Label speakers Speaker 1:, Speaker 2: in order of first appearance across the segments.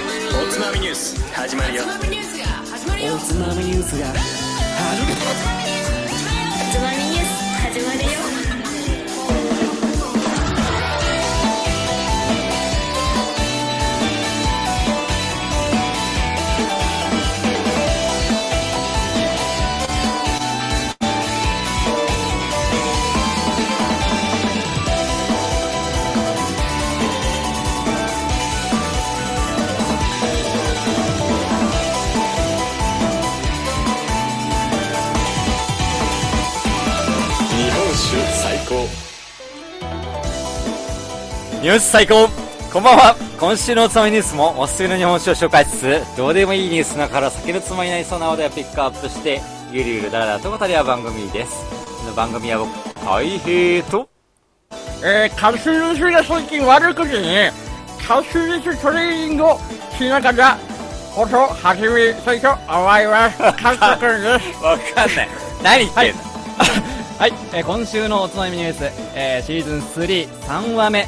Speaker 1: まみニュース始まるよ
Speaker 2: つまみニュースが始まるよ
Speaker 3: つまみニュースが
Speaker 4: つまみニュース始まるよ
Speaker 1: 日本酒最高ニュース最高
Speaker 5: こんばんは今週のおつまみニュースもおすすめの日本酒を紹介しつつどうでもいいニュースの中から酒のつまみになりそうな話題をピックアップしてゆるゆるだらだらと語り合う番組ですこの番組は僕大平と
Speaker 6: えー、滑舌が最近悪くてね、滑舌トレーニングをしながら、音を始めたいと思います。カット君です。
Speaker 5: わかんない何言ってんの、
Speaker 7: はい、 えー今週のおつまみニュース、えーシーズン33話目、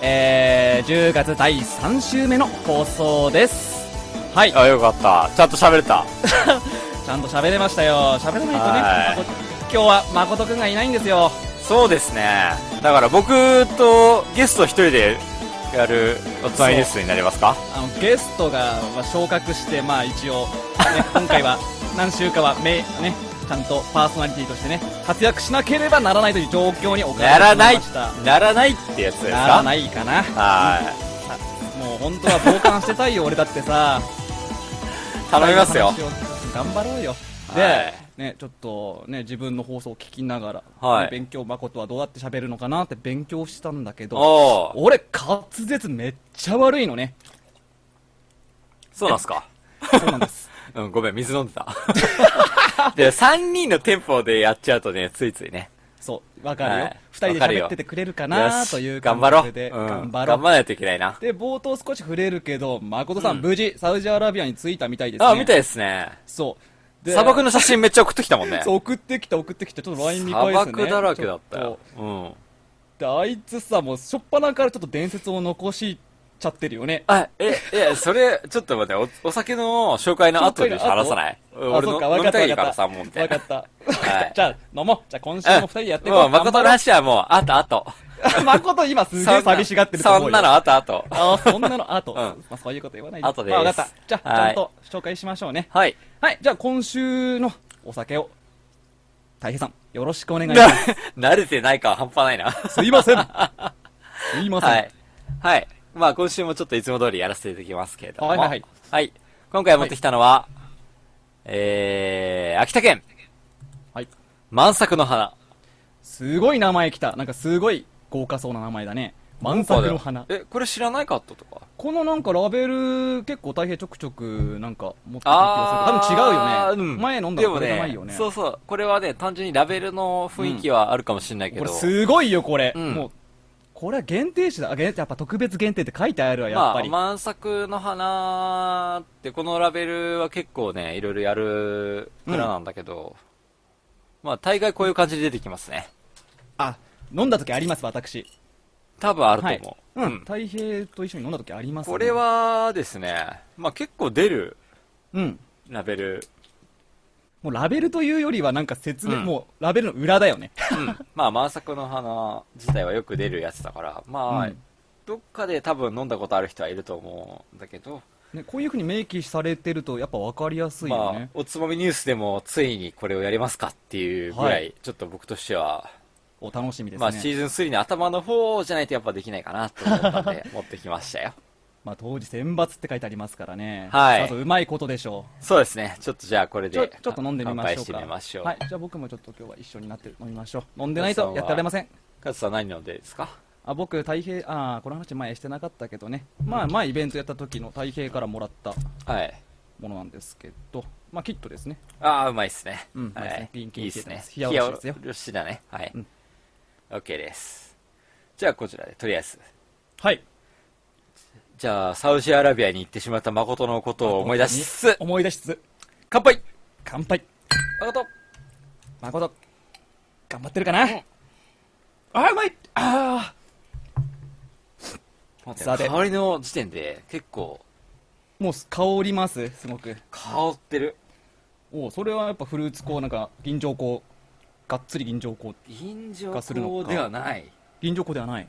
Speaker 7: えー10月第3週目の放送ですはいち
Speaker 5: あよかったちゃんと喋れ た
Speaker 7: ゃんと喋れましたよ喋れないとね
Speaker 5: はい
Speaker 7: まこ今日は誠くんがいないんですよ
Speaker 5: そうですねだから僕とゲスト一人でやるおつまみニュースになりますか
Speaker 7: あのゲストが、まあ、昇格してまあ 一応、ね、今回は何週かはめ、ね、ちゃんとパーソナリティとしてね活躍しなければならないという状況に置かれ
Speaker 5: な
Speaker 7: て
Speaker 5: ら
Speaker 7: しま
Speaker 5: ない
Speaker 7: いました
Speaker 5: ならないってやつですか
Speaker 7: ならないかな
Speaker 5: はい
Speaker 7: もう本当は傍観してたいよ俺だってさ
Speaker 5: 頼みますよ
Speaker 7: 話を頑張ろうよで、
Speaker 5: はい
Speaker 7: ね、ちょっと、ね、自分の放送を聞きながら、
Speaker 5: はい
Speaker 7: ね勉強誠はどうやって喋るのかなって勉強したんだけど
Speaker 5: おお
Speaker 7: 俺滑舌めっちゃ悪いのね
Speaker 5: そうなんすか
Speaker 7: そうなんです
Speaker 5: うん、ごめん、水飲んでた。 で、3人のテンポでやっちゃうとね、ついついね。
Speaker 7: そうわかるよ、
Speaker 5: はい
Speaker 7: 二人
Speaker 5: わかる
Speaker 7: で
Speaker 5: よ
Speaker 7: 喋っててくれるか
Speaker 5: よ
Speaker 7: な
Speaker 5: し
Speaker 7: という
Speaker 5: 頑張ろう。
Speaker 7: 感じで
Speaker 5: うん
Speaker 7: 頑
Speaker 5: 頑張
Speaker 7: 張ろう、
Speaker 5: らないといけないな。
Speaker 7: で冒頭少し触れるけど誠さん、無事サウジアラビアに着いたみたいですね
Speaker 5: あ、みたいですね。
Speaker 7: そうで
Speaker 5: 砂漠の写真めっちゃ送ってきたもんね。
Speaker 7: そう送ってきた送ってきたちょっと LINE 見返
Speaker 5: 砂
Speaker 7: すね
Speaker 5: 漠だらけだった
Speaker 7: ちょ
Speaker 5: よ
Speaker 7: と。
Speaker 5: うん。
Speaker 7: であいつさもう初っ端からちょっと伝説を残しちゃってるよね
Speaker 5: あ、え、え、それ、ちょっと待って、おお酒の紹介の後で
Speaker 7: 紹介の後
Speaker 5: 話さない
Speaker 7: あ
Speaker 5: 俺
Speaker 7: そうか
Speaker 5: の
Speaker 7: 分
Speaker 5: 飲
Speaker 7: か
Speaker 5: みた
Speaker 7: った分
Speaker 5: いか
Speaker 7: か
Speaker 5: ら
Speaker 7: った
Speaker 5: さ、もうみたい
Speaker 7: 分か
Speaker 5: な
Speaker 7: っ。た
Speaker 5: はい
Speaker 7: じゃあ飲もうじゃあ今週も二人でやっていこ
Speaker 5: も
Speaker 7: う
Speaker 5: う、誠の話はもう、あとあと。
Speaker 7: あ誠今すげえ寂しがってると思う
Speaker 5: そ
Speaker 7: よ
Speaker 5: んなのあとあと。
Speaker 7: あそんなのあと、
Speaker 5: ん
Speaker 7: まあ、そういうこと言わない
Speaker 5: 後です
Speaker 7: まあ、分かったじゃあ、
Speaker 5: はい
Speaker 7: ちゃんと紹介しましょうね
Speaker 5: はい。
Speaker 7: はいじゃあ今週のお酒をたい平さんよろしくお願いします
Speaker 5: 慣れてないか半端ないな。
Speaker 7: すいま せんすいません、
Speaker 5: はい。はい。まあ今週もちょっといつも通りやらせていただきますけれども。
Speaker 7: はいはいはい
Speaker 5: はい今回持ってきたのは、えー、秋田県。
Speaker 7: はい。
Speaker 5: 満作の花。
Speaker 7: すごい名前来たなんかすごい豪華そうな名前だね満作の花
Speaker 5: え、これ知らないかったとか。
Speaker 7: このなんかラベル結構大変ちょくちょくなんか持ってた気がする多分違うよね、
Speaker 5: うん
Speaker 7: 前飲んだ
Speaker 5: で
Speaker 7: ら
Speaker 5: も
Speaker 7: これじゃない
Speaker 5: ね
Speaker 7: よね
Speaker 5: そうそう。これはね、単純にラベルの雰囲気はあるかもしれないけ
Speaker 7: こ
Speaker 5: ど。
Speaker 7: れすごいよこれ、
Speaker 5: うん
Speaker 7: もうこれは限定種だあ限やっぱ特別限定って書いてあるわやっ
Speaker 5: ま
Speaker 7: ぱ
Speaker 5: あ、
Speaker 7: り、
Speaker 5: 満作の花って、このラベルは結構ね、いろいろやる蔵なんだけど、まあ、大概こういう感じで出てきますね。
Speaker 7: あ、飲んだ時あります私
Speaker 5: 多分あると
Speaker 7: はい
Speaker 5: 思う。
Speaker 7: うん太平と一緒に飲んだ時ありますね
Speaker 5: これはですね、まあ結構出る
Speaker 7: うん
Speaker 5: ラベル。
Speaker 7: もうラベルというよりはなんか説
Speaker 5: う
Speaker 7: 明、
Speaker 5: ん
Speaker 7: もうラベルの裏だよね
Speaker 5: うん。まあ、満作の花自体はよく出るやつだから、まあ、
Speaker 7: うん
Speaker 5: どっかで多分飲んだことある人はいると思うんだけど、
Speaker 7: ねこういうふうに明記されてるとやっぱ分かりやすいよ
Speaker 5: まあ
Speaker 7: ね、、
Speaker 5: おつまみニュースでもついにこれをやりますかっていうぐらい、
Speaker 7: はい
Speaker 5: ちょっと僕としては、
Speaker 7: お楽しみですね、
Speaker 5: まあシーズン3の頭の方じゃないとやっぱできないかなと思ったんで、 持ってきましたよ。
Speaker 7: まあ当時選抜って書いてありますからね。
Speaker 5: はい
Speaker 7: さぞうまいことでしょ
Speaker 5: そうですね。ちょっとじゃあこれ
Speaker 7: う。ちょ
Speaker 5: で、
Speaker 7: ちょっと飲んでみましょうか。
Speaker 5: 乾杯してみましょう。
Speaker 7: はい。じゃあ僕もちょっと今日は一緒になって飲みましょう。飲んでないとやってられません。
Speaker 5: カズさん何飲んでですか
Speaker 7: あ僕、太平、あーこの話前してなかったけどね。まあ、前イベントやった時の太平からもらった
Speaker 5: はい。
Speaker 7: ものなんですけど、まあ、キットですね。
Speaker 5: ああ、うまいっすね。
Speaker 7: うん
Speaker 5: は
Speaker 7: うまいっすね
Speaker 5: い
Speaker 7: ピンキ
Speaker 5: い
Speaker 7: リ
Speaker 5: いっすね。
Speaker 7: 冷やおろしですよ
Speaker 5: 冷やおろしだね。はい
Speaker 7: うん。
Speaker 5: OK です。じゃあ、こちらで、とりあえず。
Speaker 7: はい。
Speaker 5: じゃあ、サウジアラビアに行ってしまった誠のことを思い出しつつ、
Speaker 7: 思い出しつつ、
Speaker 5: 乾杯
Speaker 7: 乾杯。
Speaker 5: 誠
Speaker 7: 誠、頑張ってるかな、あー、うまいあ
Speaker 5: 待って
Speaker 7: さて
Speaker 5: 香りの時点で、結構、
Speaker 7: もう香りますすごく
Speaker 5: 香ってる。
Speaker 7: おうそれはやっぱフルーツ香なんか銀杏香がっつり銀杏香
Speaker 5: 銀
Speaker 7: がするの
Speaker 5: 醸香
Speaker 7: か
Speaker 5: ではない。
Speaker 7: 銀杏香ではない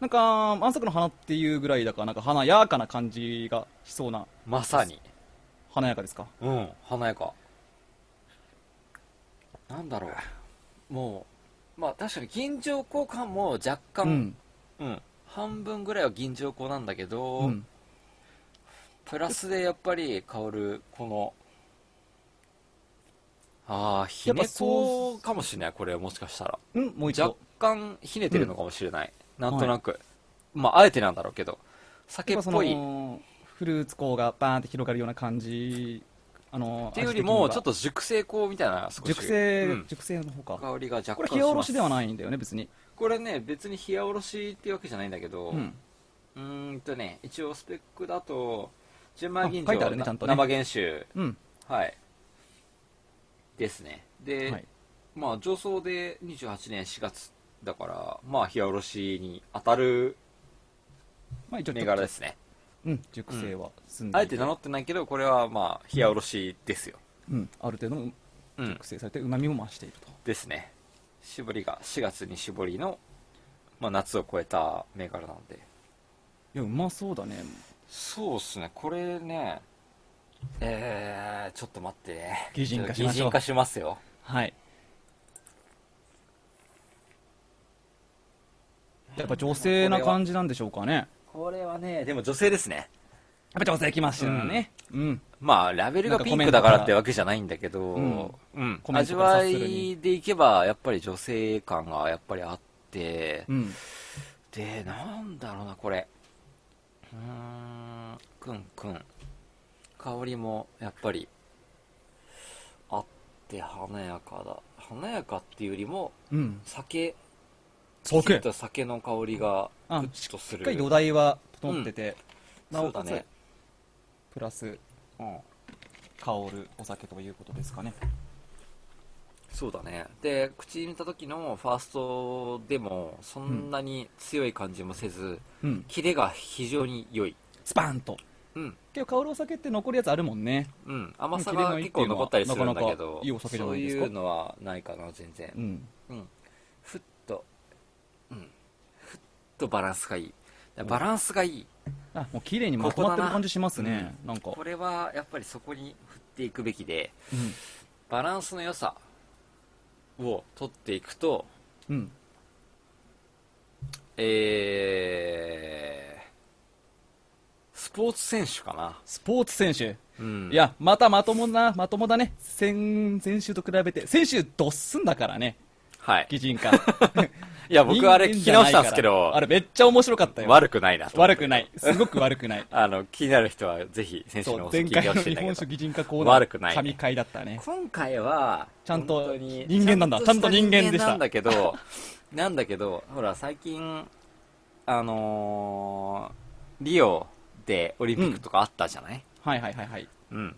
Speaker 7: なんか満足の花っていうぐらいだからなんか華やかな感じがしそうな
Speaker 5: まさに。
Speaker 7: 華やかですか
Speaker 5: うん、華やか。なんだろう。もう、まあ確かに銀醸香感も若
Speaker 7: う
Speaker 5: 干、
Speaker 7: ん、
Speaker 5: うん、半分ぐらいは銀醸香なんだけど、
Speaker 7: うん、
Speaker 5: プラスでやっぱり香る、この、ああ、ひ
Speaker 7: やっぱ
Speaker 5: ね
Speaker 7: そう
Speaker 5: こかもしれない、これもしかしたら。
Speaker 7: うん、もう一
Speaker 5: 若
Speaker 7: 度
Speaker 5: 干ひねてるのかもしれない。なんとなく。まあ、あえてなんだろうけど。酒
Speaker 7: や
Speaker 5: っ
Speaker 7: っぱそ
Speaker 5: ぽい。っ
Speaker 7: のフルーツ香がバーンって広がるような感じあの
Speaker 5: ていうよりも、
Speaker 7: 味
Speaker 5: ちょっ
Speaker 7: 的には
Speaker 5: と熟成香みたいな、少し。
Speaker 7: 熟成、
Speaker 5: うん
Speaker 7: 熟成の方か
Speaker 5: 香りが若干
Speaker 7: これ冷やおろしではいないんだよね別に
Speaker 5: これね別に冷やおろしっていうわけじゃないんだけど、
Speaker 7: う
Speaker 5: うんーんとね一応スペックだと純米銀
Speaker 7: あ書いてある
Speaker 5: 醸、
Speaker 7: ねちゃんとね
Speaker 5: 生原酒
Speaker 7: うん
Speaker 5: はいですねで、
Speaker 7: はい
Speaker 5: まあ上層で28年4月だからまあ冷やおろしに当たる
Speaker 7: まあ一応ちょ
Speaker 5: 銘
Speaker 7: っと
Speaker 5: 柄ですね
Speaker 7: うん熟成は済んで
Speaker 5: あ
Speaker 7: い
Speaker 5: えて名乗ってないけどこれはまあ冷やおろしですよ
Speaker 7: うん、ある程度の
Speaker 5: うん
Speaker 7: 熟成されてうまみも増していると
Speaker 5: ですね絞りが4月に絞りの、まあ、夏を超えた銘柄なんで
Speaker 7: いやうまそうだね
Speaker 5: そうっすね、これね、えー、ちょっと待ってね。
Speaker 7: 擬人化しましょう
Speaker 5: 擬人化しますよ。
Speaker 7: はいやっぱ女性な感じなんでしょうかねやっ
Speaker 5: これはね、でも女性ですね。
Speaker 7: ぱ女性きましたよねうん、
Speaker 5: まあ、ラベルが
Speaker 7: なんか
Speaker 5: ピ
Speaker 7: コ
Speaker 5: ン
Speaker 7: メン
Speaker 5: ク
Speaker 7: ト
Speaker 5: だから
Speaker 7: から
Speaker 5: ってわけじゃないんだけど、う
Speaker 7: う
Speaker 5: んん。
Speaker 7: コメン
Speaker 5: 味
Speaker 7: トから
Speaker 5: わ
Speaker 7: 察するに
Speaker 5: いでいけば、やっぱり女性感がやっぱりあって、
Speaker 7: うん
Speaker 5: で、なんだろうな、これ。うーん、くんくん。香りも、やっぱり、あって華やかだ。華やかっていうよりも、
Speaker 7: うん
Speaker 5: 酒、
Speaker 7: そう
Speaker 5: きちんと酒の香りがグ
Speaker 7: あ
Speaker 5: ッとす
Speaker 7: しっ
Speaker 5: る
Speaker 7: かり土台は整ってて、な
Speaker 5: そ
Speaker 7: お
Speaker 5: う
Speaker 7: か
Speaker 5: だ
Speaker 7: つ、
Speaker 5: ね、
Speaker 7: プラス
Speaker 5: うん、
Speaker 7: 香るお酒ということですかね
Speaker 5: そうだねで口に入れた時のファーストでもそんなに強い感じもせず、
Speaker 7: うん
Speaker 5: キレが非常に良い
Speaker 7: スパンと
Speaker 5: うん
Speaker 7: 結構香るお酒って残るやつあるもんね
Speaker 5: うん、甘さ
Speaker 7: キレ
Speaker 5: が
Speaker 7: のいいっ
Speaker 5: 結
Speaker 7: て
Speaker 5: 構
Speaker 7: いうのは
Speaker 5: 残ったりするんだけ
Speaker 7: なかな
Speaker 5: ど
Speaker 7: かいいお酒じゃ
Speaker 5: そ
Speaker 7: な
Speaker 5: う
Speaker 7: いです
Speaker 5: い
Speaker 7: か
Speaker 5: うのはないかな全然、
Speaker 7: うん
Speaker 5: うん、ふっと、うん、ふっとバランスがいいバランスがいい
Speaker 7: あもう綺麗にまとまってる感じしますねなんか、
Speaker 5: これはやっぱりそこに振っていくべきで
Speaker 7: うん
Speaker 5: バランスの良さを取っていくと
Speaker 7: うん、
Speaker 5: えー、スポーツ選手かな、
Speaker 7: スポーツ選手、
Speaker 5: うん
Speaker 7: いや、またまともな、まともだね、先先週と比べて、先週、どっすんだからね、
Speaker 5: はい、
Speaker 7: 擬人化。
Speaker 5: いや僕あれ聞き直したんですけど
Speaker 7: あれ、めっちゃ面白かったよ、
Speaker 5: 悪くないなと、
Speaker 7: 悪くない、すごく悪くない
Speaker 5: あの気になる人はぜひ選手
Speaker 7: そ
Speaker 5: の
Speaker 7: う
Speaker 5: お聞
Speaker 7: 前
Speaker 5: いて
Speaker 7: 回
Speaker 5: ほ
Speaker 7: の
Speaker 5: しいんだけど
Speaker 7: 日本酒擬人化コーナー、
Speaker 5: 悪くない
Speaker 7: 神回だったね、
Speaker 5: 今回は
Speaker 7: ちゃんと
Speaker 5: 本当に
Speaker 7: 人間なんだ
Speaker 5: ちゃんと
Speaker 7: ちゃんと人間でした
Speaker 5: なんだけど なんだけどほら最近あのーリオでオリンピックとかあったじゃない、
Speaker 7: はいはいはいはい、
Speaker 5: うん、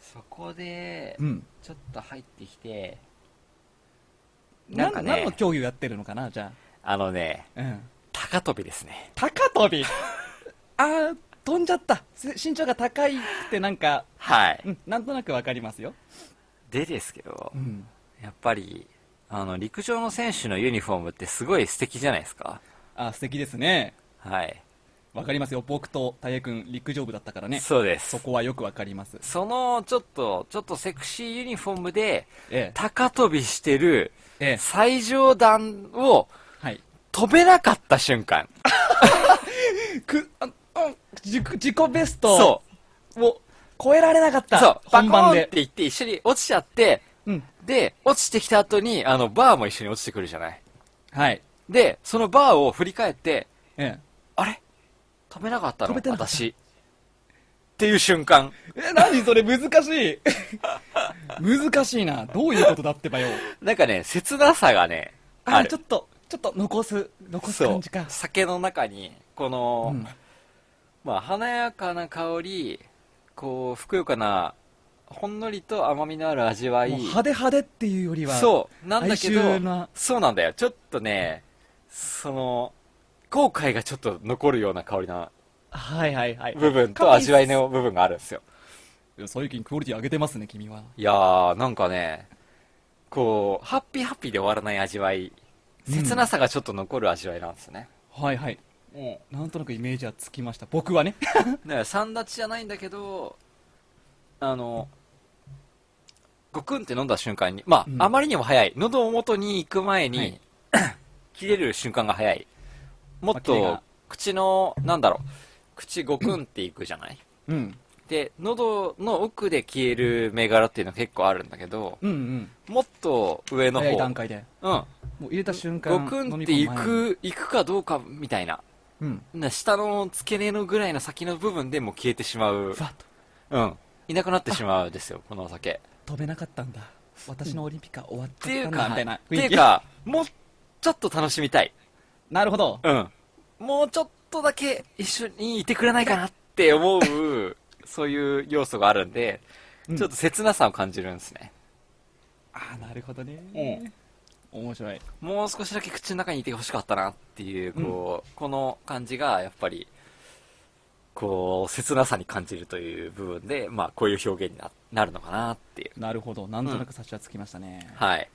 Speaker 5: そこで
Speaker 7: うん、
Speaker 5: ちょっと入ってきて、
Speaker 7: な
Speaker 5: なんん
Speaker 7: か、
Speaker 5: か
Speaker 7: 何
Speaker 5: ね
Speaker 7: の、競技をやってるのかな、じゃ
Speaker 5: あのね、
Speaker 7: あ、うん、
Speaker 5: 高跳びですね。
Speaker 7: 高跳び、あー、飛んじゃった、せ身長が高いって、なんか、
Speaker 5: はい。
Speaker 7: うん、なんとなくわかりますよ、
Speaker 5: でですけど
Speaker 7: う、ん、
Speaker 5: やっぱり、あの、陸上の選手のユニフォームってすごい素敵じゃないですか。
Speaker 7: あ素敵ですね。
Speaker 5: はい。
Speaker 7: わかりますよ、僕とたい平君、陸上部だったからね、そ
Speaker 5: そうです。
Speaker 7: こはよくわかります、
Speaker 5: その、ちょっと、ちょっとセクシーユニフォームで、
Speaker 7: ええ
Speaker 5: 高跳びしてる、
Speaker 7: ええ
Speaker 5: 最上段を
Speaker 7: はい、
Speaker 5: 飛べなかった瞬間。
Speaker 7: くあうん自己自己ベス
Speaker 5: そ
Speaker 7: トを超えられなかった、
Speaker 5: そう、
Speaker 7: 本
Speaker 5: バコー
Speaker 7: 番
Speaker 5: ンっ
Speaker 7: で
Speaker 5: て、言って一緒に落ちちゃって、
Speaker 7: うん
Speaker 5: で、落ちてきた後に、あの、バーも一緒に落ちてくるじゃない。
Speaker 7: はい
Speaker 5: で、そのバーを振り返って、
Speaker 7: え
Speaker 5: あれ飛べなかったの
Speaker 7: 飛べてなかった
Speaker 5: 私。っていう瞬間。
Speaker 7: え、え何それ、難しい、 難しいな、どういうことだってばよ、
Speaker 5: なんかね、切なさがね、あ
Speaker 7: あ
Speaker 5: る。
Speaker 7: ちょっと、ちょっと残す、残す
Speaker 5: そう
Speaker 7: 感じか、
Speaker 5: 酒の中に、この、
Speaker 7: うん
Speaker 5: まあ、華やかな香り、こう、ふくよかな、ほんのりと甘みのある味わい
Speaker 7: もう。派手派手っていうよりは、
Speaker 5: そう、なんだけど
Speaker 7: 哀愁な、
Speaker 5: そうなんだよ。ちょっとね、その、後悔がちょっと残るような香りな
Speaker 7: はいはいはい。
Speaker 5: 部分
Speaker 7: か
Speaker 5: と
Speaker 7: わいい
Speaker 5: 味わいの部分があるんですよ。
Speaker 7: 最近クオリティ上げてますね、君は。
Speaker 5: いやー、なんかね、こう、ハッピーハッピーで終わらない味わい。切なさがちょっと残る味わいなんですね。
Speaker 7: はいはい。もう、なんとなくイメージはつきました。僕はね。
Speaker 5: だから、三立ちじゃないんだけど、あの、ゴクンって飲んだ瞬間に、まあ、
Speaker 7: うん
Speaker 5: あまりにも早い。喉元に行く前に、
Speaker 7: はい
Speaker 5: 切れる瞬間が早い。もっ
Speaker 7: まあ切れ
Speaker 5: と
Speaker 7: が、
Speaker 5: 口の、なんだろう、口ゴクンっていくじゃない
Speaker 7: うん。
Speaker 5: で、喉の奥で消える銘柄っていうの結構あるんだけど、
Speaker 7: うんうん。
Speaker 5: もっと上の方。
Speaker 7: 早い段階で。
Speaker 5: うん。
Speaker 7: もう入れた瞬間
Speaker 5: ゴクンって行。く、行くかどうかみたいな。
Speaker 7: 飲み込む前にうん。
Speaker 5: な下の付け根のぐらいの先の部分でもう消えてしまう
Speaker 7: ふ。わっと。
Speaker 5: うん。いなくなってしまうんですよ、このお酒。
Speaker 7: 飛べなかったんだ。私のオリンピックは終わっ
Speaker 5: って
Speaker 7: ち
Speaker 5: いう
Speaker 7: ゃった
Speaker 5: ん
Speaker 7: だ、
Speaker 5: か、
Speaker 7: みたいな
Speaker 5: って
Speaker 7: 雰
Speaker 5: い
Speaker 7: 囲
Speaker 5: う
Speaker 7: 気。
Speaker 5: か、もうちょっと楽しみたい。
Speaker 7: なるほど。
Speaker 5: うん。もうちょっとだけ一緒にいてくれないかなって思う、そういう要素があるんで、
Speaker 7: うん
Speaker 5: ちょっと切なさを感じるんですね。
Speaker 7: ああ、なるほどね。面白い。
Speaker 5: もう少しだけ口の中にいて欲しかったなっていう、こう、この感じが、やっぱり、こう、切なさに感じるという部分で、まあ、こういう表現にななるのかなっていう。
Speaker 7: なるほど。なんとなく察しはつきましたね。
Speaker 5: はい。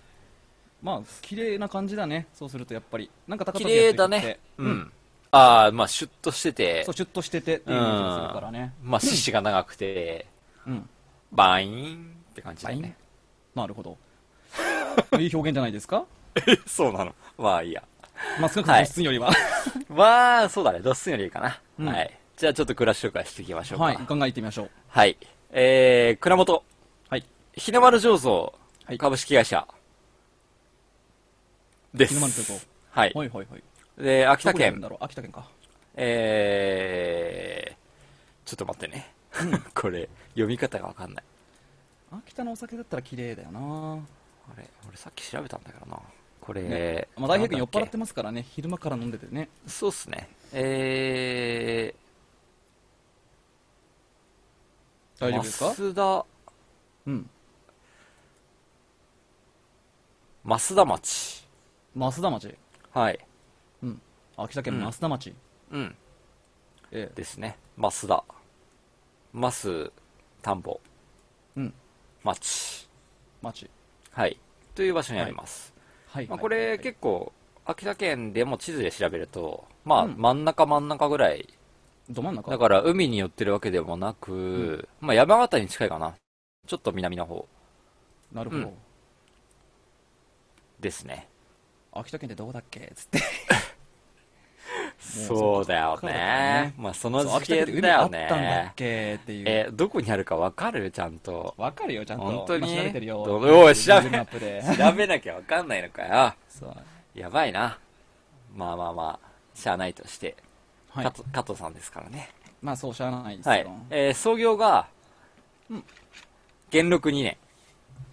Speaker 7: まあ、綺麗な感じだね。そうするとやっぱり。なんか高
Speaker 5: 綺
Speaker 7: 崎やっ
Speaker 5: 麗
Speaker 7: てる
Speaker 5: だ
Speaker 7: 時って
Speaker 5: ね。うん。ああ、まあ、シュッとしてて
Speaker 7: そう、、シュッとしててっていう感じがするからね。
Speaker 5: まあ、獅子が長くて、
Speaker 7: うん。
Speaker 5: バイーンって感じだ
Speaker 7: バイン
Speaker 5: ね。
Speaker 7: なる ほど。いい表現じゃないですか
Speaker 5: そうなの。まあ、いいや。
Speaker 7: まあ、少なくとも質よりは。
Speaker 5: まあ、そうだね。ドッスンよりいいかな。
Speaker 7: うん
Speaker 5: はい。じゃあ、ちょっとクラッシュ紹介していきましょうか。
Speaker 7: はい、考えてみましょう。
Speaker 5: はい。えー、蔵元。
Speaker 7: はい。
Speaker 5: 日の丸醸造
Speaker 7: はい
Speaker 5: 株式会社です。
Speaker 7: 日の丸醸造
Speaker 5: はい。
Speaker 7: はいはいはい。
Speaker 5: で、秋田
Speaker 7: どこにある
Speaker 5: 県、
Speaker 7: んだろう秋田県か。
Speaker 5: えー、ちょっと待ってね。 これ、読み方がわかんない。
Speaker 7: 秋田のお酒だったら綺麗だよな
Speaker 5: あれ、俺さっき調べたんだからな。これ、
Speaker 7: まあ、大平君酔っ払って
Speaker 5: ま
Speaker 7: ますからね、昼間から飲んでてね。
Speaker 5: す。そうっすね。えー、
Speaker 7: 大丈夫ですか
Speaker 5: 増田、
Speaker 7: うん。
Speaker 5: 増田町。
Speaker 7: 増田町。
Speaker 5: はい。
Speaker 7: うん。秋田県の増田町。
Speaker 5: うん。
Speaker 7: ええ。
Speaker 5: ですね。増田。増、田んぼ、
Speaker 7: うん。
Speaker 5: 町。
Speaker 7: 町。
Speaker 5: はい。という場所にあります。
Speaker 7: はい。
Speaker 5: まあ、これ結構、秋田県でも地図で調べると、まあ、
Speaker 7: うん
Speaker 5: 真ん中真ん中ぐらい。
Speaker 7: 構、ど真ん中。
Speaker 5: だから、海に寄ってるわけでもなく、まあ、山形に近いかな。ちょっと南の方
Speaker 7: なるほ
Speaker 5: うん
Speaker 7: ど。
Speaker 5: ですね。
Speaker 7: 秋田県ってどこだっけつって。
Speaker 5: そうだよ
Speaker 7: そうだか
Speaker 5: ね
Speaker 7: らね。
Speaker 5: まあ、そ
Speaker 7: そ
Speaker 5: の
Speaker 7: う、
Speaker 5: 時
Speaker 7: 秋田
Speaker 5: 系
Speaker 7: 県って海
Speaker 5: だ
Speaker 7: あ
Speaker 5: よ
Speaker 7: ったんだっ
Speaker 5: ね。
Speaker 7: けっていう。
Speaker 5: え、どこにあるかわかるちゃんと。
Speaker 7: わかるよ、ちゃんと。
Speaker 5: 本当に
Speaker 7: 今調べてるよ。
Speaker 5: どうおい調べ
Speaker 7: Google マップで。
Speaker 5: 調べなきゃわかんないのか よ。
Speaker 7: そう。
Speaker 5: やばいな。まあまあまあ、しゃあないとして。
Speaker 7: は
Speaker 5: 加
Speaker 7: い。
Speaker 5: 藤加藤さんですからね。
Speaker 7: まあ、そうしゃあないです
Speaker 5: はい
Speaker 7: よ。。
Speaker 5: えー創業が、元禄2年。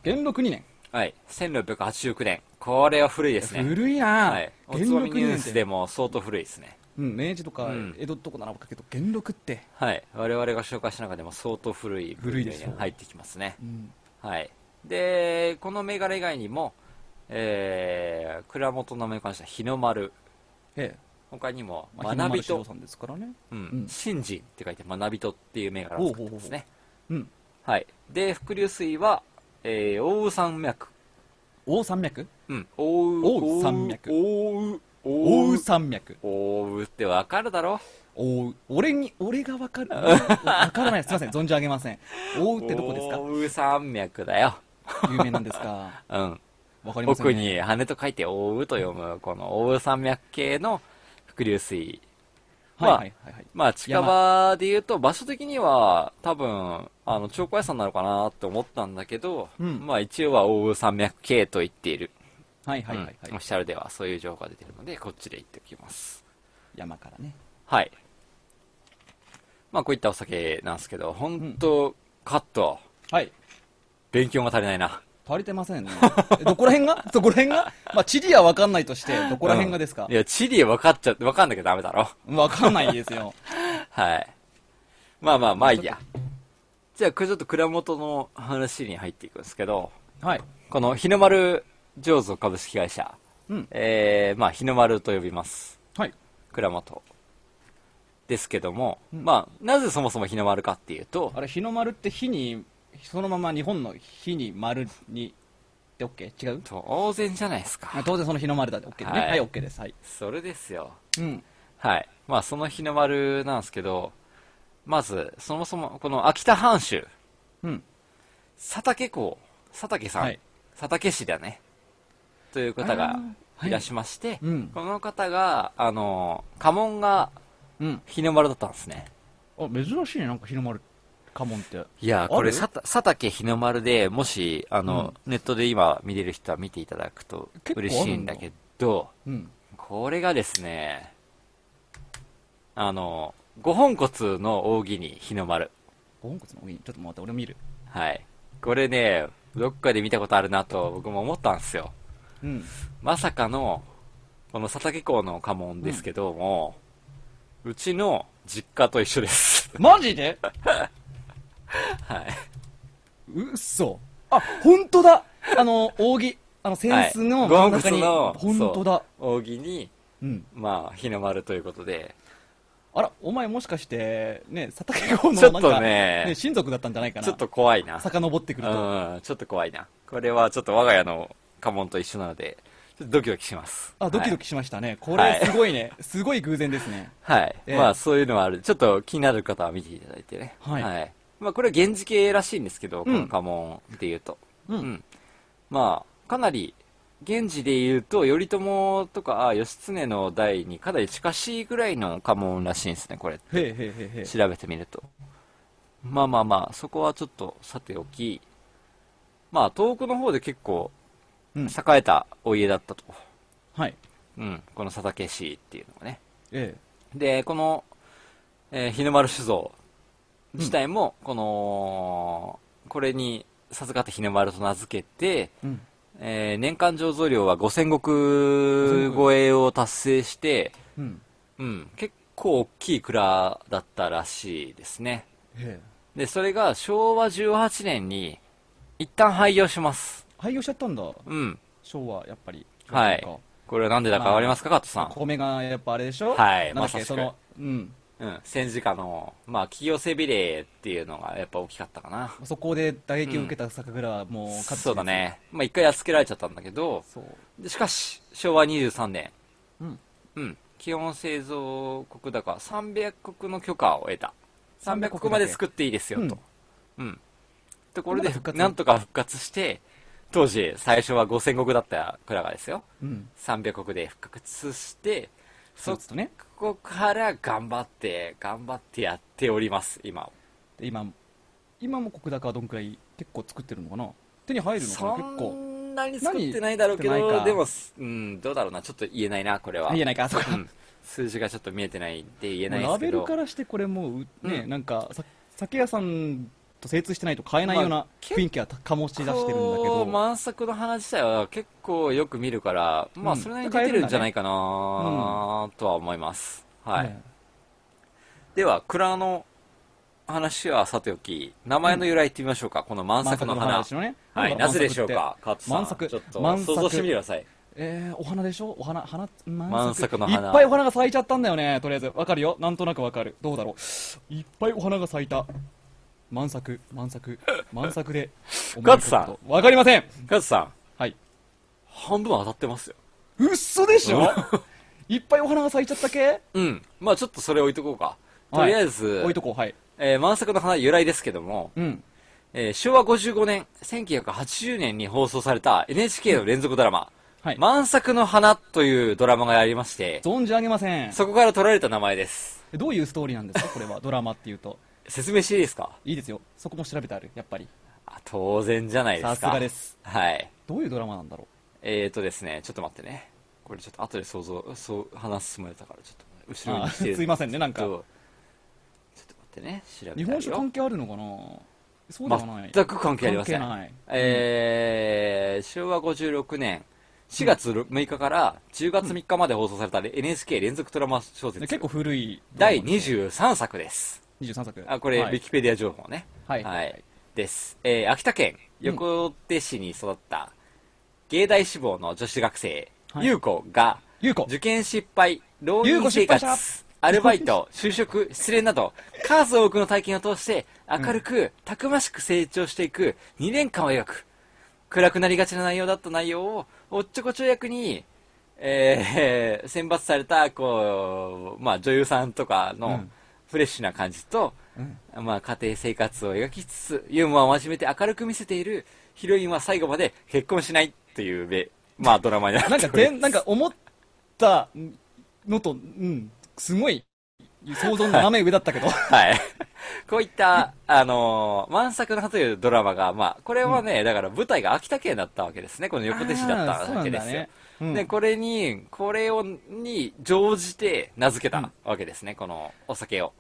Speaker 7: 元禄2年。
Speaker 5: はい。1689年。これは古いですね。
Speaker 7: 古いな
Speaker 5: はい。おつ
Speaker 7: 元
Speaker 5: まみ
Speaker 7: 禄
Speaker 5: ニュ
Speaker 7: 2
Speaker 5: ー
Speaker 7: 年っ
Speaker 5: ス
Speaker 7: て
Speaker 5: でも相当古いですね。
Speaker 7: うん、明治とか
Speaker 5: うん
Speaker 7: 江戸とかならわかるけど、元禄って、
Speaker 5: はい。我々が紹介した中でも相当古い
Speaker 7: 古いでしょう
Speaker 5: 分類に入ってきますね
Speaker 7: う。ん、
Speaker 5: はい。で、この銘柄以外にも、えー、蔵元の名前に関しては日の丸。
Speaker 7: ええ、
Speaker 5: 他にも、
Speaker 7: ま
Speaker 5: 学び
Speaker 7: あ、日の丸四郎
Speaker 5: と
Speaker 7: さ、んですからね。
Speaker 5: う
Speaker 7: うんん、
Speaker 5: 新人って書いて学びとっていう銘柄を使ってますね。
Speaker 7: うん、
Speaker 5: はい。で、伏流水は、えー、奥羽山脈。
Speaker 7: 大山脈
Speaker 5: うん。奥羽
Speaker 7: 奥羽山脈
Speaker 5: 奥羽。奥
Speaker 7: 大羽
Speaker 5: 羽。
Speaker 7: 山脈。
Speaker 5: 奥羽ってわかるだろ
Speaker 7: 大羽俺に、俺がわ かる。わからない。すみません、存じ上げません。大羽ってどこです
Speaker 5: 奥羽山脈だよ。
Speaker 7: か有名なんですか
Speaker 5: うん。
Speaker 7: わかりません、
Speaker 5: 奥
Speaker 7: ね。
Speaker 5: に羽と書いて奥羽と読む、この奥羽山脈系の伏流水。
Speaker 7: はいはいはいはい。
Speaker 5: まあ、近場で言うと、場所的には、多分、あの、長江山なのかなって思ったんだけど、
Speaker 7: うん
Speaker 5: まあ、一応は奥羽山脈系と言っている。
Speaker 7: はいはいはい、はい
Speaker 5: うんオフィシャルではそういう情報が出てるので、こっちで言っておきます。
Speaker 7: 山からね。
Speaker 5: はい。まあ、こういったお酒なんですけど、本当、カット、
Speaker 7: はい。
Speaker 5: 勉強が足りないな。
Speaker 7: 足りてませんね。えどこら辺が どこら辺がまあ、地理はわかんないとして、どこら辺がですか
Speaker 5: うんいや、地理分かっちゃ、分かんなきゃダメだろ。
Speaker 7: わかんないですよ。
Speaker 5: はい。まあまあまあいいや。じゃあ、これちょっと蔵元の話に入っていくんですけど、
Speaker 7: はい。
Speaker 5: この日の丸醸造株式会社、
Speaker 7: うん。
Speaker 5: えー、まあ、日の丸と呼びます。
Speaker 7: はい。
Speaker 5: 蔵元。ですけども、まあ、なぜそもそも日の丸かっていうと
Speaker 7: あ、れ日の丸って日にそのまま日本の日に丸にで OK 違う
Speaker 5: 当然じゃないですか
Speaker 7: あ。当然その日の丸だで OK だね
Speaker 5: はい
Speaker 7: はい OK ですはい、
Speaker 5: それですよ。
Speaker 7: うん、
Speaker 5: はい。まあ、その日の丸なんですけど、まず、そもそも、この秋田藩主、
Speaker 7: うん
Speaker 5: 佐竹公、佐竹さん、
Speaker 7: はい
Speaker 5: 佐竹氏だね、という方が
Speaker 7: あー
Speaker 5: いらっしゃいまして、
Speaker 7: うん
Speaker 5: この方が、あの、家紋が
Speaker 7: うん、
Speaker 5: 日の丸だったんですね。
Speaker 7: あ珍しいねなんか日の丸家紋って
Speaker 5: いやー、
Speaker 7: ある
Speaker 5: これ、佐た佐竹日の丸で、もし、あの、ネットで今見れる人は見ていただくと
Speaker 7: 結構あるんだ
Speaker 5: 嬉しいんだけど、
Speaker 7: うん
Speaker 5: これがですね、あの、五本骨の扇に日の丸。
Speaker 7: ご本骨の上にちょっと待って俺も見る
Speaker 5: はい。これね、どっかで見たことあるなと僕も思ったんですよ。
Speaker 7: うん
Speaker 5: まさかの、この佐竹港の家紋ですけども、うちの実家と一緒です。
Speaker 7: マジで
Speaker 5: はい。
Speaker 7: うっそあ本当だあの扇あの
Speaker 5: は
Speaker 7: 扇
Speaker 5: い
Speaker 7: 子の
Speaker 5: 五
Speaker 7: 真ん
Speaker 5: 本
Speaker 7: 中
Speaker 5: 骨
Speaker 7: に、
Speaker 5: の、
Speaker 7: 本当だ
Speaker 5: そう。扇に、
Speaker 7: うん
Speaker 5: まあ、日の丸ということで、
Speaker 7: あらお前もしかして ね佐竹公の
Speaker 5: ちょっ
Speaker 7: なん
Speaker 5: と
Speaker 7: か
Speaker 5: ね
Speaker 7: ね親族だったんじゃないかな
Speaker 5: ちょっと怖いな。
Speaker 7: 遡ってくると
Speaker 5: うん、ちょっと怖いな。これはちょっと我が家の家紋と一緒なので、ちょっとドキドキします。
Speaker 7: あドキドキしましたね、これすごいね、すごい偶然ですね。
Speaker 5: はい。はい
Speaker 7: ええ
Speaker 5: まあ、そういうのはある。ちょっと気になる方は見ていただいてね。
Speaker 7: はい
Speaker 5: まあ、これは源氏系らしいんですけど、こ
Speaker 7: う
Speaker 5: の
Speaker 7: ん
Speaker 5: 家紋で言うと。
Speaker 7: うん
Speaker 5: まあ、かなり、源氏で言うと、頼朝とか、あ義経の代にかなり近しいぐらいの家紋らしいんですね、これ。
Speaker 7: へえへえへえへえ。
Speaker 5: 調べてみると。まあまあまあ、そこはちょっとさておき、まあ東北の方で結構
Speaker 7: うん
Speaker 5: 栄えたお家だったと。
Speaker 7: はい。
Speaker 5: うん、この佐竹氏っていうのがね。
Speaker 7: え
Speaker 5: で、この、えー日の丸酒造自体も、この、これに授かって日の丸と名付けて、
Speaker 7: え。うん。
Speaker 5: えー年間醸造量は5000石超えを達成して、
Speaker 7: うん。
Speaker 5: うん、結構大きい蔵だったらしいですね。
Speaker 7: へえ。
Speaker 5: で、それが昭和18年に一旦廃業します。
Speaker 7: 廃業しちゃったんだ、
Speaker 5: うん。
Speaker 7: 昭和、やっぱり。
Speaker 5: はい
Speaker 7: そうか
Speaker 5: これはなんでだかわかりますか、カットさん。
Speaker 7: 米がやっぱあれでしょ
Speaker 5: はい
Speaker 7: なんだっ
Speaker 5: まさ
Speaker 7: け、
Speaker 5: しく
Speaker 7: その、うん。
Speaker 5: うん。戦時下の、まあ、企業背びれっていうのがやっぱ大きかったかな。
Speaker 7: そこで打撃を受けた酒蔵はもう各地で
Speaker 5: そうだ。ね。まあ、一回やっつけられちゃったんだけど、
Speaker 7: そう。
Speaker 5: でしかし、昭和23年。
Speaker 7: うん。
Speaker 5: うん。基本製造国だから300国の許可を得た。300
Speaker 7: 300
Speaker 5: 国まで作っていいですよ、と。うん。ところで
Speaker 7: まだ復、活
Speaker 5: なんとか復活して、当時、最初は5000石だった蔵がですよ。
Speaker 7: うん。
Speaker 5: 300国で復活して、
Speaker 7: そ
Speaker 5: そ
Speaker 7: うですとね。
Speaker 5: こから頑張って、頑張ってやっております、今。
Speaker 7: で、今、今も国高はどんくらい結構作ってるのかな手に入るのか
Speaker 5: そ
Speaker 7: な結構。
Speaker 5: んなに作ってないだろうけ
Speaker 7: 何作ってない
Speaker 5: ど、
Speaker 7: か
Speaker 5: でも、すうん、どうだろうな、ちょっと言えないな、これは。
Speaker 7: 言えないか、あそこ
Speaker 5: う。ん数字がちょっと見えてないんで言えないで
Speaker 7: ラ
Speaker 5: すけ
Speaker 7: ベ
Speaker 5: ど。
Speaker 7: ルからしてこれもう、
Speaker 5: うん
Speaker 7: ね、なんか、さ酒屋さんと精通してないと買えないよう
Speaker 5: ま
Speaker 7: な
Speaker 5: あ結構
Speaker 7: 雰囲気は醸し出してるんだけ
Speaker 5: こ
Speaker 7: ど。
Speaker 5: う満作の花自体は結構よく見るから、まあ、
Speaker 7: うん
Speaker 5: それなりに出てるんじゃないかな、とは思います。はい。
Speaker 7: ね
Speaker 5: では、蔵の話はさておき、名前の由来言ってみましょうか、この満作の花。
Speaker 7: 満作の花ですよね
Speaker 5: はい、
Speaker 7: なんだ
Speaker 5: なぜでしょうか、カートさん。
Speaker 7: 満作
Speaker 5: ちょっと、
Speaker 7: 満作
Speaker 5: 想像してみてください。
Speaker 7: えー、お花でしょお花、花、満
Speaker 5: 満作の花
Speaker 7: いっぱいお花が咲いちゃったんだよね、とりあえず。わかるよ。なんとなくわかる。どうだろう。いっぱいお花が咲いた。満作、満作、満作 で。
Speaker 5: ガッツさ
Speaker 7: ん。わかりません。
Speaker 5: カートさん、
Speaker 7: はい。
Speaker 5: 半分当たってますよ。
Speaker 7: 嘘で しょいっぱいお花が咲いちゃったけ
Speaker 5: うん。まあちょっとそれ置いとこうか。と
Speaker 7: はい
Speaker 5: りあえず、
Speaker 7: 置いとこう、はい。
Speaker 5: えー満作の花由来ですけども、
Speaker 7: うん。
Speaker 5: えー昭和55年、1980年に放送された NHK の連続ドラマ、
Speaker 7: はい。
Speaker 5: 満作の花というドラマがありまして、
Speaker 7: 存じ上げません。
Speaker 5: そこから取られた名前です。
Speaker 7: どういうストーリーなんですかこれは、ドラマっていうと。
Speaker 5: 説明していいですか
Speaker 7: いいですよ。そこも調べてある、やっぱり。
Speaker 5: あ当然じゃないですか。
Speaker 7: さすがです。
Speaker 5: はい。
Speaker 7: どういうドラマなんだろ
Speaker 5: えーとですね、ちょっと待ってね。これちょっと後で想像、そう、話進まれたから、ちょっと、後ろに来てる
Speaker 7: あーすいませんねなんか
Speaker 5: ちょっとちょっと待ってね、調べ
Speaker 7: う。
Speaker 5: てある
Speaker 7: 日本酒
Speaker 5: よ
Speaker 7: 関係あるのかなそうではない。
Speaker 5: 全く関係ありません。
Speaker 7: 関係ない
Speaker 5: えー昭和56年4月6日から10月3日まで放送された NHK 連続ドラマ小説、
Speaker 7: で結構古いドラマ
Speaker 5: 第
Speaker 7: ですね。
Speaker 5: 23作です。
Speaker 7: 23作
Speaker 5: あ、これ、
Speaker 7: は
Speaker 5: ウィ
Speaker 7: い
Speaker 5: キペディア情報ね。
Speaker 7: はい
Speaker 5: です。えー秋田県横手市に育った、芸大志望の女子学生、
Speaker 7: はい
Speaker 5: 優子が、
Speaker 7: 優子
Speaker 5: 受験失敗、浪人生
Speaker 7: 優子失敗
Speaker 5: 活
Speaker 7: した、
Speaker 5: アルバイ ト、就職、失恋など、数多くの体験を通して、明るく、たくましく成長していく2年間を描く。暗くなりがちな内容だった内容を、おっちょこちょい役に、えー 選抜された、こう、まあ、女優さんとかのフレッシュな感じと、まあ、家庭生活を描きつつ、ユーモアを真面目で明るく見せている、ヒロインは最後まで結婚しないっていうべ、まあ、ドラマになってお
Speaker 7: なん
Speaker 5: りま
Speaker 7: か
Speaker 5: す
Speaker 7: で、なんか思ったのと、うん、すごい、想像の斜め上だったけど。
Speaker 5: はい。こういった、あのー満作の葉というドラマが、まあ、これはね、だから舞台が秋田県だったわけですね。この 横手市だったわけですよ。
Speaker 7: あーそうなんだねうん
Speaker 5: で、これに、これを、に乗じて名付けたわけですね、このお酒を。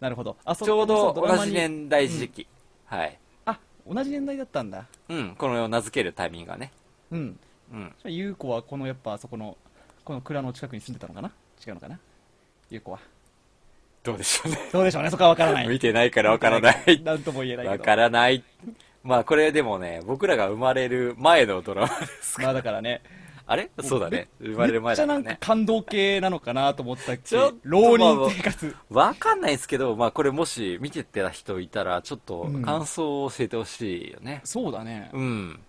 Speaker 7: なるほど。あ、そ
Speaker 5: ちょう
Speaker 7: そ
Speaker 5: ど
Speaker 7: ドラ
Speaker 5: 同
Speaker 7: マ
Speaker 5: じ
Speaker 7: に
Speaker 5: 年代時期。はい。
Speaker 7: あ、同じ年代だったんだ。
Speaker 5: うん、この名付けるタイミングがね。
Speaker 7: うん。
Speaker 5: うん。
Speaker 7: じゃあ、ゆうこはこの、やっぱ、あそこの、この蔵の近くに住んでたのかな違うのかなゆうこは。
Speaker 5: どうでしょうね。
Speaker 7: どうでしょうね、そこはわからない。
Speaker 5: 見てないからわからない。
Speaker 7: なんとも言えないけ
Speaker 5: わ
Speaker 7: ど。
Speaker 5: からない。まあ、これでもね、僕らが生まれる前のドラマです。
Speaker 7: まあだからね、
Speaker 5: あれそうだね。生まれる
Speaker 7: めっ
Speaker 5: 前
Speaker 7: ち
Speaker 5: だ
Speaker 7: ゃ
Speaker 5: った
Speaker 7: な
Speaker 5: ね。
Speaker 7: んか感動系なのかなと思ったっ
Speaker 5: ち
Speaker 7: け
Speaker 5: ょっと
Speaker 7: 浪人生活。
Speaker 5: わかんないですけど、まあこれもし見てた人いたら、ちょっと
Speaker 7: うん
Speaker 5: 感想を教えてほしいよね。
Speaker 7: そうだね。
Speaker 5: うん。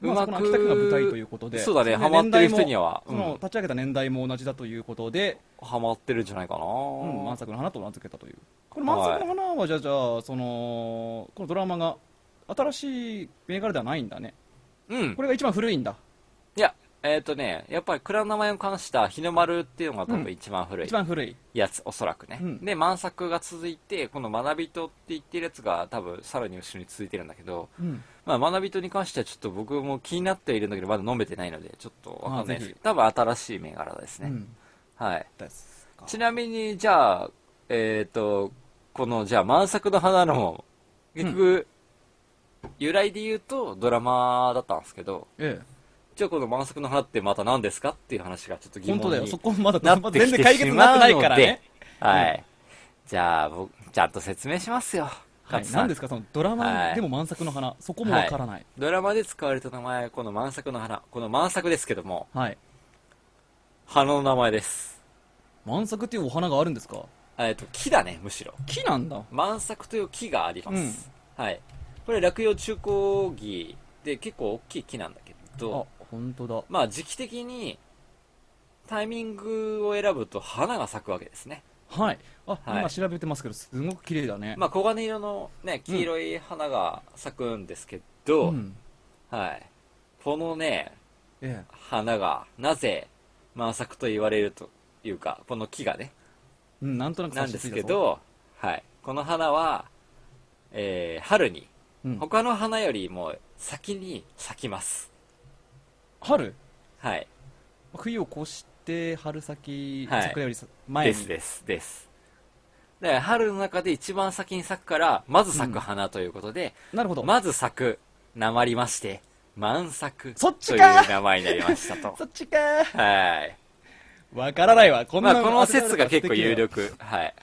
Speaker 7: まあ、そこの秋田区が舞台ということで、
Speaker 5: そうだね、
Speaker 7: そ
Speaker 5: ハ
Speaker 7: の
Speaker 5: マってる人
Speaker 7: 年代も
Speaker 5: には、う
Speaker 7: その
Speaker 5: ん、
Speaker 7: 立ち上げた年代も同じだということで、
Speaker 5: ハマってるんじゃないかな。
Speaker 7: うん、満作の花と名付けたという。この満作の花は、じゃあ、じゃあ、その、このドラマが、新しい銘柄ではないんだね。
Speaker 5: うん
Speaker 7: こ。れが一番古いんだ。
Speaker 5: いや、えっ、とね、やっぱり蔵の名前を冠した日の丸っていうのが多
Speaker 7: うん
Speaker 5: 分一番古い
Speaker 7: 一番古い。
Speaker 5: やつ、おそらくね。
Speaker 7: うん
Speaker 5: で、満作が続いて、この学びとって言ってるやつが多分さらに後ろに続いてるんだけど、
Speaker 7: うん。
Speaker 5: まあ、学びとに関してはちょっと僕も気になってはいるんだけど、まだ飲めてないので、ちょっとわかんないですけど、多分新しい銘柄です
Speaker 7: う
Speaker 5: ね。
Speaker 7: ん。
Speaker 5: はい。
Speaker 7: ですか。
Speaker 5: ちなみに、じゃあ、えっ、と、この、じゃあ、満作の花の、結局、由来で言うとドラマだったんですけど、
Speaker 7: ええ。
Speaker 5: じゃあこの満作の花ってまた何ですかっていう話がちょっと疑
Speaker 7: 本当
Speaker 5: 問
Speaker 7: だ
Speaker 5: に
Speaker 7: よ。そこまだ、
Speaker 5: な
Speaker 7: まだ
Speaker 5: って
Speaker 7: 全
Speaker 5: き
Speaker 7: 然
Speaker 5: て
Speaker 7: 解
Speaker 5: し
Speaker 7: 決にな
Speaker 5: ま
Speaker 7: っ
Speaker 5: う
Speaker 7: て
Speaker 5: ので、
Speaker 7: ないからね。
Speaker 5: はい。じゃあ、僕、ちゃんと説明しますよ。
Speaker 7: は
Speaker 5: カ
Speaker 7: い、
Speaker 5: ツさん
Speaker 7: 何ですかそのドラマでも満作の花、そこもわからない、
Speaker 5: ドラマで使われた名前、この満作の花、この満作ですけども、
Speaker 7: はい
Speaker 5: 花の名前です。
Speaker 7: 満作っていうお花があるんですか
Speaker 5: えっと、木だね、むしろ。
Speaker 7: 木なんだ
Speaker 5: 満作という木があります。はい。これ、落葉中高木で結構大きい木なんだけ
Speaker 7: あ
Speaker 5: ど、
Speaker 7: 本当だ
Speaker 5: まあ時期的にタイミングを選ぶと花が咲くわけですね。
Speaker 7: はいあ、
Speaker 5: はい
Speaker 7: 今調べてますけどすごく綺麗だね、
Speaker 5: まあ黄金色のね、黄色い花が咲くんですけど、
Speaker 7: うん
Speaker 5: はい。このね、
Speaker 7: ええ
Speaker 5: 花がなぜ満作と言われるというか、この木がね、
Speaker 7: うん、なんとなく
Speaker 5: なん
Speaker 7: 察
Speaker 5: で
Speaker 7: しつ
Speaker 5: す
Speaker 7: いた
Speaker 5: け
Speaker 7: ぞ、
Speaker 5: ど、はい。この花は、えー春に、
Speaker 7: うん、
Speaker 5: 他の花よりも先に咲きます。
Speaker 7: 春
Speaker 5: はい。
Speaker 7: 冬を越して春先、
Speaker 5: はい
Speaker 7: 桜よりさ前
Speaker 5: で
Speaker 7: に
Speaker 5: すですです。だから春の中で一番先に咲くから、まず咲く花ということで、
Speaker 7: なるほど、
Speaker 5: まず咲く、なまりまして、満作
Speaker 7: そっ
Speaker 5: と
Speaker 7: ち
Speaker 5: いう
Speaker 7: かー
Speaker 5: 名前になりましたと。
Speaker 7: そっちかー
Speaker 5: はい。
Speaker 7: わからないわこん
Speaker 5: ま
Speaker 7: な、
Speaker 5: あ、この説が結構
Speaker 7: 当てら
Speaker 5: 有
Speaker 7: れたら素
Speaker 5: 力。はい。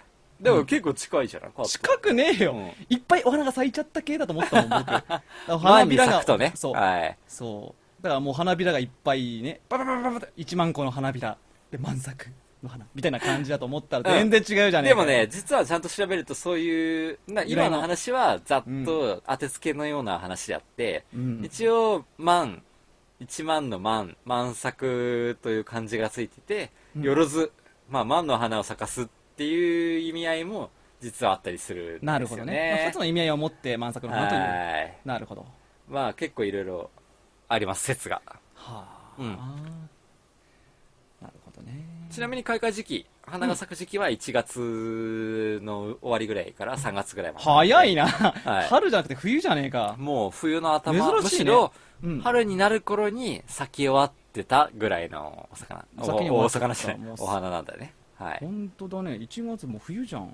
Speaker 5: でも結構近いじゃない
Speaker 7: 敵だよ近くねえよ、
Speaker 5: うん
Speaker 7: いっぱいお花が咲いちゃった系だと思ったもん僕だから
Speaker 5: 前
Speaker 7: 花び
Speaker 5: に
Speaker 7: らが
Speaker 5: 咲くとね。
Speaker 7: そう、
Speaker 5: はい。
Speaker 7: そうだからもう花びらがいっぱいねババババババ1万個の花びらで満作の花みたいな感じだと思ったら
Speaker 5: う
Speaker 7: 全
Speaker 5: ん
Speaker 7: 然違うじゃ
Speaker 5: で
Speaker 7: ねえか
Speaker 5: も
Speaker 7: よ
Speaker 5: ね、実はちゃんと調べるとそういう、な今の話はざっと当てつけのような話であって、
Speaker 7: うん
Speaker 5: 一応、万、一万の万、満作という漢字がついてて、よろず、まあ万の花を咲かすっていう意味合いも実はあったりするんですよね。
Speaker 7: なるほどねまあ、2つの意味合いを持って満作の花という
Speaker 5: はい。
Speaker 7: なるほど
Speaker 5: まあ結構いろいろあります、説が。
Speaker 7: はあ、
Speaker 5: うん
Speaker 7: なるほどね
Speaker 5: ちなみに開花時期、花が咲く時期は1月の終わりぐらいから3月ぐらいまで。
Speaker 7: 早いな、
Speaker 5: い
Speaker 7: 春じゃなくて冬じゃねえか
Speaker 5: もう冬の頭、む
Speaker 7: 珍しい
Speaker 5: し
Speaker 7: ね
Speaker 5: ろ
Speaker 7: うん
Speaker 5: 春になる頃に咲き終わってたぐらいのお魚、お
Speaker 7: 先に終
Speaker 5: お
Speaker 7: わ
Speaker 5: お
Speaker 7: ってた
Speaker 5: 魚じゃな
Speaker 7: も
Speaker 5: い、
Speaker 7: う
Speaker 5: お花なんだね。はい。
Speaker 7: 本当だね1月も冬じゃん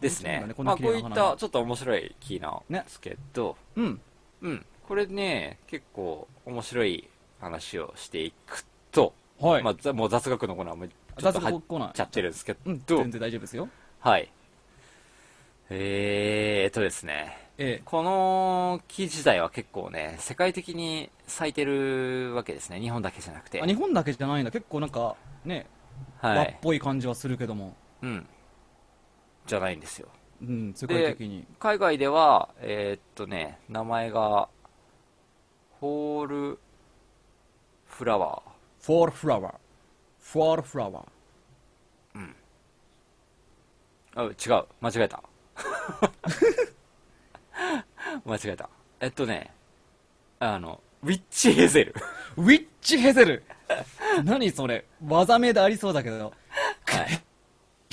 Speaker 5: です
Speaker 7: そう
Speaker 5: ね
Speaker 7: なんだ。こん
Speaker 5: まあ
Speaker 7: な綺
Speaker 5: こう
Speaker 7: 麗
Speaker 5: い
Speaker 7: な
Speaker 5: っ
Speaker 7: 花が
Speaker 5: たちょっと面白い木なんですけど、
Speaker 7: うん
Speaker 5: うん。これね、結構面白い話をしていくと、
Speaker 7: はい、
Speaker 5: まあざもう雑学のコーナーもちょっと
Speaker 7: 雑
Speaker 5: 入
Speaker 7: 学
Speaker 5: っ
Speaker 7: コーナー
Speaker 5: ちゃってるんですけ
Speaker 7: うん、
Speaker 5: ど
Speaker 7: 全、然大丈夫ですよ
Speaker 5: はい。えーっとですね。
Speaker 7: え
Speaker 5: この木自体は結構ね、世界的に咲いてるわけですね。日本だけじゃなく
Speaker 7: え
Speaker 5: て。
Speaker 7: あ日本だけじゃないんだ結構なんかね
Speaker 5: は
Speaker 7: 和っ
Speaker 5: い。
Speaker 7: ぽい感じはするけども、
Speaker 5: うん。じゃないんですよ。
Speaker 7: うん、世界
Speaker 5: で
Speaker 7: 的に。、
Speaker 5: 海外では、えーっとね、名前が、ホールフラワー。
Speaker 7: フォールフラワー。フォールフラワー。
Speaker 5: あ、違う。間違えた。 間違えた。えっとね、あの、ウィッチヘゼ ル。
Speaker 7: ウィッチ ヘゼル何それ技名でありそうだけど。
Speaker 5: はい。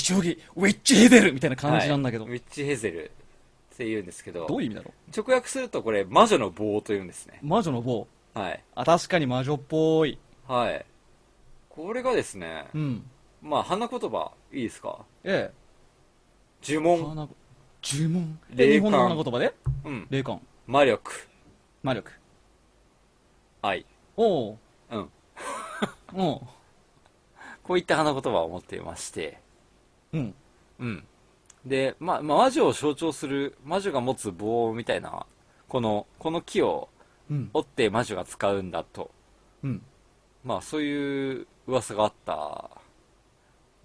Speaker 7: 将棋、ウィッチヘゼルみたいな感じなんだけど。
Speaker 5: はいウィッチヘゼルって言うんですけど、
Speaker 7: どういう意味だろ
Speaker 5: 直訳するとこれ、魔女の棒というんですね
Speaker 7: う。魔女の棒。
Speaker 5: はい。
Speaker 7: あ、確かに魔女っぽい。
Speaker 5: はい。これがですね、
Speaker 7: うん。
Speaker 5: まあ、花言葉、いいですか
Speaker 7: え
Speaker 5: 呪
Speaker 7: え。
Speaker 5: 文、
Speaker 7: 花、呪文。
Speaker 5: 霊
Speaker 7: え、
Speaker 5: 感
Speaker 7: 日本の花言葉で
Speaker 5: うん、
Speaker 7: 霊感。
Speaker 5: 魔力、
Speaker 7: 魔力。
Speaker 5: 愛。
Speaker 7: おう。
Speaker 5: うん。
Speaker 7: おう。
Speaker 5: こういった花言葉を持っていまして、
Speaker 7: うん。
Speaker 5: うん。で、まあ、まあ魔女を象徴する、魔女が持つ棒みたいな、この、この木を
Speaker 7: うん。
Speaker 5: 折って魔女が使うんだと。
Speaker 7: うん。
Speaker 5: まあ、そういう噂があった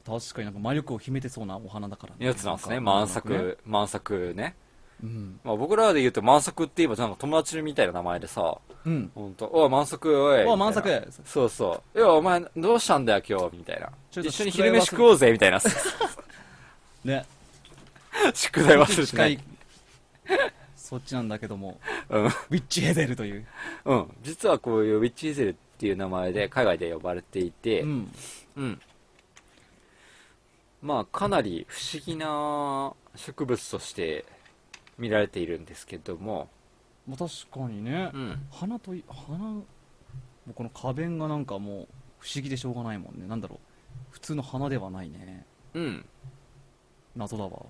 Speaker 7: 確かになんか魔力を秘めてそうなお花だから
Speaker 5: やつなんですね。
Speaker 7: か
Speaker 5: 満
Speaker 7: なんかね
Speaker 5: 作、満作ね。
Speaker 7: うん。
Speaker 5: まあ、僕らで言うと満作って言えばなんか友達みたいな名前でさ、
Speaker 7: うん。
Speaker 5: ほんと、おい、満作、おい。
Speaker 7: お
Speaker 5: みたい
Speaker 7: う、満
Speaker 5: な
Speaker 7: 作。
Speaker 5: そうそう。いや、お前、どうしたんだよ、今日、みたいな。
Speaker 7: ちょっと
Speaker 5: 一緒に
Speaker 7: 宿題
Speaker 5: 昼飯食おうぜ、みたいな。
Speaker 7: ね。
Speaker 5: 宿題忘れて
Speaker 7: 近
Speaker 5: ないい。。
Speaker 7: そっちなんだけども。
Speaker 5: うん。
Speaker 7: ウィッチヘゼルという。
Speaker 5: うん。実はこういうウィッチヘゼルっていう名前で海外で呼ばれていて、
Speaker 7: うん。
Speaker 5: うん。まあ、かなり不思議な植物として見られているんですけども、
Speaker 7: まあ、確かにね、
Speaker 5: うん。
Speaker 7: 花とい花もうこの花弁がなんかもう不思議でしょうがないもんねなんだろう普通の花ではないね
Speaker 5: うん。
Speaker 7: 謎だわちょ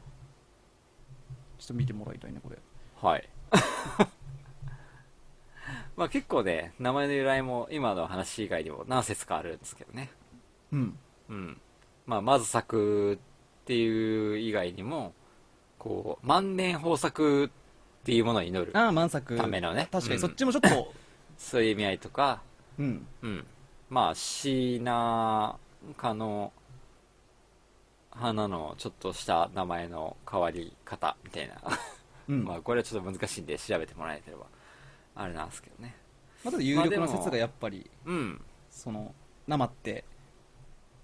Speaker 7: っと見てもらいたいねこれ
Speaker 5: はい。 まあ結構ね、名前の由来も今の話以外にも何説かあるんですけどね。
Speaker 7: うん
Speaker 5: うん。まあ、まず作っていう以外にも、こう、万年豊作っていうものを祈る。
Speaker 7: ああ満作
Speaker 5: ためのね
Speaker 7: 確か
Speaker 5: う
Speaker 7: に
Speaker 5: ん
Speaker 7: そっちもちょっ と
Speaker 5: そういう意味合いとか、
Speaker 7: うん
Speaker 5: うん。まあ、シーナ科の花のちょっとした名前の変わり方みたいな。
Speaker 7: うん、
Speaker 5: ま
Speaker 7: ま
Speaker 5: あ、これはちょっと難しいんで調べてもらえれば、あれなんですけどね。
Speaker 7: あ、ただ有力
Speaker 5: ま
Speaker 7: な
Speaker 5: あでも
Speaker 7: 説がやっぱり
Speaker 5: うん。
Speaker 7: その生って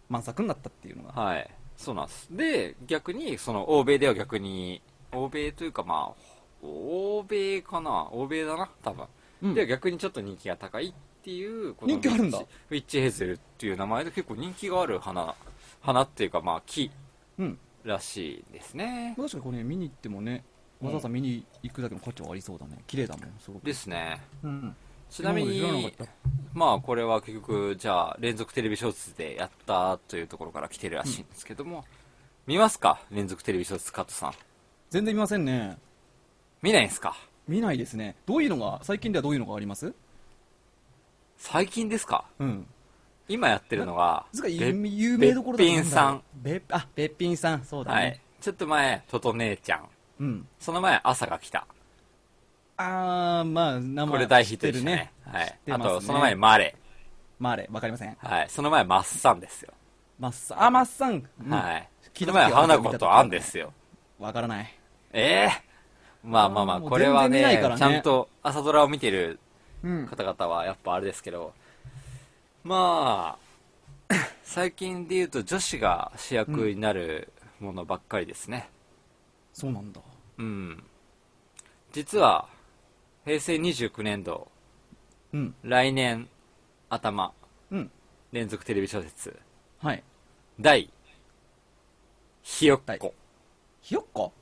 Speaker 7: 満作になったっていうのが
Speaker 5: はい。そうなんです。で、逆に、その、欧米では逆に、欧米というか、まあ、欧米かな欧米だな多分。
Speaker 7: うん
Speaker 5: では逆にちょっと人気が高いっていう、この
Speaker 7: 人気あるんだ
Speaker 5: ウィッチウィッチヘゼルっていう名前で結構人気がある花、花っていうか、まあ、木
Speaker 7: うん
Speaker 5: らしいですね。
Speaker 7: まあ確かにこれ、ね、見に行ってもねわざわざ見に行くだけの価値はありそうだね綺麗だもんすごく
Speaker 5: ですね。
Speaker 7: うん
Speaker 5: ちなみ
Speaker 7: 今まで知ら
Speaker 5: に
Speaker 7: なかっ、
Speaker 5: まあこれは結局、じゃあ連続テレビ小説でやったというところから来てるらしいんですけども、見ますか連続テレビ小説カットさん。
Speaker 7: 全然見ませんね
Speaker 5: 見ないんすか
Speaker 7: 見ないですねどういうのが最近ではどういうのがあります
Speaker 5: 最近ですか
Speaker 7: うん
Speaker 5: 今やってるのが、
Speaker 7: ですか
Speaker 5: べ
Speaker 7: 有名どころだと
Speaker 5: べっぴんさん。
Speaker 7: べっあべっぴんさんそうだね、
Speaker 5: はい。ちょっと前、とと姉ちゃん。
Speaker 7: うん
Speaker 5: その前、朝が来た。
Speaker 7: ああまあ名
Speaker 5: こ
Speaker 7: 前
Speaker 5: れ大ヒットでしたね。は
Speaker 7: 知
Speaker 5: い
Speaker 7: っ。てま
Speaker 5: あ
Speaker 7: すね
Speaker 5: と、その前、マレ。
Speaker 7: まああれわかりません
Speaker 5: はい。その前、マッサンですよ。
Speaker 7: マッサあマッサン、うん
Speaker 5: はい。
Speaker 7: 聞い
Speaker 5: そ
Speaker 7: た
Speaker 5: の
Speaker 7: 時は
Speaker 5: 前、花子とアンですよ。
Speaker 7: わからない
Speaker 5: ええまあまあま
Speaker 7: あー
Speaker 5: あ、
Speaker 7: もう
Speaker 5: これは
Speaker 7: 全然見
Speaker 5: ね
Speaker 7: ないからね
Speaker 5: ちゃんと朝ドラを見てる
Speaker 7: うん
Speaker 5: 方々はやっぱあれですけど、ま あ、最近で言うと女子が主役になるものばっかりですね。
Speaker 7: そうなんだ
Speaker 5: うん。実は、平成29年度、
Speaker 7: うん
Speaker 5: 来年頭、
Speaker 7: うん
Speaker 5: 連続テレビ小説、
Speaker 7: はい
Speaker 5: 第、ひよっ
Speaker 7: 第
Speaker 5: こ
Speaker 7: ひよっこ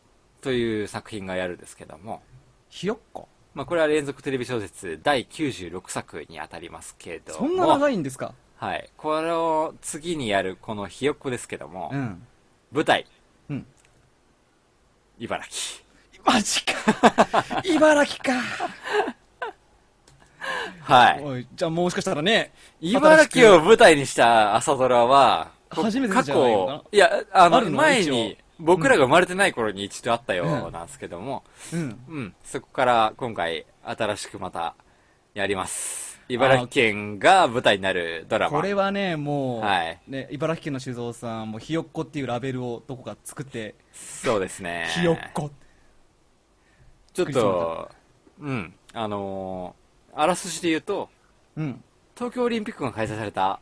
Speaker 7: と
Speaker 5: いう作品がやるんですけども、
Speaker 7: ひよっこ
Speaker 5: まあ、これは連続テレビ小説第96作に当たりますけども
Speaker 7: そんな長いんですか
Speaker 5: はい、これを次にやるこのひよっこですけども、
Speaker 7: うん
Speaker 5: 舞台、
Speaker 7: うん
Speaker 5: 茨城
Speaker 7: マジか 茨城か
Speaker 5: はい
Speaker 7: おいじゃあもしかしたらね
Speaker 5: 茨城を舞台にした朝ドラはこ
Speaker 7: 初めて
Speaker 5: 過
Speaker 7: じゃないのかな
Speaker 5: 去いやあの
Speaker 7: あるの
Speaker 5: 前
Speaker 7: 一
Speaker 5: に
Speaker 7: 応
Speaker 5: 僕らが生まれてない頃に一度あったよ
Speaker 7: う
Speaker 5: うんなんですけども、
Speaker 7: うん
Speaker 5: うん、そこから今回新しくまたやります茨城県が舞台になるドラマ。
Speaker 7: これはね、もう、
Speaker 5: はい
Speaker 7: ね、茨城県の酒造さんもひよっこっていうラベルをどこか作って、
Speaker 5: そうですね。
Speaker 7: ひよっこ。
Speaker 5: ちょっ
Speaker 7: クリスマ
Speaker 5: と、うん。あのーあらすじで言うと、
Speaker 7: うん。
Speaker 5: 東京オリンピックが開催された、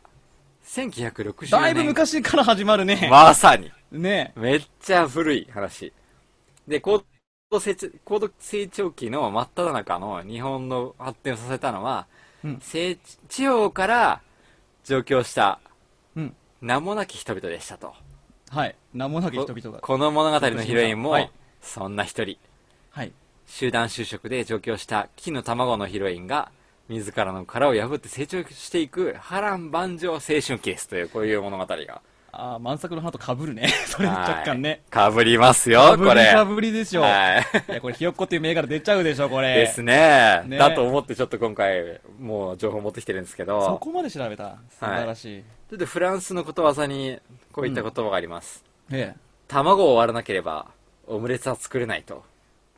Speaker 5: 1960年。
Speaker 7: だいぶ昔から始まるね。
Speaker 5: まさに。
Speaker 7: ね。
Speaker 5: めっちゃ古い話。で、高度成長高度成長期の真っ只中の日本の発展をさせたのは、
Speaker 7: うん
Speaker 5: 成地方から上京した
Speaker 7: うん。
Speaker 5: 名もなき人々でしたと。
Speaker 7: はい。名もなき人々
Speaker 5: こ
Speaker 7: が。
Speaker 5: この物語のヒロインも、
Speaker 7: はい
Speaker 5: そんな一人。
Speaker 7: はい。
Speaker 5: 集団就職で上京した金の卵のヒロインが、自らの殻を破って成長していく波乱万丈青春ケースという、こういう物語が。
Speaker 7: ああ、満作の花とかぶるね。 それ 若干ね。
Speaker 5: かぶります
Speaker 7: か
Speaker 5: よ、
Speaker 7: ぶ
Speaker 5: こ
Speaker 7: り
Speaker 5: れ。
Speaker 7: かぶりでしょ。
Speaker 5: はい。
Speaker 7: いや、これひよっこっていう銘柄出ちゃうでしょ、これ。
Speaker 5: ですね
Speaker 7: ね
Speaker 5: だと思ってちょっと今回、もう情報持ってきてるんですけ
Speaker 7: そ
Speaker 5: ど、
Speaker 7: こまで調べた。素晴らしい。
Speaker 5: ちょっとフランスのことわざに、こういった言葉があります。
Speaker 7: ええ。
Speaker 5: 卵を割らなければ、オムレツは作れないと。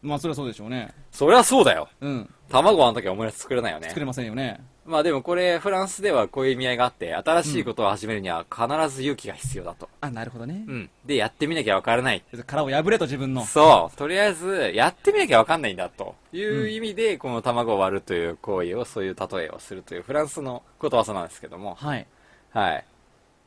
Speaker 7: まあ、それはそうでしょうね。
Speaker 5: そりゃそうだよ。
Speaker 7: うん。
Speaker 5: 卵割らなきゃオムレツ作れないよね
Speaker 7: 作。れませんよね。
Speaker 5: まあでもこれ、フランスではこういう意味合いがあって、新しいことを始めるには必ず勇気が必要だと。
Speaker 7: あ、なるほどね
Speaker 5: う。ん。で、やってみなきゃわからない。
Speaker 7: 殻を破れと自分の。
Speaker 5: そう。とりあえず、やってみなきゃわかんないんだ、という意味で、この卵を割るという行為を、そういう例えをするというフランスのことわざなんですけども、
Speaker 7: はい。
Speaker 5: はい。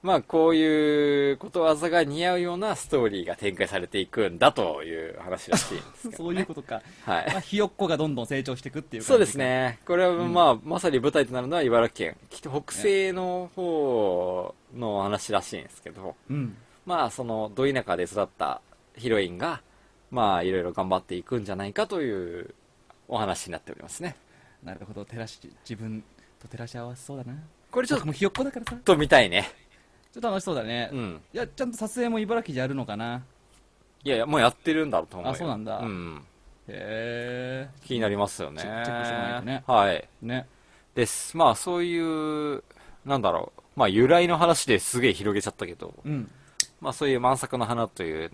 Speaker 5: まあ、こういうことわざが似合うようなストーリーが展開されていくんだという話らしいんですけど、ね。
Speaker 7: そういうことか。
Speaker 5: はい
Speaker 7: まあ、ひよっこがどんどん成長していくっていう感じ
Speaker 5: そうです。ね。これは、まあ、まさに舞台となるのは茨城県、北西の方の話らしいんですけど、
Speaker 7: うん。
Speaker 5: まあ、その、ど田舎で育ったヒロインが、まあ、いろいろ頑張っていくんじゃないかというお話になっておりますね。
Speaker 7: なるほど。照らし、自分と照らし合わせそうだな。
Speaker 5: これち
Speaker 7: ちょ
Speaker 5: ょっ
Speaker 7: っともうひよっこだからさ。ちょ
Speaker 5: と見たいね。
Speaker 7: っと楽しそうだね。
Speaker 5: うん。
Speaker 7: いや、ちゃんと撮影も茨城でやるのかな。
Speaker 5: いやいや、もうやってるんだろうと思うよ。
Speaker 7: あそうなんだ
Speaker 5: うん。
Speaker 7: へ
Speaker 5: 気になりますよね。
Speaker 7: チェックチェックしてもらえないとね
Speaker 5: はい。
Speaker 7: え。ね。
Speaker 5: です。まあ、そういう、なんだろう。まあ、由来の話ですげえ広げちゃったけど、
Speaker 7: うん。
Speaker 5: まあ、そういう満作の花という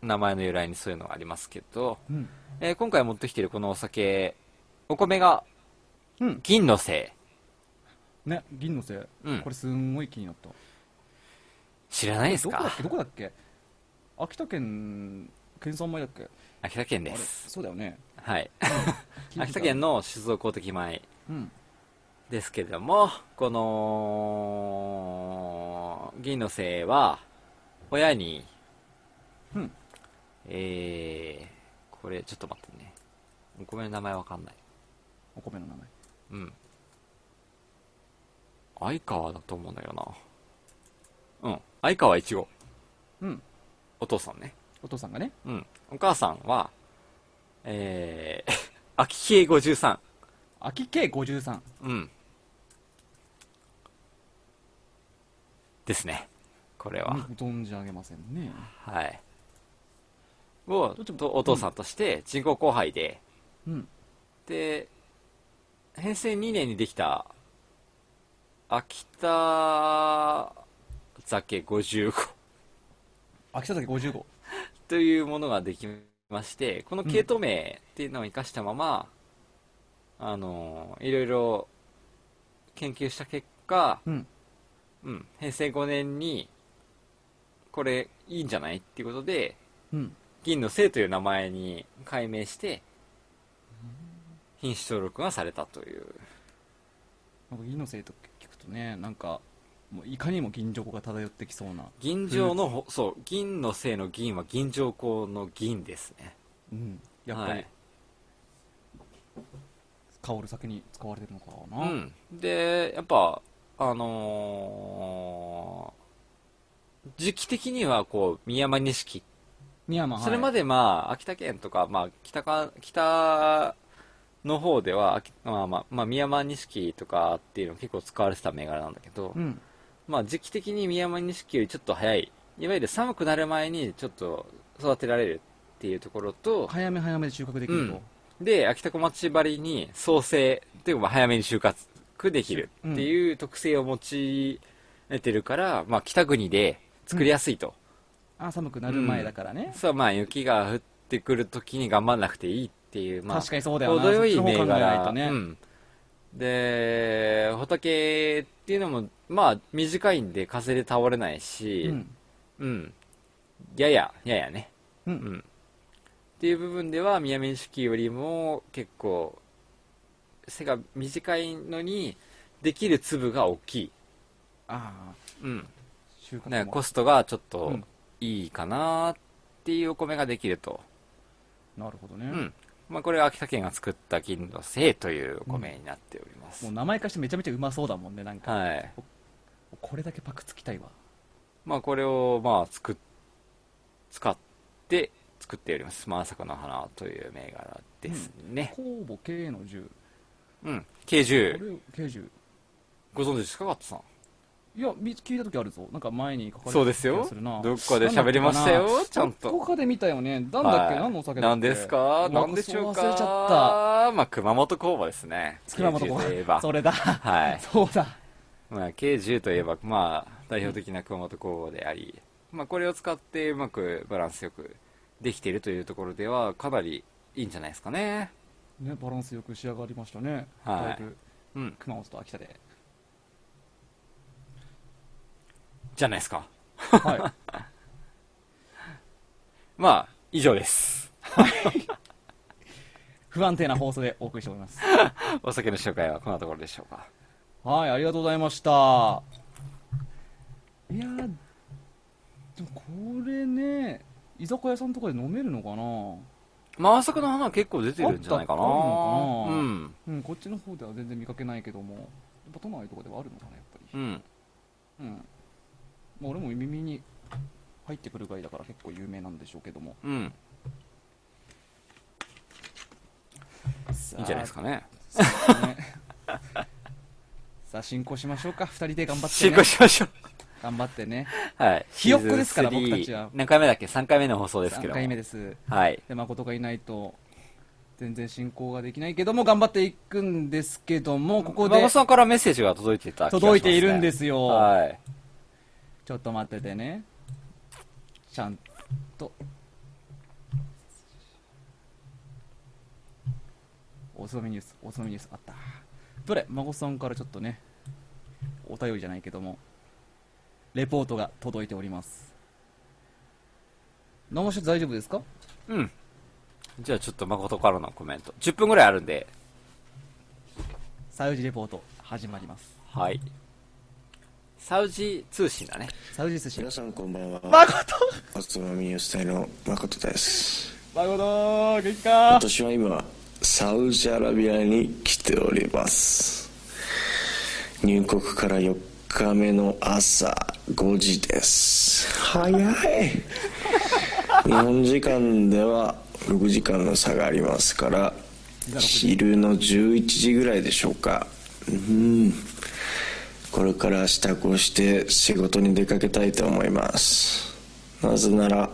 Speaker 5: 名前の由来にそういうのがありますけど、
Speaker 7: うん。
Speaker 5: えー今回持ってきているこのお酒、お米が
Speaker 7: うん、
Speaker 5: 銀のせい。
Speaker 7: ね、銀のせい。
Speaker 5: うん
Speaker 7: これすんごい気になった。
Speaker 5: 知らないです
Speaker 7: どこだ
Speaker 5: か
Speaker 7: っけどこだっけ秋田県県産米だっけあ
Speaker 5: 秋田県
Speaker 7: れ
Speaker 5: です。
Speaker 7: そうだよね
Speaker 5: はい。
Speaker 7: 聞いた
Speaker 5: 秋田県の酒造公的米
Speaker 7: うん
Speaker 5: ですけれども、この、銀のせいは、親に、
Speaker 7: うん
Speaker 5: えー、これ、ちょっと待ってね。お米の名前わかんない。
Speaker 7: お米の名前
Speaker 5: うん。相川だと思うんだよな。うん。相川一号。
Speaker 7: うん
Speaker 5: お父さんね。
Speaker 7: お父さんがね
Speaker 5: うん。お母さんは、えー、 秋平53。
Speaker 7: 秋計53
Speaker 5: うん。ですね。これは。
Speaker 7: 存じ上げませんね
Speaker 5: はい。を
Speaker 7: どっちも
Speaker 5: とお父さんとして、人工交配で、
Speaker 7: うん
Speaker 5: で、平成2年にできた、秋田酒55
Speaker 7: 秋田崎55
Speaker 5: というものができまして、この系統名っていうのを生かしたまま、あの、いろいろ研究した結果、
Speaker 7: うん
Speaker 5: うん、平成5年に、これいいんじゃないっていうことで、
Speaker 7: うん
Speaker 5: 銀の姓という名前に改名して、品種登録がされたという。
Speaker 7: なんか銀のせいと聞くとねなんかもういかにも銀条が漂ってきそうな
Speaker 5: 銀条のほ、そう、銀の姓の銀は銀条項の銀ですね。
Speaker 7: うんやっぱ
Speaker 5: は
Speaker 7: り
Speaker 5: い
Speaker 7: 香る酒に使われてるのかな、
Speaker 5: うん。で、やっぱ、あのー時期的にはこう、三山錦っ
Speaker 7: 深山はい
Speaker 5: それま
Speaker 7: で
Speaker 5: でまあ、秋田県とか、まあ、北か、北の方では、秋まあまあ、まあ、宮間錦とかっていうの結構使われてた銘柄なんだけど、
Speaker 7: うん
Speaker 5: まあ、時期的に宮間錦よりちょっと早い、いわゆる寒くなる前にちょっと育てられるっていうところと、
Speaker 7: 早め早めで収穫できると、
Speaker 5: で、秋田小町張りに創生っていうかまあ早めに収穫できるっていう特性を持ち得てるから、まあ、北国で作りやすいと。
Speaker 7: あ寒くなる前だからね、
Speaker 5: そうまあ雪が降ってくるときに頑張らなくていいっていう、まあ、
Speaker 7: 確かにそうだよな
Speaker 5: 程よい
Speaker 7: そっちの
Speaker 5: 銘
Speaker 7: 方考えない
Speaker 5: 柄
Speaker 7: とね
Speaker 5: うんで、仏っていうのも、まあ、短いんで風で倒れないし、
Speaker 7: うん
Speaker 5: うん。やや、ややね。
Speaker 7: うん
Speaker 5: っていう部分では、宮面式よりも結構、背が短いのに、できる粒が大きい。
Speaker 7: ああ
Speaker 5: うん。
Speaker 7: 収穫も
Speaker 5: ね、コストがちょっ
Speaker 7: う
Speaker 5: と
Speaker 7: ん
Speaker 5: いいかなっていうお米ができると。
Speaker 7: なるほどね、
Speaker 5: うん。まあ、これは秋田県が作った金の製というお米になっております。
Speaker 7: もう名前化してめちゃめちゃうまそうだもんねなんか、
Speaker 5: はい。
Speaker 7: これだけパクつきたいわ
Speaker 5: まあこれをまあ作っ使って作っております。まあ朝香の花という銘柄ですね。
Speaker 7: 酵母 K の10
Speaker 5: うん。
Speaker 7: こ
Speaker 5: K10。
Speaker 7: れを K10
Speaker 5: ご存知ですか、ガットさん。
Speaker 7: いやみ聞いた時あるぞなんか前に書かれて
Speaker 5: そうです
Speaker 7: 気
Speaker 5: よ
Speaker 7: がるな。
Speaker 5: どっかで喋りましたよ
Speaker 7: なんだっけかな、
Speaker 5: ちゃんと。
Speaker 7: どこかで見たよねなんだっけ、
Speaker 5: はい
Speaker 7: 何のお酒だっけ
Speaker 5: 何ですか
Speaker 7: うわ
Speaker 5: 何でしょうか
Speaker 7: 忘れちゃっ
Speaker 5: まあ熊本工場ですね。
Speaker 7: た熊本
Speaker 5: K10 といえ
Speaker 7: 工
Speaker 5: ば
Speaker 7: 場それだ
Speaker 5: はい。
Speaker 7: そうだ
Speaker 5: まあ K10 といえば、まあ代表的な熊本工場であり、まあこれを使ってうまくバランスよくできているというところではかなりいいんじゃないですかね。
Speaker 7: ねバランスよく仕上がりましたね、
Speaker 5: はい
Speaker 7: だいぶ
Speaker 5: うん。
Speaker 7: 熊本と秋田で
Speaker 5: じゃないですか。
Speaker 7: はい
Speaker 5: まあ、以上です。
Speaker 7: 不安定な放送でお送りしております
Speaker 5: お酒の紹介はこんなところでしょうか。
Speaker 7: はい、ありがとうございました。いやーでもこれね、居酒屋さんとかで飲めるのかな
Speaker 5: まあ、朝の花は結構出てるんじゃないかな。
Speaker 7: あったあるのかな
Speaker 5: うん。
Speaker 7: うん、こっちの方では全然見かけないけども、やっぱ都内とかではあるのかな、やっぱ
Speaker 5: う
Speaker 7: り。
Speaker 5: ん。
Speaker 7: うん。まあ、俺も耳に入ってくるぐらいだから結構有名なんでしょうけども。
Speaker 5: うん。いいんじゃないです
Speaker 7: か。
Speaker 5: かね。
Speaker 7: ねさあ、進行しましょうか。二人で頑張って
Speaker 5: 進
Speaker 7: ね
Speaker 5: 行。しましょう。
Speaker 7: 頑張ってね。
Speaker 5: はい。
Speaker 7: ひよっこですから
Speaker 5: シーズン3
Speaker 7: 僕たちは
Speaker 5: 何回目だっけ ?3 回目の放送ですけ
Speaker 7: 3
Speaker 5: ど。
Speaker 7: 回目です。
Speaker 5: はい。
Speaker 7: で誠がいないと全然進行ができないけども頑張っていくんですけどもここで
Speaker 5: 馬場さんからメッセージが届いてた気がしますね
Speaker 7: 届いているんですよ
Speaker 5: はい。
Speaker 7: ちょっと待っててねちゃんとおつまみニュースおつまみニュースあったどれ孫さんからちょっとねお便りじゃないけどもレポートが届いております生し大丈夫ですか
Speaker 5: うん。じゃあちょっと誠からのコメント。10分ぐらいあるんで。
Speaker 7: サウジレポート始まります
Speaker 5: はい。サウジ通信だね。
Speaker 7: サウジ寿司
Speaker 2: 皆さんこんばんは。
Speaker 7: 誠
Speaker 2: おつまみニュース隊の誠です。
Speaker 7: 誠元気か
Speaker 2: 私は今、サウジアラビアに来ております。入国から4日目の朝5時です。早い。日本時間では6時間の差がありますから、昼の11時ぐらいでしょうか。うん。これから支度をして仕事に出かけたいと思いますなぜなら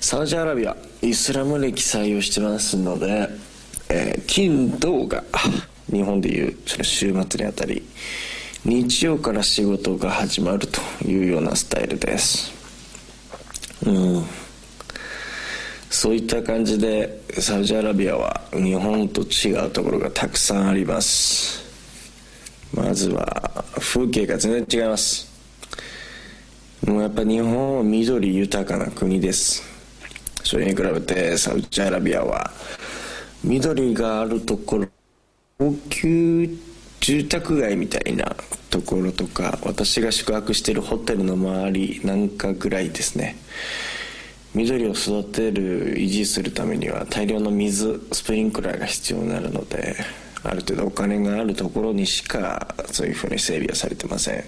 Speaker 2: サウジアラビアイスラム歴採用してますので、えー金土が日本でいうその週末にあたり日曜から仕事が始まるというようなスタイルですうんそういった感じでサウジアラビアは日本と違うところがたくさんありますまずは風景が全然違いますもうやっぱ日本は緑豊かな国ですそれに比べてサウジアラビアは緑があるところ高級住宅街みたいなところとか私が宿泊しているホテルの周りなんかぐらいですね緑を育てる維持するためには大量の水スプリンクラーが必要になるのである程度お金があるところにしかそういうふうに整備はされてません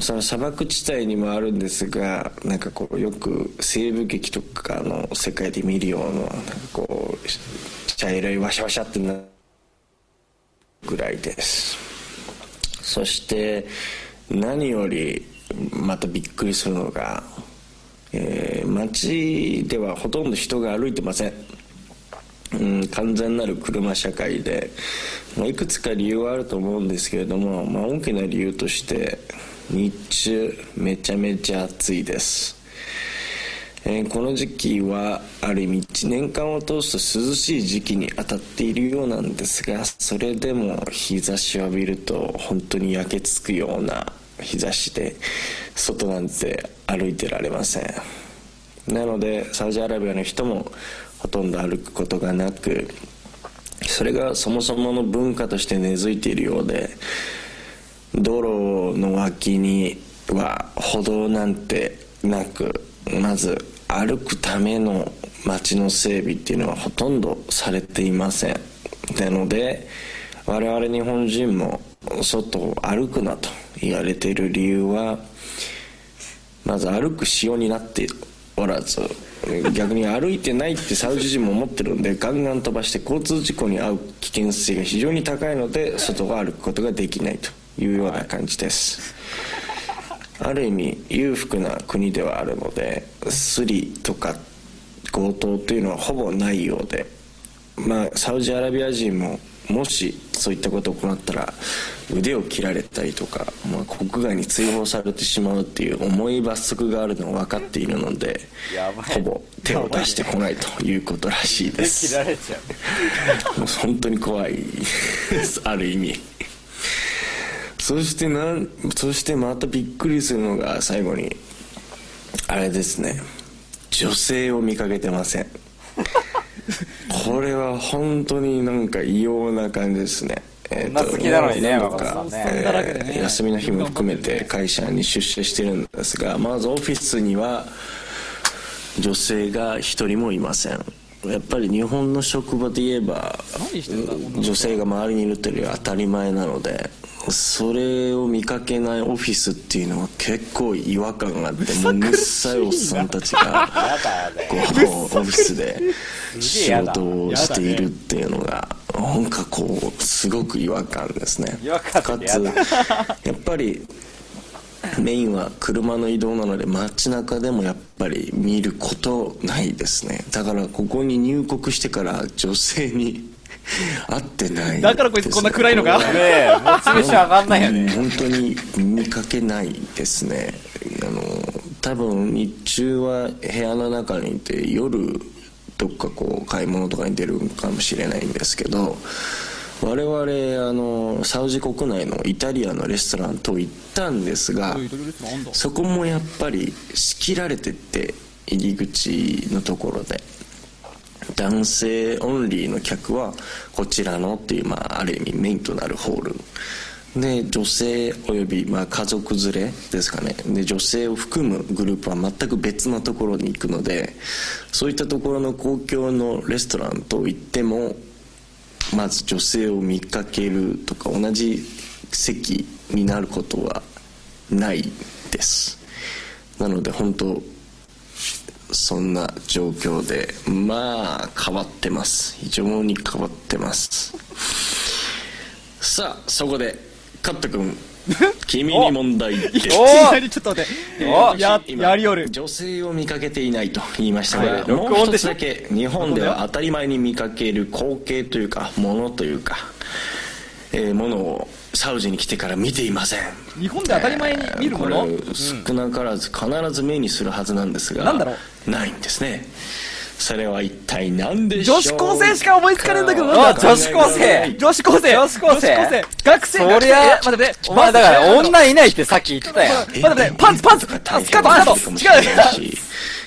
Speaker 2: その砂漠地帯にもあるんですがなんかこうよく西部劇とかの世界で見るようななんかこう茶色いワシャワシャってなるぐらいですそして何よりまたびっくりするのが、えー街ではほとんど人が歩いてません、うん、完全なる車社会で、まあ、いくつか理由はあると思うんですけれども、まあ、大きな理由として日中めちゃめちゃ暑いですえーこの時期はある意味一年間を通して涼しい時期に当たっているようなんですがそれでも日差しを浴びると本当に焼けつくような日差しで外なんて歩いてられませんなのでサウジアラビアの人もほとんど歩くことがなくそれがそもそもの文化として根付いているようで道路の脇には歩道なんてなくまず歩くための街の整備っていうのはほとんどされていませんなので我々日本人も外を歩くなと言われている理由はまず歩く仕様になっておらず逆に歩いてないってサウジ人も思ってるんでガンガン飛ばして交通事故に遭う危険性が非常に高いので外を歩くことができないというような感じです、ある意味裕福な国ではあるのでスリとか強盗というのはほぼないようでまあサウジアラビア人ももしそういったことを行ったら腕を切られたりとか、まあ、国外に追放されてしまうっていう重い罰則があるのを分かっているので
Speaker 5: やばい
Speaker 2: ほぼ手を出してこないということらしいで
Speaker 5: です切られちゃう
Speaker 2: もう本当に怖いですある意味そしてなんそしてまたびっくりするのが最後にあれですね女性を見かけてませんこれは本当になんか異様な感じですねえ
Speaker 5: 女好きなのにね
Speaker 2: 何度
Speaker 5: 若
Speaker 2: か
Speaker 5: 松さんね
Speaker 2: えー休みの日も含めて会社に出社してるんですがまずオフィスには女性が一人もいませんやっぱり日本の職場で言えば
Speaker 7: 何してんだ女の子
Speaker 2: 女性が周りにいるというよりは当たり前なのでそれを見かけないオフィスっていうのは結構違和感があ ってもうむっさいおっさんたちがこうオフィスで仕事をしているっていうのがなんかこうすごく違和感ですね
Speaker 5: 違和感
Speaker 2: か
Speaker 5: っ
Speaker 2: つ
Speaker 5: てやだ
Speaker 2: やっぱりメインは車の移動なので街中でもやっぱり見ることないですねだからここに入国してから女性に会ってないですね、
Speaker 7: だからこいつこんな暗いのか
Speaker 5: ねえモチベーション上がんないよ
Speaker 2: うん
Speaker 5: ね
Speaker 2: 本当に見かけないですねあの多分日中は部屋の中にいて夜どっかこう買い物とかに出るかもしれないんですけど我々あのサウジ国内のイタリアのレストランと行ったんですがそこもやっぱり仕切られてて入り口のところで男性オンリーの客はこちらのっていう、まあ、ある意味メインとなるホールで女性および、まあ、家族連れですかねで女性を含むグループは全く別のところに行くのでそういったところの公共のレストランといってもまず女性を見かけるとか同じ席になることはないですなので本当そんな状況でまあ変わってます非常に変わってますさあそこでカット君君に問題です
Speaker 5: お
Speaker 7: いきなりちょっと待って。
Speaker 5: お
Speaker 7: や、
Speaker 2: 今
Speaker 7: やりよる。
Speaker 2: 女性を見かけていないと言いましたが、
Speaker 5: はい
Speaker 2: も
Speaker 5: 録
Speaker 2: う
Speaker 5: 音で
Speaker 2: 一
Speaker 5: し
Speaker 2: つ
Speaker 5: ょ
Speaker 2: だけ日本では当たり前に見かける光景というかものというか、えーものをサウジに来てから見ていません
Speaker 7: 日本で当たり前に見るもの
Speaker 2: えーこれ少なからず必ず目にするはずなんですが
Speaker 7: なんだろ
Speaker 2: ないんですねそれは一体何でしょう
Speaker 7: 女子高生しか思いつかねえんだけど、
Speaker 5: あ
Speaker 7: なんだ
Speaker 5: 女子高生
Speaker 7: 女子高生
Speaker 5: 女子高生
Speaker 7: 女学生
Speaker 5: そりゃ
Speaker 7: 学生え待って待って。
Speaker 5: お前だから女いないってさっき言ってたやん
Speaker 7: 待って待って、パンツパンツあスカート
Speaker 2: ト
Speaker 7: スカート違う
Speaker 2: 違う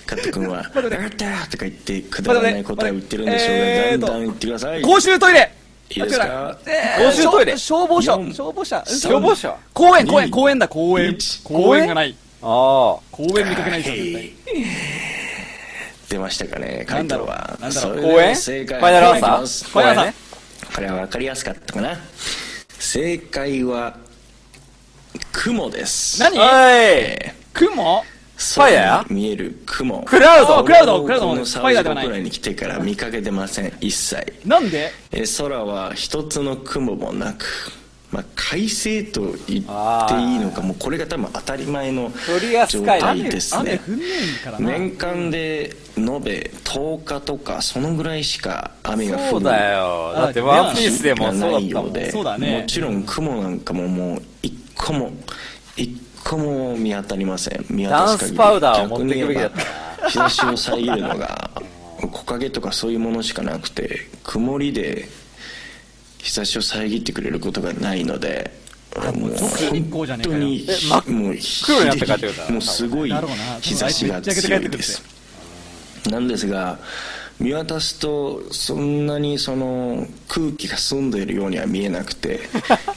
Speaker 2: カット君 は「
Speaker 7: 待
Speaker 2: 分
Speaker 7: って
Speaker 2: かった!」とか言ってくだらない答えを言ってるんでしょうが、
Speaker 7: 待って待ってえーっと
Speaker 2: だんだん言ってください
Speaker 7: 公衆トイレ
Speaker 2: いいですか
Speaker 7: えー
Speaker 5: 公衆トイレ
Speaker 7: 消防署
Speaker 2: 四
Speaker 7: 消防車
Speaker 5: 消防車
Speaker 7: 公園公園
Speaker 2: 二
Speaker 7: 公園だ公園
Speaker 2: 一
Speaker 7: 公園がない
Speaker 5: ああ
Speaker 7: 公園見かけない人は絶対
Speaker 2: 出ましたかね回答は
Speaker 7: なんだろうなんだろう
Speaker 5: 公園
Speaker 2: 正解
Speaker 5: ファイナルアンサー
Speaker 2: お願いします
Speaker 5: ファイナルアンサ
Speaker 2: これは分かりやすかったかな正解は雲です
Speaker 7: 何
Speaker 5: はい
Speaker 2: えー
Speaker 7: 雲
Speaker 5: ァイヤー
Speaker 2: 空に見える雲
Speaker 5: クラウド
Speaker 7: あクラウドクラウド
Speaker 2: この
Speaker 7: フ
Speaker 2: サ
Speaker 7: ァ
Speaker 2: ウジ
Speaker 7: イヤーではない
Speaker 2: 国内に来てから見かけてません一切
Speaker 7: なんで
Speaker 2: えー空は一つの雲もなく、まあ、快晴と言っていいのかもうこれが多分当たり前の
Speaker 5: クリアス
Speaker 2: 状
Speaker 5: カイ
Speaker 2: 態
Speaker 7: 雨
Speaker 2: です
Speaker 7: 雨
Speaker 2: ね
Speaker 7: 降んねえからな
Speaker 2: 年間で延べ10日とかそのぐらいしか雨が
Speaker 5: そ
Speaker 2: 降
Speaker 5: う
Speaker 2: る
Speaker 5: だよだってワンピースでもそうだっ
Speaker 2: ない
Speaker 5: た
Speaker 2: よ
Speaker 5: も
Speaker 2: うんで
Speaker 7: そうだね
Speaker 2: もちろん雲なんかももう一個も一個も見当たりません見当た
Speaker 5: ダンスパウダーを持ってくべきだったな
Speaker 2: 日差しを遮るのが木陰とかそういうものしかなくて曇りで日差しを遮ってくれることがないのでもう
Speaker 7: 日光じゃね
Speaker 2: 本
Speaker 7: えか
Speaker 2: 当
Speaker 7: よ
Speaker 2: にもう
Speaker 5: 黒になって帰ってくる
Speaker 2: もうすごい
Speaker 7: だろうな
Speaker 2: 日差しが強いですなんですが見渡すとそんなにその空気が澄んでいるようには見えなく て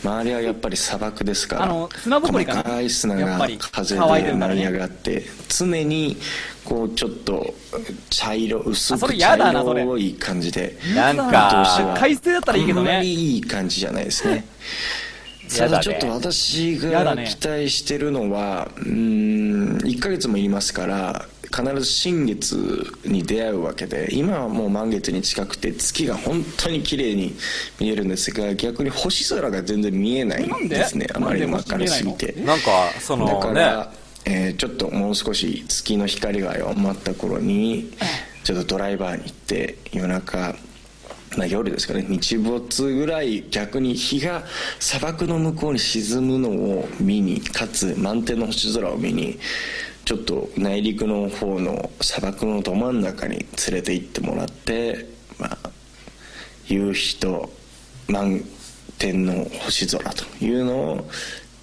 Speaker 2: 周りはやっぱり砂漠ですから
Speaker 7: あの砂ぼこりかな
Speaker 2: 細い砂
Speaker 7: やっぱ
Speaker 2: が
Speaker 7: り
Speaker 2: 風
Speaker 7: 乾いて
Speaker 2: で
Speaker 7: るから
Speaker 2: 舞
Speaker 7: ね
Speaker 2: い上がって常にこうちょっと茶色薄
Speaker 7: あそ
Speaker 2: く
Speaker 7: れやだ
Speaker 2: 茶
Speaker 7: なそれ
Speaker 2: 色い感じで
Speaker 5: なん
Speaker 2: あ
Speaker 5: か、
Speaker 7: 快晴だったらいいけど
Speaker 2: あんま
Speaker 7: ね
Speaker 2: りいい感じじゃないです ね
Speaker 5: や
Speaker 2: た
Speaker 5: だ
Speaker 2: だ
Speaker 5: ね
Speaker 2: ちょっと私
Speaker 7: やだ
Speaker 2: が
Speaker 7: ね
Speaker 2: 期待してるのは、うーん1ヶ月もいりますから必ず新月に出会うわけで今はもう満月に近くて月が本当に綺麗に見えるんですが逆に星空が全然見えないんですね
Speaker 7: なんで
Speaker 2: あまりに
Speaker 7: な
Speaker 2: も
Speaker 7: んで
Speaker 2: 明るすぎて
Speaker 5: なんか、そ
Speaker 2: だ
Speaker 5: の
Speaker 2: か
Speaker 5: ね
Speaker 2: ら、、えーちょっともう少し月の光が弱まった頃にちょっとドライバーに行って夜中、まあ、夜ですかね日没ぐらい逆に日が砂漠の向こうに沈むのを見にかつ満天の星空を見にちょっと内陸の方の砂漠のど真ん中に連れて行ってもらって、まあ、夕日と満天の星空というのを、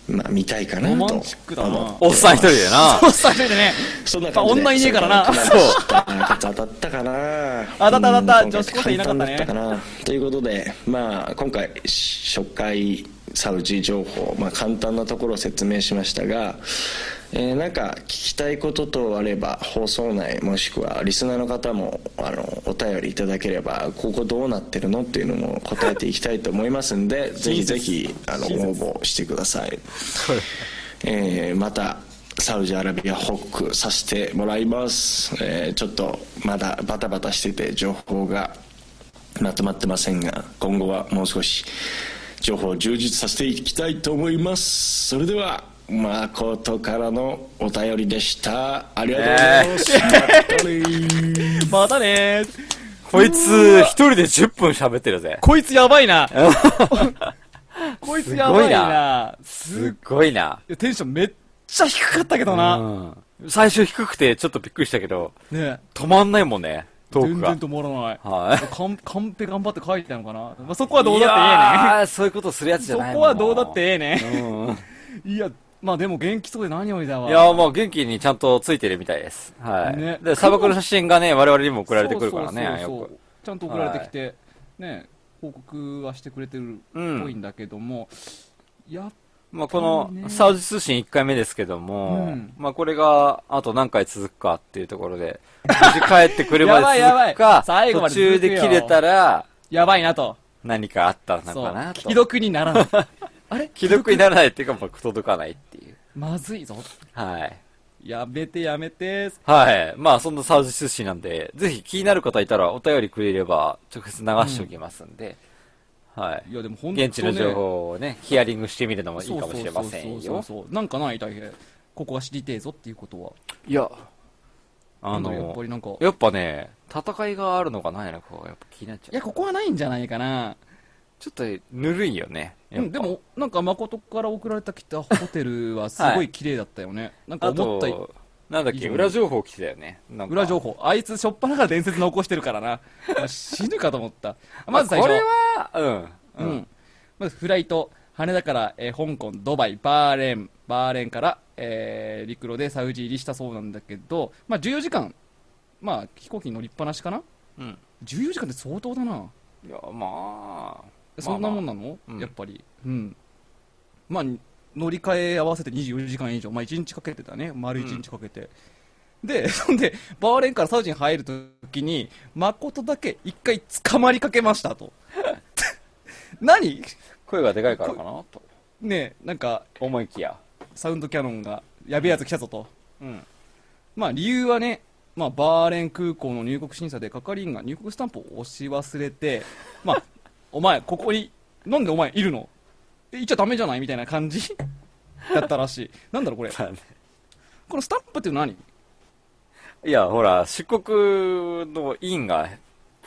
Speaker 2: まあ、見たいかなと
Speaker 7: ロ
Speaker 2: 思
Speaker 7: マンチックだな
Speaker 2: って
Speaker 5: おっさん一人で な。
Speaker 7: そうされてね
Speaker 2: そんな感じで
Speaker 7: やっぱ女いねえからな
Speaker 2: そう当たったかな
Speaker 7: 当たった当たった
Speaker 2: うん
Speaker 7: 女子高生いなかった
Speaker 2: 簡単
Speaker 7: ね
Speaker 2: だったかなということでまあ今回初回サウジ情報、まあ、簡単なところを説明しましたが、えーなんか聞きたいこと等あれば放送内もしくはリスナーの方もあのお便りいただければここどうなってるのっていうのも答えていきたいと思いますんでぜひぜひあの応募してください。えーまたサウジアラビアホックさせてもらいます、えーちょっとまだバタバタしてて情報がまとまってませんが今後はもう少し情報を充実させていきたいと思いますそれでは誠からのお便りでしたありがとうございます、またね
Speaker 7: またね
Speaker 5: こいつ、一人で10分喋ってるぜ。
Speaker 7: こいつやばいなこいつやばいなす
Speaker 5: すっごいな。
Speaker 7: いやテンションめっちゃ低かったけど
Speaker 5: う
Speaker 7: な、
Speaker 5: ん。最初低くてちょっとびっくりしたけど、
Speaker 7: ね
Speaker 5: 止まんないもんね、トー
Speaker 7: 全
Speaker 5: ク
Speaker 7: 然
Speaker 5: が。
Speaker 7: 止まらない
Speaker 5: はい。
Speaker 7: カンカンペ頑張って書いてたのかな、まあ、そこはどうだって
Speaker 5: いやーそういうことするやつじ
Speaker 7: ええ
Speaker 5: ゃ
Speaker 7: ね
Speaker 5: ない
Speaker 7: そこはどうだってええね
Speaker 5: うん。
Speaker 7: いやまあでも元気そうで何よりだわ
Speaker 5: いやーもう元気にちゃんとついてるみたいです。はい。
Speaker 7: ね
Speaker 5: で、砂漠の写真がね、我々にも送
Speaker 7: 送
Speaker 5: られてくるからね、よく。
Speaker 7: ちゃんと送られてきて、ね報告はしてくれてるっぽいんだけども、やっ
Speaker 5: まあ、この
Speaker 7: ね
Speaker 5: サウジ通信1回目ですけども、
Speaker 7: うん
Speaker 5: まあ、これがあと何回続くかっていうところ で、無事帰ってくるまで続
Speaker 7: やばいや
Speaker 5: く
Speaker 7: ばい
Speaker 5: か、
Speaker 7: 最後ま
Speaker 5: 途
Speaker 7: で続くよ
Speaker 5: 中で切れたら
Speaker 7: やばいなと
Speaker 5: 何かあったの
Speaker 7: そう
Speaker 5: かなと。
Speaker 7: 既読に ならないあれ
Speaker 5: 既読にならないっていうか、まあ、届かないっていう。
Speaker 7: まずいぞ
Speaker 5: はい。
Speaker 7: やめてやめて
Speaker 5: はい。まあ、そんなサウジ通信なんで、ぜひ気になる方いたらお便りくれれば直接流しておきますんで、はい。
Speaker 7: いやでも本当ね
Speaker 5: 現地の情報をね、ヒアリングしてみるのもいいかもしれません
Speaker 7: そう
Speaker 5: よ。
Speaker 7: そうそうそうなんかない大平ここが知りてえぞっていうことはい
Speaker 5: や、あ
Speaker 7: なんだろうやっぱ
Speaker 5: の
Speaker 7: り、なんかい
Speaker 5: やっぱね、戦いがあるのかないのかがやっぱ気になっちゃう。
Speaker 7: やここはないんじゃないかな
Speaker 5: ちょっとぬるいよね。やっ
Speaker 7: う
Speaker 5: ぱ
Speaker 7: ん、で、も、なんか、誠から送られた来たホテルはすごい綺麗だったよね。なんか
Speaker 5: あ
Speaker 7: 思ったよ
Speaker 5: と、なんだっ
Speaker 7: 以
Speaker 5: け、
Speaker 7: 上に
Speaker 5: 裏情報来てたよね。なんか
Speaker 7: 裏情報。あいつ、しょっぱなから伝説残してるからな。 まあ死ぬかと思った。ま
Speaker 5: まず
Speaker 7: ず最
Speaker 5: これ
Speaker 7: 初。
Speaker 5: は、う。
Speaker 7: うんん。まずフライト。羽田から、えー香港、ドバイ、バーレーン、バーレーンから、えー陸路でサウジ入りしたそうなんだけど、まあ、14時間、まあ、飛行機に乗りっぱなしかな
Speaker 5: うん。
Speaker 7: ?14 時間って相当だな。
Speaker 5: いや、まあ、
Speaker 7: そんなもんなの、
Speaker 5: うん
Speaker 7: やっぱり。うん。まあ、乗り換え合わせて24時間以上、まあ1日かけてだね、丸1日かけて。で、 そんで、バーレンからサウジに入るときに、誠だけ一回捕まりかけました と。何
Speaker 5: 声がでかいからかな、と
Speaker 7: ねえなんか、
Speaker 5: 思いきや。
Speaker 7: サウンドキャノンが、やべえやつ来たぞと。
Speaker 5: うん。
Speaker 7: まあ理由はね、まあ、バーレン空港の入国審査で係員が入国スタンプを押し忘 れて、まあ、お前、ここに、なんでお前いるのえいちゃダメじゃないみたいな感じだったらしい。なんだろう、これ。このスタンプっていうのは何
Speaker 5: いや、ほら、出国の印が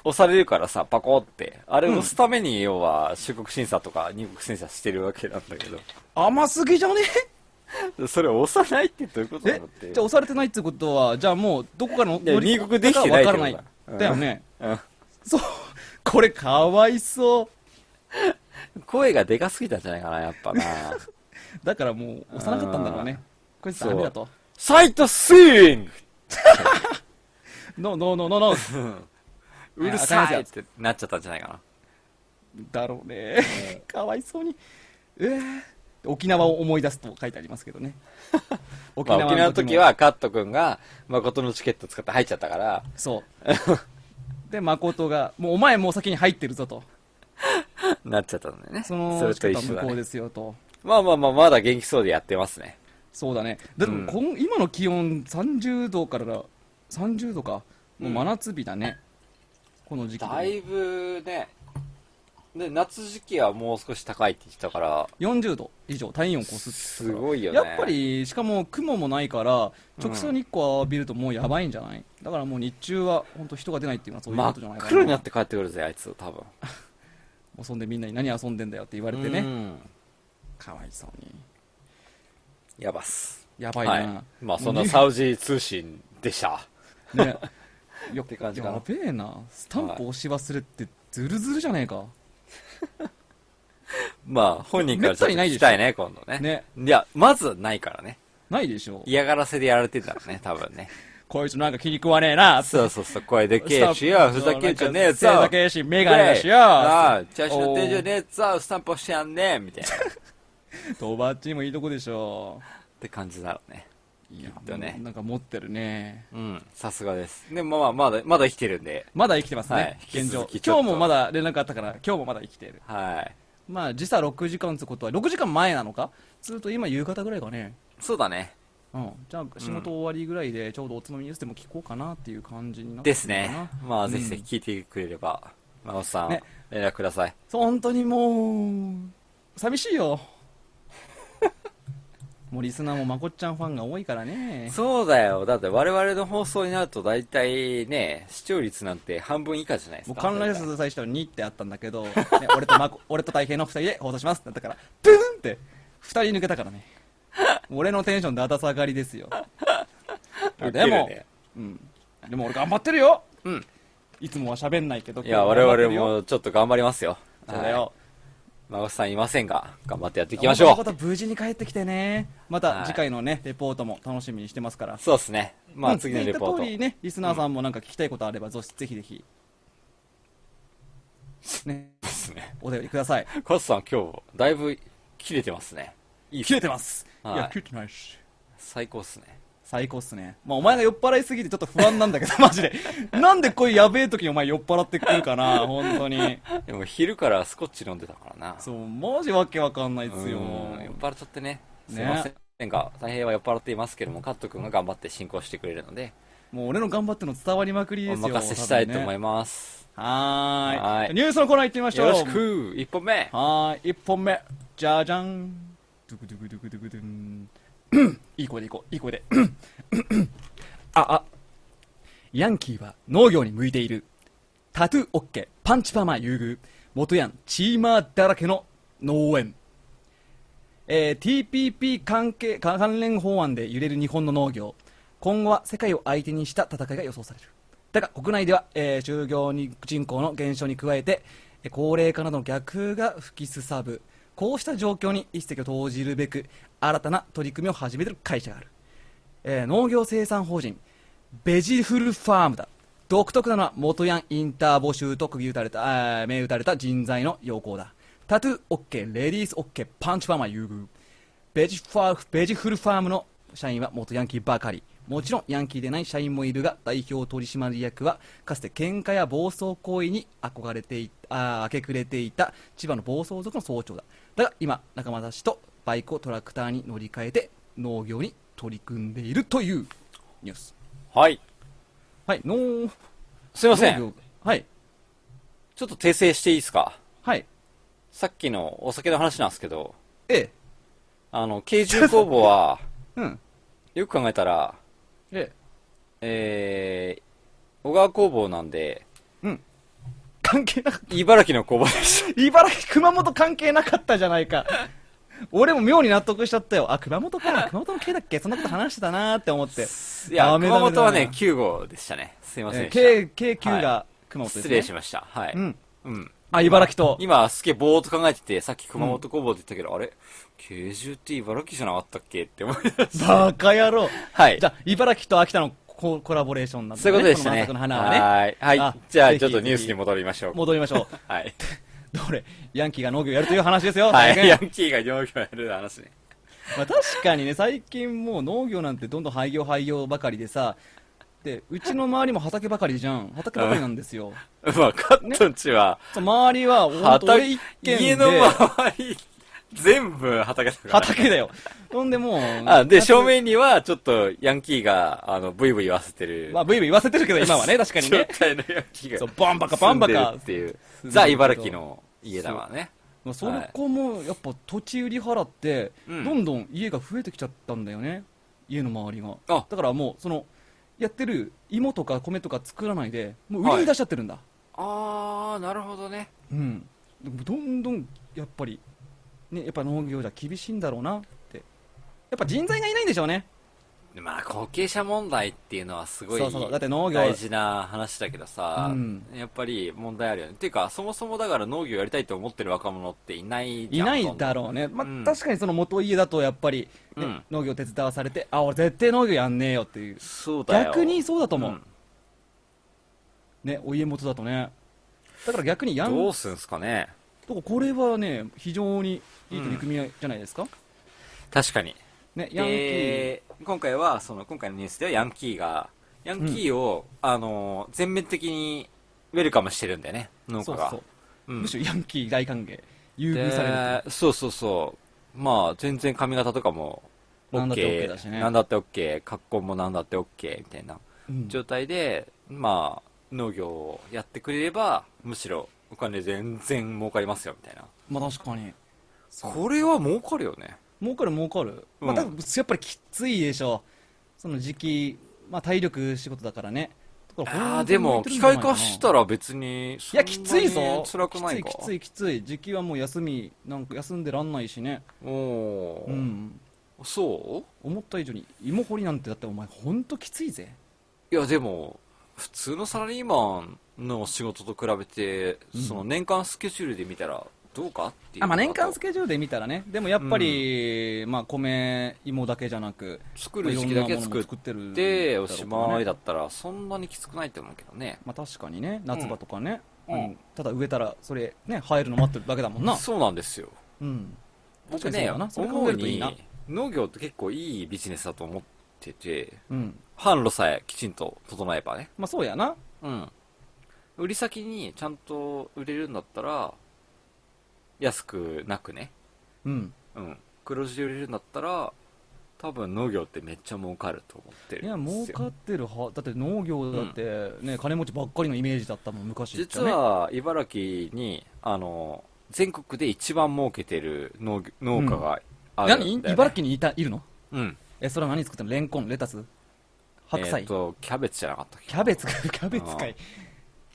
Speaker 5: 押されるからさ、パコって。あれを押すために、要は、出国審査とか入国審査してるわけなんだけど。
Speaker 7: 甘すぎじゃね
Speaker 5: それ押さないってどういうことな
Speaker 7: え
Speaker 5: のっていう
Speaker 7: じゃあ押されてないってことはじゃあもうどこかの
Speaker 5: いや入国できてない
Speaker 7: わ
Speaker 5: って
Speaker 7: か
Speaker 5: こ
Speaker 7: ら
Speaker 5: と
Speaker 7: な
Speaker 5: だ
Speaker 7: いだよね、
Speaker 5: うん
Speaker 7: そうこれかわいそう
Speaker 5: 声がでかすぎたんじゃないかなやっぱな
Speaker 7: だからもう押さなかったんだろうねこれ
Speaker 5: そう
Speaker 7: ダメだと
Speaker 5: サイトシーイング
Speaker 7: ノーノーノーノーノー
Speaker 5: うる
Speaker 7: わ
Speaker 5: さ
Speaker 7: か
Speaker 5: い
Speaker 7: り
Speaker 5: っ
Speaker 7: ま
Speaker 5: てなっちゃったんじゃないかな
Speaker 7: だろうね かわいそうにえー沖縄を思い出すと書いてありますけどね沖
Speaker 5: まあ、沖縄の
Speaker 7: 時も
Speaker 5: 時はカット君が誠のチケット使って入っちゃったから
Speaker 7: そう で誠が「もうお前もう先に入ってるぞ」と
Speaker 5: なっちゃったんだよね
Speaker 7: 「そ
Speaker 5: そ
Speaker 7: の
Speaker 5: れ
Speaker 7: チ
Speaker 5: と
Speaker 7: ケット
Speaker 5: 一
Speaker 7: は
Speaker 5: 緒だ
Speaker 7: 無
Speaker 5: ね
Speaker 7: 効ですよ」と
Speaker 5: まあまあまあまだ元気そうでやってますね
Speaker 7: そうだねだってこん、今の気温30度から30度かもう真夏日だね、この時期でも
Speaker 5: だいぶねで夏時期はもう少し高いって言ってたから
Speaker 7: 40度以上体温を超すって
Speaker 5: すごいよね
Speaker 7: やっぱりしかも雲もないから直射日光を浴びるともうやばいんじゃない、だからもう日中は本当人が出ないっていうのはそういう
Speaker 5: 真
Speaker 7: こ
Speaker 5: っ
Speaker 7: とじゃないかな
Speaker 5: 黒になって帰ってくるぜあいつ多分
Speaker 7: もうそんでみんなに何遊んでんだよって言われて
Speaker 5: う
Speaker 7: ね
Speaker 5: ん
Speaker 7: かわいそうに
Speaker 5: やばっす
Speaker 7: やばいな、
Speaker 5: はいまあそんなサウジ通信でした
Speaker 7: ねよ
Speaker 5: って感じかな
Speaker 7: やべえなスタンプ押し忘れってズルズルじゃねえか、
Speaker 5: まあ本人からちょっと聞きたいね今度ね
Speaker 7: ね
Speaker 5: いやまずないからね
Speaker 7: ないでしょ
Speaker 5: 嫌がらせでやられてたらね多 分ね
Speaker 7: こいつなんか気に食わねえな
Speaker 5: そうそうそう声でけえしよふざけんじゃねえぞ
Speaker 7: ふざけえしメガネだしよ
Speaker 5: ああ調子乗ってんじゃねえぞスタンプ押してやんねみた いなっ
Speaker 7: 友達にもいいとこでしょ
Speaker 5: て感じだろうね
Speaker 7: いや
Speaker 5: とね
Speaker 7: なんか持ってるね
Speaker 5: うんさすがですでもまあまだまだ生きてるんで
Speaker 7: まだ生きてますね、
Speaker 5: はい
Speaker 7: 現状
Speaker 5: 引き続きちょっ
Speaker 7: 今
Speaker 5: と
Speaker 7: 日もまだ連絡あったから今日もまだ生きている
Speaker 5: はい
Speaker 7: まあ時差6時間ってことは6時間前なのかすると今夕方ぐらいかね
Speaker 5: そうだね
Speaker 7: うんじゃあ仕事終わりぐらいでちょうどおつまみニュースでも聞こうかなっていう感じになって
Speaker 5: で
Speaker 7: る
Speaker 5: す
Speaker 7: のかな
Speaker 5: ねまあぜひぜ
Speaker 7: うん
Speaker 5: ひ聞いてくれれば真帆さん
Speaker 7: ね
Speaker 5: 連絡ください
Speaker 7: そう本当にもう寂しいよ もうリスナーもまこっちゃんファンが多いからね
Speaker 5: そうだよだって我々の放送になると大体ね視聴率なんて半分以下じゃないです
Speaker 7: 僕
Speaker 5: か
Speaker 7: 観覧
Speaker 5: 大体
Speaker 7: 数最初に2ってあったんだけど、ね俺と まこ俺と太平の2人で放送しますってなったからプーンって2人抜けたからね俺のテンションだだ下がりですよ
Speaker 5: ウケる
Speaker 7: でも、
Speaker 5: ね
Speaker 7: うん、でも俺頑張ってるよ、
Speaker 5: うん、
Speaker 7: いつもは喋んないけど
Speaker 5: いや
Speaker 7: 今日は頑張っ
Speaker 5: 我
Speaker 7: て
Speaker 5: 々
Speaker 7: るよ
Speaker 5: もちょっと頑張りますよ
Speaker 7: そうだよ、
Speaker 5: 真帆さんいませんが頑張ってやってい
Speaker 7: 行
Speaker 5: きましょう
Speaker 7: こと無事に帰ってきてねま
Speaker 5: は
Speaker 7: た
Speaker 5: い
Speaker 7: 次回のねレポートも楽しみにしてますから
Speaker 5: そうですねま
Speaker 7: う
Speaker 5: あ
Speaker 7: ん
Speaker 5: 次のレポ
Speaker 7: 言った通り
Speaker 5: ート
Speaker 7: ねリスナーさんもなんか聞きたいことあればぞぜひぜひね
Speaker 5: ですね
Speaker 7: お便りください
Speaker 5: カズさん今日だいぶ切れてますねいいっす
Speaker 7: 切れてます、
Speaker 5: はい
Speaker 7: い、や切れてないし
Speaker 5: 最高っすね
Speaker 7: 最高っすね、まあ、お前が酔っ払いすぎてちょっと不安なんだけどマジで なんでこういうやべえ時にお前酔っ払ってくるか な本当に
Speaker 5: でも昼からスコッチ飲んでたからな
Speaker 7: そうマジわけわかんないっ
Speaker 5: う
Speaker 7: すよ
Speaker 5: ん酔っ払っちゃってね
Speaker 7: ね
Speaker 5: すいませんが大平は酔っ払っていますけどもカット君が頑張って進行してくれるので
Speaker 7: もう俺の頑張っての伝わりまくり
Speaker 5: お
Speaker 7: ですよ
Speaker 5: 任せしたいと思い
Speaker 7: ます、
Speaker 5: ます、
Speaker 7: はーい
Speaker 5: はい
Speaker 7: ニュースのコーナー行ってみましょ
Speaker 5: よ
Speaker 7: う
Speaker 5: ろしく一本目
Speaker 7: はーい1本目じゃじゃんドゥクドゥクドゥクドゥクドゥン いい声でいこういい声で ああヤンキーは農業に向いているタトゥーオッケーパンチパーマ優遇元ヤンチーマーだらけの農園えー TPP 関係関連法案で揺れる日本の農業今後は世界を相手にした戦いが予想されるだが国内では、えー就業に人口の減少に加えてえー高齢化などの逆風が吹きすさぶこうした状況に一石を投じるべく新たな取り組みを始めている会社がある、えー農業生産法人ベジフルファームだ独特なのは元ヤンインター募集と釘打たれたあー銘打たれた人材の要項だタトゥーオッケーレディースオッケーパンチファーマー優遇ベジファーベジフルファームの社員は元ヤンキーばかりもちろんヤンキーでない社員もいるが代表取締役はかつて喧嘩や暴走行為に憧れていたあー明け暮れていた千葉の暴走族の総長だだが今仲間たちとバイクをトラクターに乗り換えて農業に取り組んでいるというニュース
Speaker 5: はい
Speaker 7: はいのー
Speaker 5: すいませ
Speaker 7: 農
Speaker 5: ん
Speaker 7: 業はい
Speaker 5: ちょっと訂正していいですか
Speaker 7: はい
Speaker 5: さっきのお酒の話なんですけど
Speaker 7: ええ
Speaker 5: あの軽重工房は
Speaker 7: うん
Speaker 5: よく考えたら
Speaker 7: ええ
Speaker 5: えー、小川工房なんで
Speaker 7: 関係なかっ
Speaker 5: 茨城の工房でした
Speaker 7: た茨城熊本関係なかったじゃないか俺も妙に納得しちゃったよ。あ、熊 本か。熊本の K だっけそんなこと話してたなーって思って。
Speaker 5: いや、
Speaker 7: ダメ
Speaker 5: 熊
Speaker 7: ダメだ
Speaker 5: 本
Speaker 7: な
Speaker 5: はね、9号でしたね。すいません
Speaker 7: えー
Speaker 5: でした。
Speaker 7: K、K9
Speaker 5: は
Speaker 7: が熊本ですね。
Speaker 5: 失礼しました。はい。
Speaker 7: うん。
Speaker 5: うん。
Speaker 7: あ、茨城と。
Speaker 5: 今、すげえぼーっと考えてて、さっき熊本工房って言ったけど、あれ軽重って茨城じゃなかったっけって思い出した。
Speaker 7: バカ野郎。
Speaker 5: はい
Speaker 7: じゃあ、茨城と秋田のココラボレーションなんで
Speaker 5: そ
Speaker 7: す
Speaker 5: う
Speaker 7: ね。
Speaker 5: いうことでしたね。
Speaker 7: この真ん中の花はね。
Speaker 5: はい。はい。じゃあ、
Speaker 7: ぜひ
Speaker 5: ちょっとニュースに戻りましょう。
Speaker 7: 戻りましょう。
Speaker 5: はい。
Speaker 7: どれ、ヤンキーが農業やるという話ですよ。
Speaker 5: は
Speaker 7: 大変
Speaker 5: い。ヤンキーが農業やる話ね。
Speaker 7: まあ、確かにね、最近もう農業なんてどんどん廃業廃業ばかりでさ、で、うちの周りも畑ばかりじゃん。畑ばかりなんですよ。
Speaker 5: まあ、カットンちは、
Speaker 7: そう周りは、ほんと俺
Speaker 5: 畑
Speaker 7: 一、軒で
Speaker 5: 家の周り、全部畑だから。
Speaker 7: 畑だよ。ほんでもう、
Speaker 5: あ、で、
Speaker 7: 夏
Speaker 5: 正面には、ちょっと、ヤンキーが、あの、ブイブイ言わせてる。
Speaker 7: まあ、ブイブイ言わせて るけど、今はね、確かにね。
Speaker 5: 状態のヤンキーが。
Speaker 7: そうバンバカバンバカ
Speaker 5: 住んでるっていう。ザ・茨城の家だわね。
Speaker 7: まあ、そこも、やっぱ土地売り払って、
Speaker 5: うん
Speaker 7: どんどん家が増えてきちゃったんだよね。家の周りが。
Speaker 5: あ
Speaker 7: だからもう、その、やってる芋とか米とか作らないで、もう売りに出しちゃってるんだ。
Speaker 5: あー、なるほどね。
Speaker 7: うん、でもどんどんやっぱり、ね、やっぱ農業じゃ厳しいんだろうなって、やっぱ人材がいないんでしょうね、
Speaker 5: まあ、後継者問題っていうのはすごい
Speaker 7: そうそうだって農業
Speaker 5: 大事な話だけどさ、
Speaker 7: うん
Speaker 5: やっぱり問題あるよね。っていうか、そもそもだから農業やりたいと思ってる若者っていない
Speaker 7: い
Speaker 5: じゃん。
Speaker 7: ないだろうね、まあ
Speaker 5: うん
Speaker 7: 確かにその元家だとやっぱり、ね
Speaker 5: うん
Speaker 7: 農業手伝わされて、あ俺、絶対農業やんねえよっていう、
Speaker 5: そうだよ。
Speaker 7: 逆にそうだと思う、
Speaker 5: ん
Speaker 7: ね、お家元だとね、だから逆にやん、
Speaker 5: どうすんすかね。
Speaker 7: これはね、非常にいい取り組みじゃないですか、
Speaker 5: 確かに。
Speaker 7: ね、ヤンキー、
Speaker 5: で、今回は、その、今回のニュースではヤンキーが、ヤンキーを、あの、全面的にウェルカムしてるんだよね、農家
Speaker 7: そう
Speaker 5: が。
Speaker 7: そう、
Speaker 5: うん
Speaker 7: むしろヤンキー大歓迎、優遇されるという
Speaker 5: で、そうそうそう。まあ、全然髪型とかも、オ
Speaker 7: なん
Speaker 5: ッ
Speaker 7: だっ
Speaker 5: ケ
Speaker 7: て OK
Speaker 5: ー
Speaker 7: だしね
Speaker 5: なんだって OK、格好もなんだって OK みたいな
Speaker 7: うん
Speaker 5: 状態で、まあ、農業をやってくれれば、むしろお金全然儲かりますよ、みたいな。
Speaker 7: まあ確かに。
Speaker 5: これは儲かるよね。
Speaker 7: 儲かる儲かる、
Speaker 5: うん
Speaker 7: まあ、多分やっぱりきついでしょその時期、まあ、体力仕事だからねだから
Speaker 5: ああ、
Speaker 7: 本当
Speaker 5: で
Speaker 7: に
Speaker 5: も、
Speaker 7: 向い
Speaker 5: 機
Speaker 7: てるん
Speaker 5: 械
Speaker 7: じゃな
Speaker 5: 化
Speaker 7: いかな
Speaker 5: したら別に、
Speaker 7: いやきついぞ
Speaker 5: 辛くないか。
Speaker 7: きついきついきつい時期はもう休みなんか休んでらんないしね
Speaker 5: おお、
Speaker 7: うん
Speaker 5: そ
Speaker 7: 思った以上に芋掘りなんてだってお前ほんときついぜ
Speaker 5: ういや、でも、普通のサラリーマンの仕事と比べて、その年間スケジュールで見たらどうかっていう。
Speaker 7: あ、まあ、年間スケジュールで見たらねでもやっぱり、まあ、米芋だけじゃなく
Speaker 5: 作る時期だけ作
Speaker 7: まあいろんなものも作ってる
Speaker 5: っ
Speaker 7: んだろうから
Speaker 5: て、
Speaker 7: ね
Speaker 5: おしまいだったら、そんなにきつくないと思うけどね。
Speaker 7: まあ確かにね夏場とかね、
Speaker 5: うん
Speaker 7: うんただ植えたらそれね生えるの待ってるだけだもんな
Speaker 5: そうなんですよ。
Speaker 7: うん
Speaker 5: 僕
Speaker 7: 確かにそう
Speaker 5: ね
Speaker 7: だな、それ
Speaker 5: 思
Speaker 7: 考え
Speaker 5: う
Speaker 7: るといい
Speaker 5: に
Speaker 7: な、
Speaker 5: 農業って結構いいビジネスだと思ってて、
Speaker 7: うん
Speaker 5: 販路さえきちんと整えばね。
Speaker 7: まあそうやな
Speaker 5: うん。売り先にちゃんと売れるんだったら、安くなくね。
Speaker 7: うん
Speaker 5: うん。黒字で売れるんだったら、多分農業ってめっちゃ儲かると思って
Speaker 7: い
Speaker 5: る
Speaker 7: や
Speaker 5: んで
Speaker 7: 儲
Speaker 5: すよ。
Speaker 7: かってるはだって農業だってね、金持ちばっかりのイメージだったもん昔って
Speaker 5: 実
Speaker 7: ね
Speaker 5: は、茨城に、あの、全国で一番儲けてる農業農家があるんだ
Speaker 7: 何
Speaker 5: よ、ね
Speaker 7: 茨城にいたいるの
Speaker 5: うん。
Speaker 7: えそれは何作ってるのレンコンレタス白菜、
Speaker 5: えっ、と、キャベツじゃなかったっけ
Speaker 7: キャベツかキャベツか
Speaker 5: あー
Speaker 7: い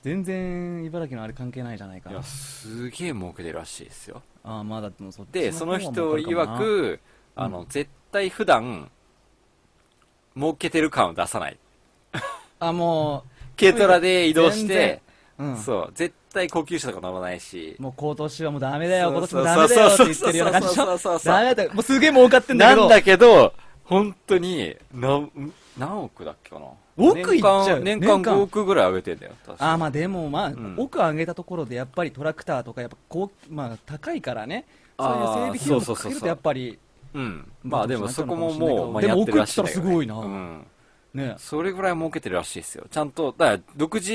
Speaker 7: 全然茨城のあれ関係ないじゃないか
Speaker 5: いや、すげえ儲けてるらしいですよ。
Speaker 7: ああまあだってもうそっち
Speaker 5: で、その
Speaker 7: 方
Speaker 5: 人
Speaker 7: は儲かるかも
Speaker 5: 曰
Speaker 7: な
Speaker 5: く、あの、絶対普段、儲けてる感を出さない。
Speaker 7: あも
Speaker 5: 軽トラで移動し
Speaker 7: 全
Speaker 5: て
Speaker 7: 然、ううん
Speaker 5: そう、絶対高級車とか乗らないし、
Speaker 7: もう今年はもうダメだよ、
Speaker 5: そ
Speaker 7: 今
Speaker 5: う
Speaker 7: 年
Speaker 5: そう
Speaker 7: もダメだよって言ってるような感じ
Speaker 5: そうそうそうそうそう
Speaker 7: の。
Speaker 5: そう
Speaker 7: ダメだったよ。もうすげえ儲かってんだ
Speaker 5: な
Speaker 7: けど。
Speaker 5: んだけど、本当に、な、何億だっけかな
Speaker 7: 億いっちゃう
Speaker 5: 年間年
Speaker 7: 年
Speaker 5: 間
Speaker 7: 間
Speaker 5: 5億ぐらい上げてんだよ、確か
Speaker 7: あーまあでもまあ、
Speaker 5: ん
Speaker 7: 奥上げたところでやっぱりトラクターとかやっぱこう、まあ高いからね。そういう整備
Speaker 5: あ
Speaker 7: 費用
Speaker 5: ーそうそうそ
Speaker 7: もか
Speaker 5: う
Speaker 7: け
Speaker 5: そ
Speaker 7: る
Speaker 5: う
Speaker 7: とやっぱり、
Speaker 5: うん。まあでもそこも
Speaker 7: で
Speaker 5: もう
Speaker 7: も
Speaker 5: 間に合ってるらしいんだけど、
Speaker 7: でも億いったらすごいな
Speaker 5: うん。
Speaker 7: ね。
Speaker 5: それぐらい儲けてるらしいですよ。ちゃんと、だから独自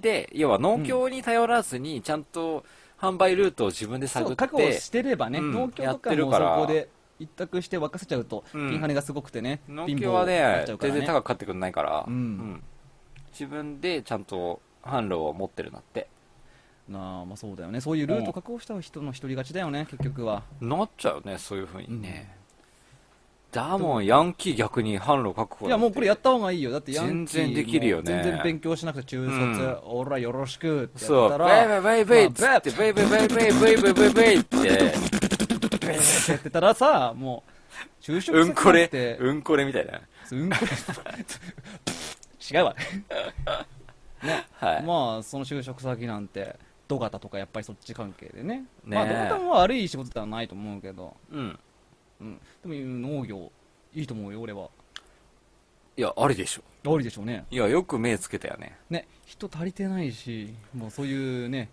Speaker 5: で、要は農協に頼らずに、ちゃんと販売ルートを自分で
Speaker 7: そ
Speaker 5: 探っ
Speaker 7: う、
Speaker 5: て、
Speaker 7: 確保してればね、
Speaker 5: うん
Speaker 7: 農協と
Speaker 5: やって
Speaker 7: か
Speaker 5: る
Speaker 7: も
Speaker 5: から
Speaker 7: そこで一択して沸かせちゃうと、
Speaker 5: うん
Speaker 7: ピンハネがすごくてね、
Speaker 5: 農
Speaker 7: 貧乏
Speaker 5: 協は
Speaker 7: にな
Speaker 5: ね
Speaker 7: っちゃうから
Speaker 5: 全
Speaker 7: ね
Speaker 5: 然高く買ってくんないから、
Speaker 7: うん
Speaker 5: 自分でちゃんと販路を持ってるなって
Speaker 7: なあ、まあそうだよね。そういうルート確保した人の一人勝ちだよね、結局は。
Speaker 5: なっちゃうねそういうふうにね、だもんヤンキー逆に販路確保
Speaker 7: いや、もうこれやった方がいいよ。だってヤ
Speaker 5: 全
Speaker 7: ンキー
Speaker 5: 然できるよね
Speaker 7: も全然勉強しなくて中卒、
Speaker 5: うん
Speaker 7: オーラよろしくってや
Speaker 5: そう
Speaker 7: った
Speaker 5: ベイ
Speaker 7: ら、
Speaker 5: ベイベイベイっ
Speaker 7: まあ
Speaker 5: つってベイベイベイベイベイベイベイベイって
Speaker 7: グイーってやってたらさ、もう、就職
Speaker 5: うんこ
Speaker 7: っ
Speaker 5: れ
Speaker 7: て、、
Speaker 5: うんこれみたいな。
Speaker 7: うんこ れ、違うわ。
Speaker 5: はい。
Speaker 7: まあ、その就職先なんて、土方とかやっぱりそっち関係でね。まあ、
Speaker 5: ね
Speaker 7: 土
Speaker 5: え
Speaker 7: 方も悪い仕事ではないと思うけど、
Speaker 5: うん。
Speaker 7: うん。でも農業、いいと思うよ、俺は。
Speaker 5: いや、ありでしょ。
Speaker 7: ありでしょうね。
Speaker 5: いや、よく目つけたよね。
Speaker 7: ね、人足りてないし、もうそういうね、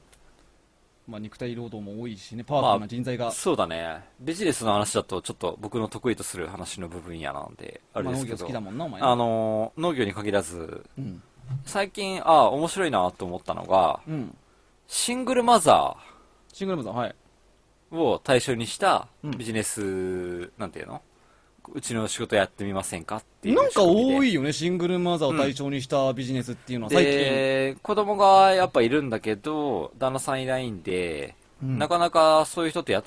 Speaker 7: まあ、肉体労働も多いしね、パワフルな人材が、
Speaker 5: そうだね。ビジネスの話だと、ちょっと僕の得意とする話の部分やなんで、あれ
Speaker 7: まあ、
Speaker 5: です
Speaker 7: 農
Speaker 5: け
Speaker 7: 業
Speaker 5: ど。
Speaker 7: 好きだもんな、お前。
Speaker 5: あのー農業に限らず、
Speaker 7: うん。
Speaker 5: 最近、ああ、面白いなと思ったのが、
Speaker 7: うん。
Speaker 5: シングルマザ
Speaker 7: シングルマザー、はい。
Speaker 5: ーを対象にした
Speaker 7: うん
Speaker 5: ビジネス、なんていうのうちの仕事やってみませんかっていう。
Speaker 7: なんか多
Speaker 5: い。
Speaker 7: いよね、シングルマザーを対象にしたビジネスっていうのは、最近。
Speaker 5: で、子供がやっぱいるんだけど、旦那さんいないんで、
Speaker 7: うん
Speaker 5: なかなかそういう人ってやっ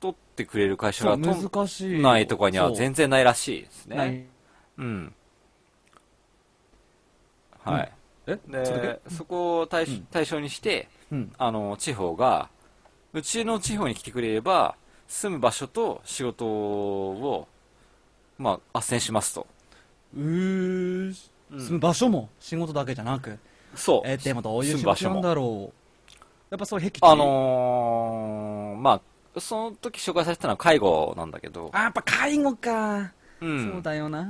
Speaker 5: とってくれる会社
Speaker 7: そ
Speaker 5: が
Speaker 7: う難しいよ。
Speaker 5: 都内とかには全然ないらしいですね。
Speaker 7: 然。
Speaker 5: うん。はい。
Speaker 7: えそれだ
Speaker 5: で、そこを対,、
Speaker 7: うん
Speaker 5: 対象にして、
Speaker 7: うん。
Speaker 5: あの、地方が、うちの地方に来てくれれば、住む場所と仕事を、まあ、斡旋しますと。
Speaker 7: うーし
Speaker 5: うん
Speaker 7: 住む場所も仕事だけじゃなく、
Speaker 5: そう。
Speaker 7: えーでもどうい
Speaker 5: 住
Speaker 7: う仕
Speaker 5: む場
Speaker 7: 事
Speaker 5: 所
Speaker 7: なん
Speaker 5: も。
Speaker 7: だろう。やっぱそういう壁地
Speaker 5: あのー、まあ、その時紹介されてたのは介護なんだけど、
Speaker 7: あ、やっぱ介護か。
Speaker 5: うん
Speaker 7: そうだよな。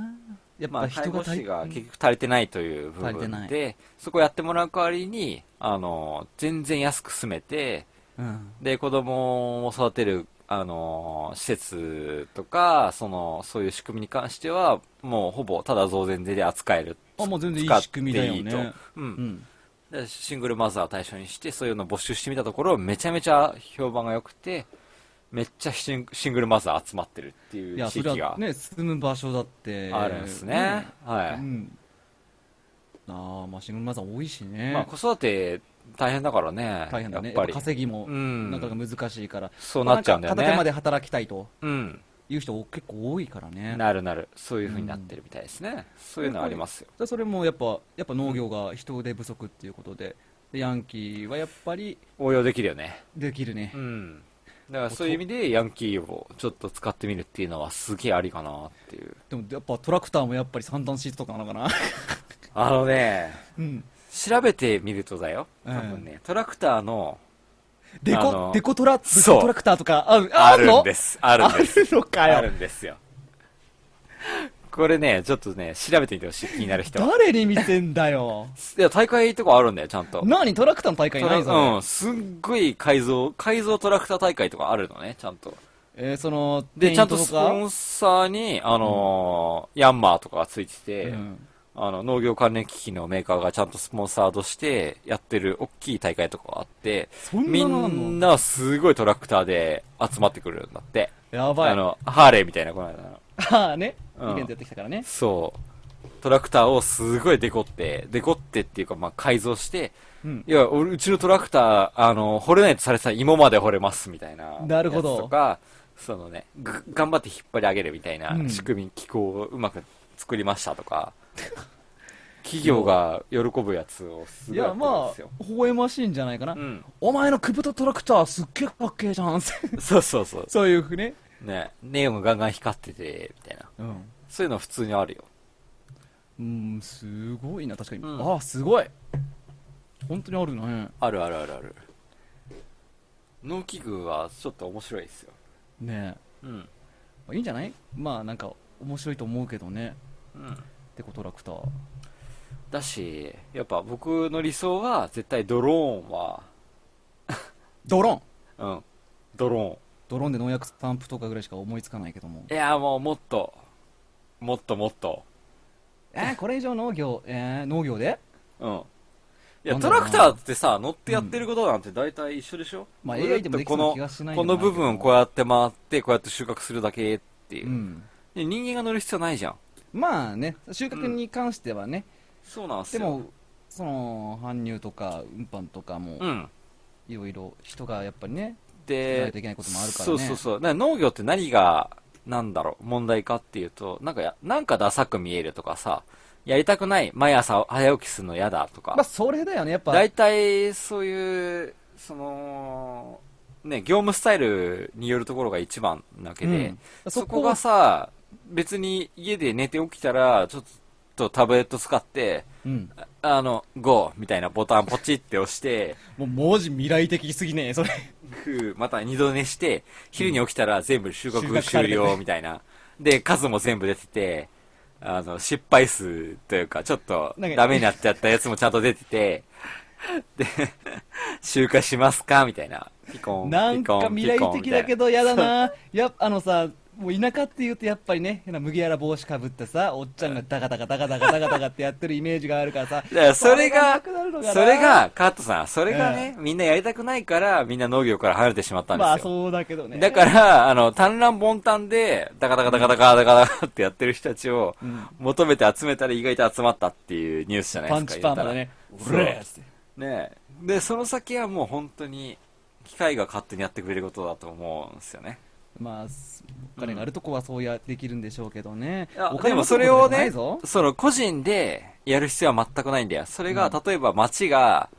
Speaker 7: やっ
Speaker 5: ま
Speaker 7: ぱ
Speaker 5: あ、介
Speaker 7: 人が
Speaker 5: 護
Speaker 7: 足
Speaker 5: 士
Speaker 7: り
Speaker 5: が結局足りてないという部
Speaker 7: 足りてな
Speaker 5: 分
Speaker 7: い
Speaker 5: で、そこやってもらう代わりに、あの、全然安く住めて、
Speaker 7: うん。
Speaker 5: で、子供を育てる、あの、施設とか、その、そういう仕組みに関しては、もうほぼただ増税で扱える。
Speaker 7: あ、もう全然い
Speaker 5: 使っ
Speaker 7: い
Speaker 5: て
Speaker 7: 仕組みだよ
Speaker 5: いいと
Speaker 7: ね。
Speaker 5: う。
Speaker 7: うんん。
Speaker 5: でシングルマザーを対象にして、そういうのを募集してみたところ、めちゃめちゃ評判が良くて、めっちゃシンシングルマザー集まってるってい
Speaker 7: いうや、
Speaker 5: 地
Speaker 7: それ
Speaker 5: 域
Speaker 7: は
Speaker 5: が
Speaker 7: ね、住む場所だって。
Speaker 5: あるんですね。はい。
Speaker 7: うん。ああ、まあシングルマザー多いしね。
Speaker 5: まあ、子育て大変だからね、
Speaker 7: 大変だね。
Speaker 5: やっ
Speaker 7: やっ
Speaker 5: ぱ
Speaker 7: ぱ
Speaker 5: り。
Speaker 7: 稼ぎも
Speaker 5: う、ん
Speaker 7: なかなか難しいから。
Speaker 5: そうなっちゃうんだよね
Speaker 7: 片手まで働きたいと
Speaker 5: うん、
Speaker 7: いう人結構多いからね。
Speaker 5: なるなる、そういう風になってるみたいですね、そういうのはありますよ。
Speaker 7: でそれもやっぱやっぱ農業が人手不足っていうことででヤンキーはやっぱり
Speaker 5: 応用できるよね、
Speaker 7: できるね
Speaker 5: う、ん、だからそういう意味で、ヤンキーをちょっと使ってみるっていうのは、すげえありかなっていう、
Speaker 7: でもやっぱトラクターもやっぱり三段シートとかなの かな
Speaker 5: あのね、
Speaker 7: うん
Speaker 5: 調べてみるとだよ、
Speaker 7: うん
Speaker 5: 多分ね、トラクターの
Speaker 7: デ
Speaker 5: あ
Speaker 7: コ
Speaker 5: の
Speaker 7: デコトラデ
Speaker 5: そう
Speaker 7: コトラクターとかある
Speaker 5: あ
Speaker 7: るの
Speaker 5: るんです、あるんです、
Speaker 7: あるのか
Speaker 5: あ
Speaker 7: よ
Speaker 5: るんですよ。これね、ちょっとね、調べてみてほしい、気になる人は。
Speaker 7: 誰に見てんだ よ
Speaker 5: いや、大会とかあるんだよ、ちゃんと。
Speaker 7: 何トラクターの大会ないぞ、
Speaker 5: うん、すっごい改造、改造トラクター大会とかあるのね、ちゃんと。
Speaker 7: えーその
Speaker 5: で、ちゃんと
Speaker 7: ペイン
Speaker 5: ス
Speaker 7: トか
Speaker 5: ポンサーに、あのーヤンマーとかがついてて、
Speaker 7: うん
Speaker 5: あの、農業関連機器のメーカーがちゃんとスポンサードしてやってる大きい大会とかがあって、
Speaker 7: そんなのあんの
Speaker 5: みんなすごいトラクターで集まってくるんだって。
Speaker 7: やばい
Speaker 5: あの、ハーレーみたいな、この間の。
Speaker 7: ああね、
Speaker 5: うん
Speaker 7: イベントやってきたからね
Speaker 5: そう。トラクターをすごいデコって、デコってっていうか、まあ、改造して、
Speaker 7: うん
Speaker 5: いや、俺、うちのトラクター、あの、掘れないとされてたら芋まで掘れます、みたいな。
Speaker 7: なるほど
Speaker 5: やつとか、そのね、ぐ頑張って引っ張り上げるみたいな
Speaker 7: うん
Speaker 5: 仕組み、機構をうまく作りましたとか、企業が喜ぶやつをすご
Speaker 7: い
Speaker 5: いや
Speaker 7: や
Speaker 5: ってるん
Speaker 7: ま
Speaker 5: ですよ。
Speaker 7: あ微笑ましいんじゃないかな、
Speaker 5: うん。
Speaker 7: お前のクブタトラクターすっげえかっけえじゃん
Speaker 5: そうそうそう。
Speaker 7: そういうふうね、
Speaker 5: ね、ネオンがガンガン光ってて、みたいな。
Speaker 7: うん
Speaker 5: そういうの普通にあるよ。
Speaker 7: うん、すごいな、確かに。
Speaker 5: うん
Speaker 7: ああ、すごい。本当にあるね。
Speaker 5: あるあるあるある。農機具はちょっと面白いですよ。
Speaker 7: ね
Speaker 5: うん。
Speaker 7: え。いいんじゃないまあ、なんか、面白いと思うけどね。
Speaker 5: うん。
Speaker 7: デコトラクター。
Speaker 5: だし、やっぱ僕の理想は絶対ドローンは、
Speaker 7: ドローン
Speaker 5: うん、ドロ
Speaker 7: ドローンで農薬スタンプとかぐらいしか思いつかないけども
Speaker 5: ー。ン。いや、もうもっと、もっともっと。
Speaker 7: えー、これ以上農業、えー、農業で
Speaker 5: うん。いや、
Speaker 7: なん
Speaker 5: ト
Speaker 7: だろ
Speaker 5: ラ
Speaker 7: う
Speaker 5: ク
Speaker 7: な
Speaker 5: ターってさ、乗ってやってることなんて大体一緒でしょ、
Speaker 7: まあ
Speaker 5: これだ
Speaker 7: AI でもできそうな気がしない
Speaker 5: こ
Speaker 7: で
Speaker 5: の、
Speaker 7: もな
Speaker 5: こ
Speaker 7: い
Speaker 5: の部分をこうやって回って、こうやって収穫するだけっていう
Speaker 7: う。ん。
Speaker 5: で人間が乗る必要ないじゃん。
Speaker 7: まあね、収穫に関してはね、
Speaker 5: そうなんす
Speaker 7: で
Speaker 5: よ。
Speaker 7: も、その、搬入とか、運搬とかも
Speaker 5: う、ん。
Speaker 7: いろいろ人がやっぱりね、少な
Speaker 5: で
Speaker 7: いといけないこともあるからね
Speaker 5: そうそうそうな農業って何がなんだろう問題かっていうとなんかやなんかダサく見えるとかさやりたくない毎朝早起きするの嫌だとか、
Speaker 7: まあ、それだよね、やっぱ、
Speaker 5: 大体そういうそのね、業務スタイルによるところが一番なわけで、
Speaker 7: うん
Speaker 5: そこがさ、別に家で寝て起きたら、ちょっとタブレット使って、
Speaker 7: うん、
Speaker 5: ああの、GO! みたいなボタンポチって押して、
Speaker 7: もう文字未来的すぎねえそれ
Speaker 5: ふうまた二度寝して、昼に起きたら全部収
Speaker 7: 収
Speaker 5: 穫
Speaker 7: 穫さ
Speaker 5: 終
Speaker 7: れてて
Speaker 5: 了みたいな。で、数も全部出てて、あの、失敗数というか、ちょっと
Speaker 7: なんか
Speaker 5: ダメになっちゃったやつもちゃんと出てて、で、収穫しますかみたいな。ピコン、
Speaker 7: なん
Speaker 5: ピコ
Speaker 7: か
Speaker 5: ン、
Speaker 7: 未
Speaker 5: ピコ
Speaker 7: 来
Speaker 5: ンみ
Speaker 7: 的
Speaker 5: たい
Speaker 7: だけどやだなやっぱあのさもう田舎っていうとやっぱりね変な麦わら帽子かぶってさおっちゃんがダカダカダカダカダカダカってやってるイメージがあるからさ
Speaker 5: だからそれが
Speaker 7: なくなるのかな
Speaker 5: それが、カットさん、それがね、みんなやりたくないから、みんな農業から離れてしまったんですよ。
Speaker 7: まあそうだけどね
Speaker 5: だから、あの、単乱ボンタンで、ダカダカダカダカダカダカってやってる人たちを
Speaker 7: ん、
Speaker 5: 求めて集めたら意外と集まったっていうニュースじゃないで
Speaker 7: パ
Speaker 5: す
Speaker 7: ン
Speaker 5: か。
Speaker 7: チパーマだね
Speaker 5: 言
Speaker 7: う
Speaker 5: うたら
Speaker 7: れっつって
Speaker 5: そうねで、その先はもう本当に、機械が勝手にやってくれることだと思うんですよね。
Speaker 7: まあすお金があるとこはそうやできるんでしょうけどね
Speaker 5: いや
Speaker 7: お
Speaker 5: で
Speaker 7: 金
Speaker 5: も
Speaker 7: 持
Speaker 5: そ
Speaker 7: ち
Speaker 5: れ
Speaker 7: のこ
Speaker 5: を
Speaker 7: とじゃな
Speaker 5: ね
Speaker 7: いぞ、
Speaker 5: その個人でやる必要は全くないんだよ。それが、例えば町が、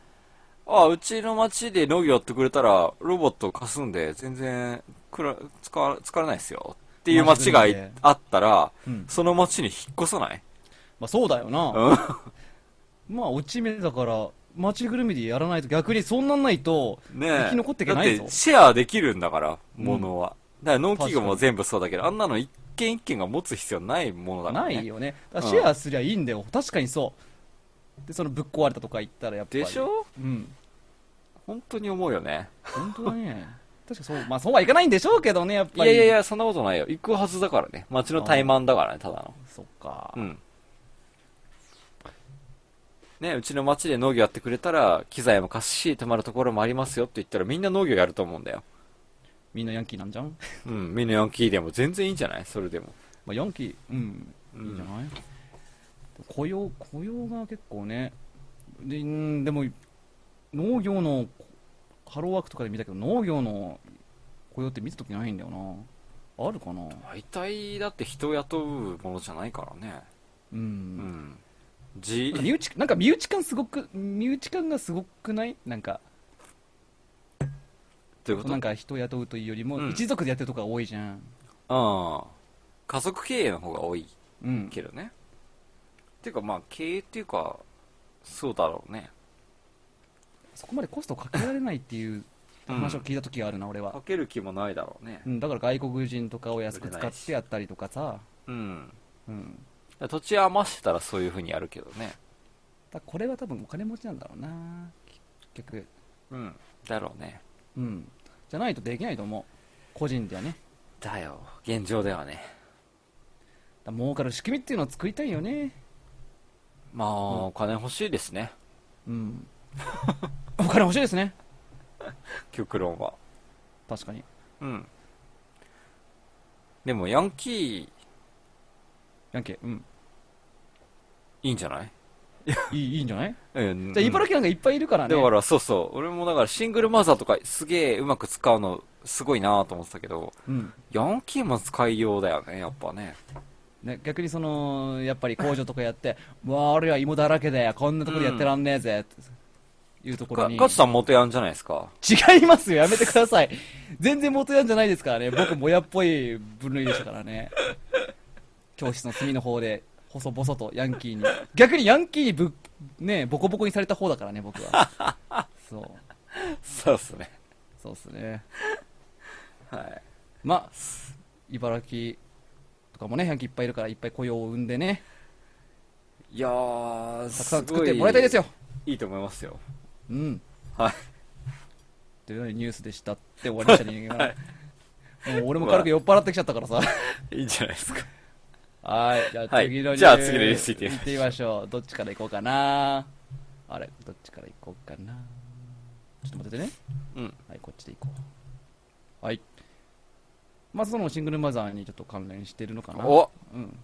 Speaker 5: あうちの町で農業やってくれたら、ロボット貸すんで、全然くら使わ、使われないですよ。っていう町がい
Speaker 7: マジでね
Speaker 5: あったら、
Speaker 7: うん
Speaker 5: その町に引っ越さない
Speaker 7: まあそうだよな
Speaker 5: うん。
Speaker 7: まあ落ち目だから街ぐるみでやらないと逆にそんなんないと
Speaker 5: ねえ。
Speaker 7: 生き残っていけないぞ
Speaker 5: だってシェアできるんだから、ものは。だから農機具
Speaker 7: 確か
Speaker 5: も
Speaker 7: に
Speaker 5: 全部そうだけど、あんなの一軒一軒が持つ必要ないものだから、ね。
Speaker 7: ないよねだからシェアすりゃいいんだよ、確かにそうでそのぶっ壊れたとか言ったらやっぱり
Speaker 5: でしょ
Speaker 7: うん
Speaker 5: 本当に思うよね。
Speaker 7: 本当だね 確かそうまあそうはいかないんでしょうけどねやっ
Speaker 5: い
Speaker 7: ぱ
Speaker 5: や
Speaker 7: り
Speaker 5: いやいや、そんなことないよ。行くはずだからね。町の怠慢だからね、ただの。
Speaker 7: そっか、
Speaker 5: うん。ね、うちの町で農業やってくれたら、機材も貸すし、泊まるところもありますよって言ったら、みんな農業やると思うんだよ。
Speaker 7: みんなヤンキーなんじゃん
Speaker 5: うん、みんなヤンキーでも全然いいんじゃないそれでも。
Speaker 7: まあヤンキーうんいいんじゃない、雇用雇用が結構ねでうんでも農業のハローワークとかで見たけど農業の雇用って見た時ないんだよなあるかな
Speaker 5: 大体、だって人を雇うものじゃないからね。
Speaker 7: うん、
Speaker 5: うん。じ
Speaker 7: 身内なんか身内感すごく身内感がすごくないなんか
Speaker 5: ということ
Speaker 7: なんか人を雇うというよりも、
Speaker 5: うん
Speaker 7: 一族でやってるとこが多いじゃ
Speaker 5: う
Speaker 7: ん
Speaker 5: ん。家族経営の方が多い
Speaker 7: うん
Speaker 5: けどね。ていうか、まあ、経営っていうか、そうだろうね。
Speaker 7: そこまでコストをかけられないっていう
Speaker 5: うん
Speaker 7: 話を聞いた時があるな、俺
Speaker 5: か
Speaker 7: は、
Speaker 5: ける気もないだろうね
Speaker 7: う。ん、だから外国人とかを安く使ってやったりとかさ、
Speaker 5: うん。
Speaker 7: うん、
Speaker 5: 土地余してたらそういう風にやるけどね。
Speaker 7: だからこれは多分お金持ちなんだろうな結局
Speaker 5: うん。だろうね。
Speaker 7: うんじゃないとできないと思う個人ではね
Speaker 5: だよ。現状ではね。
Speaker 7: だから儲かる仕組みっていうのを作りたいよね
Speaker 5: まあ、お金欲しいですね。
Speaker 7: うん お金欲しいですね
Speaker 5: 極論は。
Speaker 7: 確かに
Speaker 5: うん。でも、ヤンキー、
Speaker 7: ヤンキーうん
Speaker 5: いいんじゃない
Speaker 7: いいいいんじゃない
Speaker 5: うん
Speaker 7: じゃあ茨城なんかいっぱいいるからね
Speaker 5: だから、そうそう。俺もだから、シングルマザーとかすげえうまく使うの、すごいなと思ってたけど、
Speaker 7: うん
Speaker 5: ヤンキーも使いようだよね、やっぱね。
Speaker 7: ね、逆にそのやっぱり工場とかやって 「うわあ俺は芋だらけでこんなところやってらんねえぜ」っていうところ
Speaker 5: か
Speaker 7: に
Speaker 5: ガチさん元ヤンじゃないですか。
Speaker 7: 違いますよやめてください全然元ヤンじゃないですからね僕もやっぽい分類でしたからね教室の隅の方で細々とヤンキーに逆にヤンキーにぶねボコボコにされた方だからね僕はそう
Speaker 5: そうっすね。
Speaker 7: そうっすね
Speaker 5: はい。
Speaker 7: まあ茨城とかもねヤンキーいっぱいいるからいっぱい雇用を生んでね
Speaker 5: いやー、
Speaker 7: たくさん作ってもらいたいですよ。
Speaker 5: いいと思いますよ。
Speaker 7: うん
Speaker 5: はい。
Speaker 7: というようなニュースでしたって終わりましたね、もう俺も軽く酔っ払ってきちゃったからさ
Speaker 5: いいんじゃないですか。
Speaker 7: はいじゃあ
Speaker 5: はい
Speaker 7: 次のニュース、
Speaker 5: じゃあ次のニュース行ってみ
Speaker 7: 行
Speaker 5: ましょう
Speaker 7: ってみましょうどっちから行こうかなあれどっちから行こうかなちょっと待っててね
Speaker 5: うん。
Speaker 7: はいこっちで行こうはいまずそのシングルマザーにちょっと関連してるのかな
Speaker 5: お
Speaker 7: うん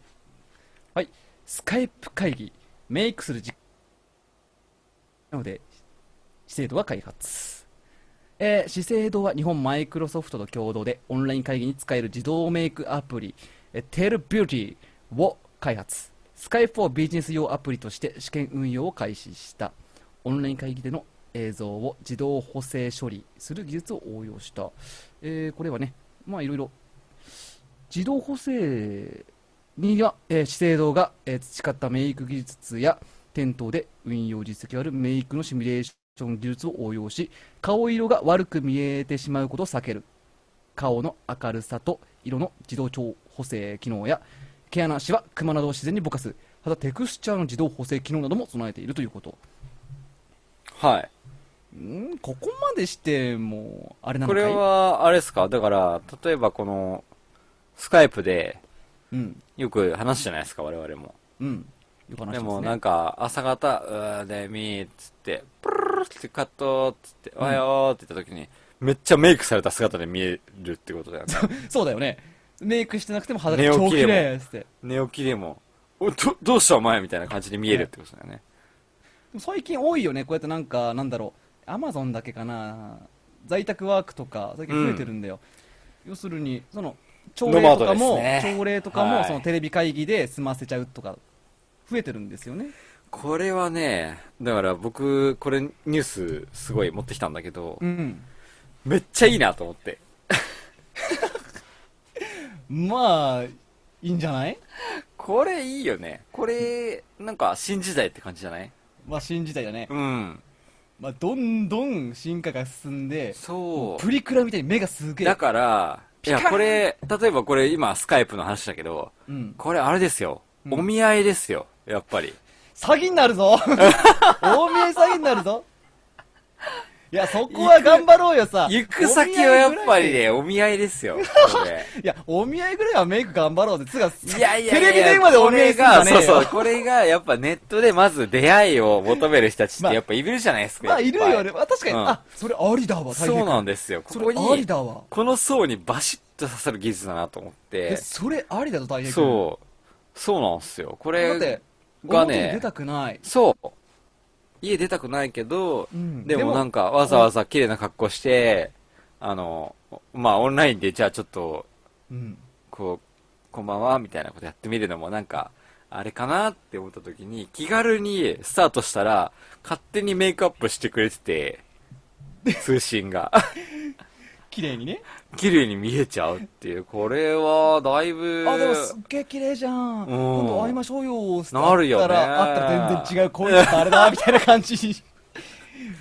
Speaker 7: はいスカイプ会議メイクする実なので資生堂が開発、えー資生堂は日本マイクロソフトと共同でオンライン会議に使える自動メイクアプリ、えー、テルビューティーを開発スカイプをビジネス用アプリとして試験運用を開始したオンライン会議での映像を自動補正処理する技術を応用した、えーこれはね、まあ、いろいろ自動補正には、えー資生堂が、えー培ったメイク技術や店頭で運用実績あるメイクのシミュレーション技術を応用し顔色が悪く見えてしまうことを避ける顔の明るさと色の自動調補正機能や毛穴シワ、クマなどを自然にぼかすまたテクスチャーの自動補正機能なども備えているということ
Speaker 5: はい。
Speaker 7: うんここまでしてもうあれなの
Speaker 5: こ
Speaker 7: かい
Speaker 5: れは、あれですかだから、例えばこの、スカイプで、
Speaker 7: うん
Speaker 5: よく話すじゃないですか、我々も。
Speaker 7: うんよく話してます
Speaker 5: で
Speaker 7: ね
Speaker 5: もなんか、朝方、うーで、みーっつって、プルルルってカットっつって、おはようって言った時に、めっちゃメイクされた姿で見えるってことだよね。
Speaker 7: そうだよねメイクしてなくても肌が
Speaker 5: 寝起き
Speaker 7: 超綺
Speaker 5: でも
Speaker 7: 麗っつってで
Speaker 5: 寝起きでも、お、ど、どうしたお前みたいな感じで見えるってことだよね。
Speaker 7: も最近多いよねこうやってなんかなんだろうアマゾンだけかな在宅ワークとか最近増えてるんだよ、要するにその朝礼とかも、
Speaker 5: ノマドですね
Speaker 7: 朝礼とかも、
Speaker 5: はい
Speaker 7: そのテレビ会議で済ませちゃうとか増えてるんですよね
Speaker 5: これはね、だから僕、これニュースすごい持ってきたんだけど
Speaker 7: う、ん
Speaker 5: めっちゃいいなと思って。
Speaker 7: まあいいんじゃない
Speaker 5: これいいよね。これ、なんか新時代って感じじゃない
Speaker 7: まあ新時代だね、
Speaker 5: うん。
Speaker 7: まあ、どんどん進化が進んで
Speaker 5: そ
Speaker 7: プリクラみたいに目がす
Speaker 5: う。
Speaker 7: げえ
Speaker 5: だから、いや、これ、例えばこれ今スカイプの話だけど、
Speaker 7: うん、
Speaker 5: これあれですよ。
Speaker 7: うん
Speaker 5: お見合いですよ。やっぱり。
Speaker 7: 詐欺になる ぞ大見え詐欺になるぞいやそこは頑張ろうよさ
Speaker 5: 行く先はやっぱりね、お見合いですよ。こ れ。
Speaker 7: いや、お見合いぐらいはメイク頑張ろうぜ。つうか、
Speaker 5: いやいやいや
Speaker 7: テレビ電話でお見合いするんじゃね
Speaker 5: こ
Speaker 7: えよ。
Speaker 5: れがそう そう、これがやっぱネットでまず出会いを求める人たちっ
Speaker 7: まあ
Speaker 5: てやっぱいるじゃないですか。
Speaker 7: まあ、
Speaker 5: や
Speaker 7: い
Speaker 5: っ
Speaker 7: る
Speaker 5: ぱ
Speaker 7: よね。まあ、確かに、
Speaker 5: うん
Speaker 7: あ、それありだわ、大
Speaker 5: そう
Speaker 7: 変。
Speaker 5: なんですよ。こ
Speaker 7: そ
Speaker 5: こ
Speaker 7: れあ
Speaker 5: に
Speaker 7: り、だわ。
Speaker 5: この層にバシッと刺さる技術だなと思っ
Speaker 7: え、
Speaker 5: て。
Speaker 7: それありだと大変。
Speaker 5: そう。そうなんですよ。こ
Speaker 7: だって
Speaker 5: れ、が
Speaker 7: 表に出
Speaker 5: ね、
Speaker 7: たくない。
Speaker 5: そう。家出たくないけど、
Speaker 7: うん
Speaker 5: で
Speaker 7: で
Speaker 5: も
Speaker 7: も
Speaker 5: なんかわざわざ綺麗な格好して、あの、まあオンラインでじゃあちょっと、
Speaker 7: うん。
Speaker 5: こう、こんばんは、みたいなことやってみるのもなんか、あれかなって思った時に、気軽にスタートしたら、勝手にメイクアップしてくれてて、通信が。
Speaker 7: 綺麗にね。
Speaker 5: 綺麗に見えちゃうっていう、これは、だいぶ、
Speaker 7: あ、でもすっげえ綺麗じゃん。
Speaker 5: ん
Speaker 7: 今度会いましょうよ。って
Speaker 5: なるよね
Speaker 7: 会ったら、会ったら全然違う声だったあれだ、みたいな感じに。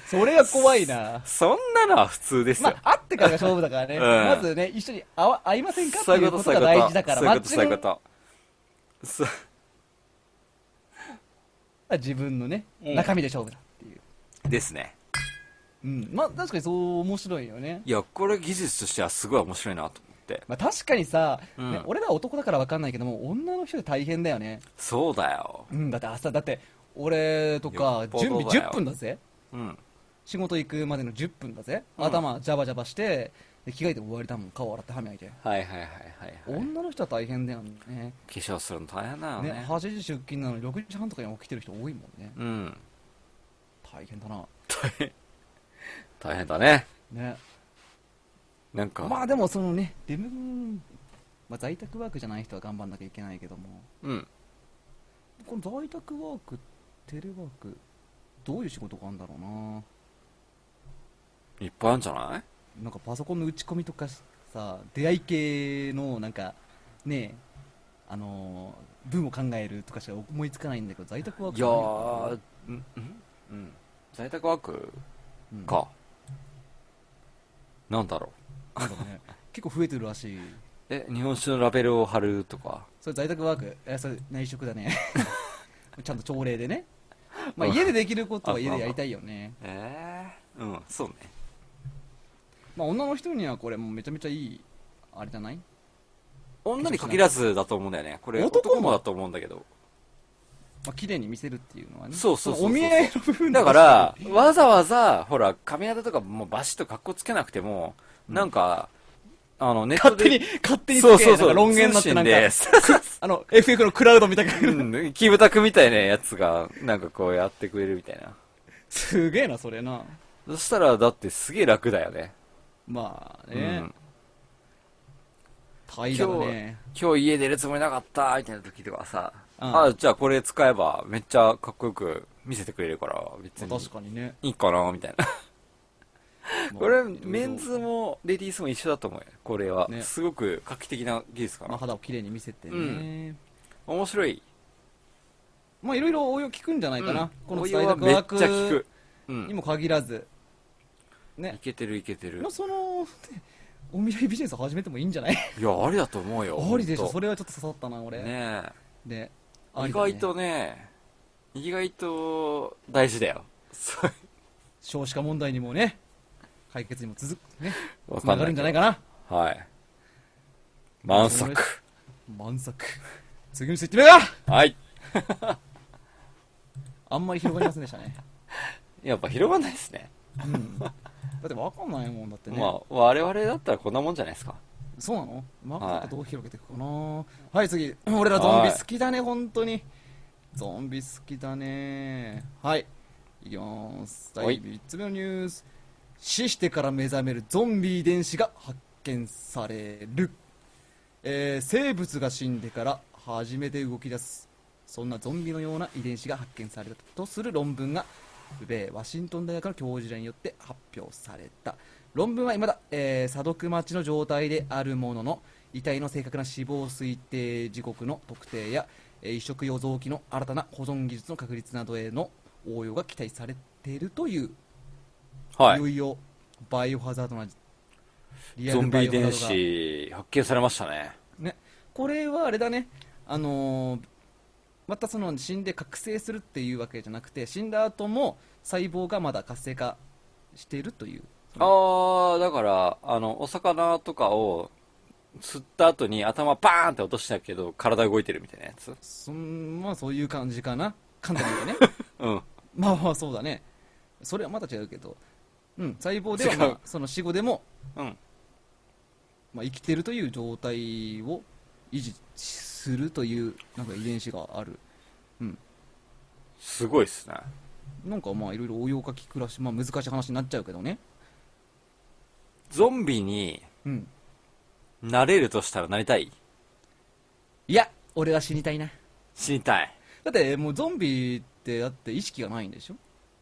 Speaker 7: それが怖いな。
Speaker 5: そんなのは普通です
Speaker 7: ま
Speaker 5: よ。
Speaker 7: あ、会ってからが勝負だからね。
Speaker 5: うん
Speaker 7: まずね、一緒に会わ会いませんかって
Speaker 5: そう
Speaker 7: い
Speaker 5: いう
Speaker 7: う
Speaker 5: こ、
Speaker 7: こと
Speaker 5: そ
Speaker 7: と
Speaker 5: ういう
Speaker 7: が
Speaker 5: こ
Speaker 7: 大
Speaker 5: と。
Speaker 7: 事だから、
Speaker 5: そういうこと、そういうこ
Speaker 7: マッチング
Speaker 5: と。そう
Speaker 7: は自分のね、
Speaker 5: うん
Speaker 7: 中身で勝負だっていう。
Speaker 5: ですね。
Speaker 7: うん、まあ確かにそう面白いよね。
Speaker 5: いや、これ技術としてはすごい面白いなと思って。
Speaker 7: まあ確かにさ、
Speaker 5: うん
Speaker 7: ね俺ら男だから分かんないけども、女の人で大変だよね。
Speaker 5: そうだよ。
Speaker 7: うん、だって朝、だって俺と
Speaker 5: よっ
Speaker 7: か
Speaker 5: ぽどだ
Speaker 7: 準
Speaker 5: よ
Speaker 7: 備10分だぜ。
Speaker 5: うん。
Speaker 7: 仕事行くまでの10分だぜ。
Speaker 5: うん
Speaker 7: 頭ジャバジャバして、で着替えて終わりだもん。顔洗って歯磨いて。
Speaker 5: はいはいはいはい、はい。
Speaker 7: 女の人は大変だよね。
Speaker 5: 化粧するの大変だよね。
Speaker 7: ね、8時出勤なのに6時半とかに起きてる人多いもんね。
Speaker 5: うん。
Speaker 7: 大変だな。
Speaker 5: 大変だね。
Speaker 7: ね。
Speaker 5: なんか、
Speaker 7: まあでもそのね、デブ君、まあ在宅ワークじゃない人は頑張んなきゃいけないけども。
Speaker 5: うん。
Speaker 7: この在宅ワークテレワークどういう仕事があるんだろうない
Speaker 5: っぱいあるんじゃない
Speaker 7: なんかパソコンの打ち込みとかさ出会い系のなんかねえあのー文を考えるとかしか思いつかないんだけど在宅ワーク
Speaker 5: いや
Speaker 7: 何があ
Speaker 5: ー
Speaker 7: る、
Speaker 5: うん、うん、うん。在宅ワーク
Speaker 7: うん
Speaker 5: か。なんだろう。
Speaker 7: なんだろうね結構増えてるらしい
Speaker 5: え、日本酒のラベルを貼るとか。
Speaker 7: それ在宅ワークえそれ内職だね ちゃんと朝礼でねまあ家でできることは家でやりたいよね
Speaker 5: ええうん、そうね。
Speaker 7: まあ女の人にはこれもうめちゃめちゃいいあれじゃない
Speaker 5: 女に限らずだと思うんだよね。これ
Speaker 7: 男
Speaker 5: 男
Speaker 7: も
Speaker 5: もだと思うんだけど。
Speaker 7: まあ綺麗に見せるっていうのはね
Speaker 5: そうそうそうそう
Speaker 7: のお見合いの部分
Speaker 5: だ
Speaker 7: とし
Speaker 5: か
Speaker 7: て
Speaker 5: ら、わざわざ、ほら、髪型とかもうバシッと格好つけなくても、なんか、あの、ネット
Speaker 7: 勝手
Speaker 5: で
Speaker 7: に、、勝手に
Speaker 5: そう
Speaker 7: つ
Speaker 5: そう
Speaker 7: け、
Speaker 5: そう、
Speaker 7: 論言になってなんか、
Speaker 5: 通信で
Speaker 7: あの、FF のクラウドみたいな。
Speaker 5: うん、キムタクみたいなやつが、なんかこうやってくれるみたいな。
Speaker 7: すげえな、それな。
Speaker 5: そしたら、だってすげえ楽だよね。
Speaker 7: まあ
Speaker 5: う
Speaker 7: ね、
Speaker 5: ん。
Speaker 7: 大変だね。
Speaker 5: 今日家出るつもりなかった、みたいな時とかさ、
Speaker 7: うん
Speaker 5: あ、じゃあこれ使えば、めっちゃかっこよく見せてくれるから、別に
Speaker 7: 確。かにね。
Speaker 5: いいかな、みたいな。
Speaker 7: まあ
Speaker 5: これ、
Speaker 7: いろいろ
Speaker 5: メンズもレディースも一緒だと思うよ。これは。
Speaker 7: ね
Speaker 5: すごく画期的な技術か
Speaker 7: まあ、
Speaker 5: な。
Speaker 7: 肌を綺麗に見せてね。
Speaker 5: うん面白い。
Speaker 7: まあ、いろいろ応用聞くんじゃないかな。
Speaker 5: うん
Speaker 7: この
Speaker 5: 応
Speaker 7: 伝え
Speaker 5: 用は
Speaker 7: た
Speaker 5: めっちゃ
Speaker 7: ワ
Speaker 5: 効
Speaker 7: ー
Speaker 5: く
Speaker 7: ク。
Speaker 5: うん
Speaker 7: にも限らず。
Speaker 5: いけてるいけてる。
Speaker 7: まあ、その、お見合いビジネスを始めてもいいん じゃない
Speaker 5: いや、ありだと思うよ。
Speaker 7: ありでしょ。
Speaker 5: ほんと
Speaker 7: それはちょっと刺さったな、俺。
Speaker 5: ね
Speaker 7: で、
Speaker 5: え。意
Speaker 7: ありだね
Speaker 5: 外とね、意外と大事だよ。そう
Speaker 7: 少子化問題にもね、解決にも続く、ね、
Speaker 5: わ
Speaker 7: つ
Speaker 5: か
Speaker 7: なん
Speaker 5: な
Speaker 7: が
Speaker 5: いけ
Speaker 7: るんじ
Speaker 5: ど
Speaker 7: ゃないかな。
Speaker 5: はい。満作。
Speaker 7: 満作。 次の人行ってみようか
Speaker 5: はい。
Speaker 7: あんまり広がりませんでしたね。
Speaker 5: やっぱ広がんないですね。
Speaker 7: うん。 だってわかんないもんだってね。
Speaker 5: まあ、我々だったらこんなもんじゃないですか。
Speaker 7: そうなのマ
Speaker 5: はい
Speaker 7: ックとどう広げていくかなはい、次。 俺らゾンビ好きだね、本当に。ゾンビ好きだね。はい。いきます。第
Speaker 5: はい
Speaker 7: 3つ目のニュース。死してから目覚めるゾンビ遺伝子が発見される。えー生物が死んでから初めて動き出す。そんなゾンビのような遺伝子が発見されたとする論文が米ワシントン大学の教授らによって発表された論文は未だ、えー査読待ちの状態であるものの遺体の正確な死亡推定時刻の特定や、えー移植予造機の新たな保存技術の確立などへの応用が期待されているという、、
Speaker 5: はい
Speaker 7: よ
Speaker 5: い。
Speaker 7: いよバイオハザードなリ
Speaker 5: ゾンビ遺伝
Speaker 7: ドが
Speaker 5: 子発見されましたね。
Speaker 7: ね、これはあれだね、あのーまたその死んで覚醒するっていうわけじゃなくて死んだ後も細胞がまだ活性化しているという
Speaker 5: あー、だから、あの、お魚とかを釣った後に頭バーンって落としたけど、体動いてるみたいなやつ。
Speaker 7: そん、まあ、そういう感じかな簡単にね
Speaker 5: うん。
Speaker 7: まあまあそうだねそれはまた違うけど、うん、細胞では、
Speaker 5: 違う
Speaker 7: まあ、その死後でも、
Speaker 5: うん。
Speaker 7: まあ、生きてるという状態を維持するというなんか遺伝子がある
Speaker 5: すごいっすね。
Speaker 7: なんかまあいろいろ応用が効くらしい、まあ、難しい話になっちゃうけどね
Speaker 5: ゾンビに
Speaker 7: うん
Speaker 5: なれるとしたらなりたい
Speaker 7: いや俺は死にたいな
Speaker 5: 死にたい。
Speaker 7: だってもうゾンビってだって意識がないんでしょ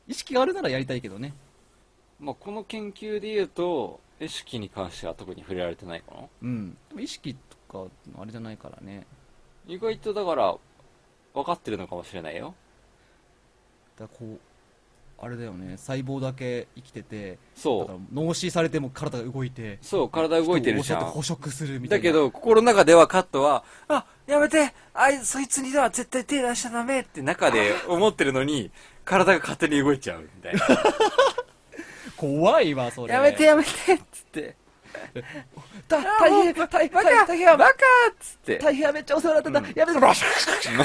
Speaker 7: 意識があるならやりたいけどね
Speaker 5: まあ、この研究で言うと、意識に関しては特に触れられてないかな。
Speaker 7: うんでも意識とかあれじゃないからね
Speaker 5: 意外とだから、分かってるのかもしれないよ。
Speaker 7: だからこうあれだよね細胞だけ生きてて
Speaker 5: そ
Speaker 7: だから
Speaker 5: う。
Speaker 7: 脳死されても体が動いて
Speaker 5: そう、体動いてるじゃ
Speaker 7: 人を
Speaker 5: ん
Speaker 7: 襲って。捕食するみたい
Speaker 5: だ
Speaker 7: な
Speaker 5: けど、心の中ではカットは、あ、やめてあい、そいつには絶対手出しちゃダメって中で思ってるのに、体が勝手に動いちゃうみたいな。
Speaker 7: 怖いわそれ
Speaker 5: やめてやめてっつって。
Speaker 7: 大変大変大変大変
Speaker 5: バカっつって。
Speaker 7: 大変めっちゃお世話になってたやめてバシャ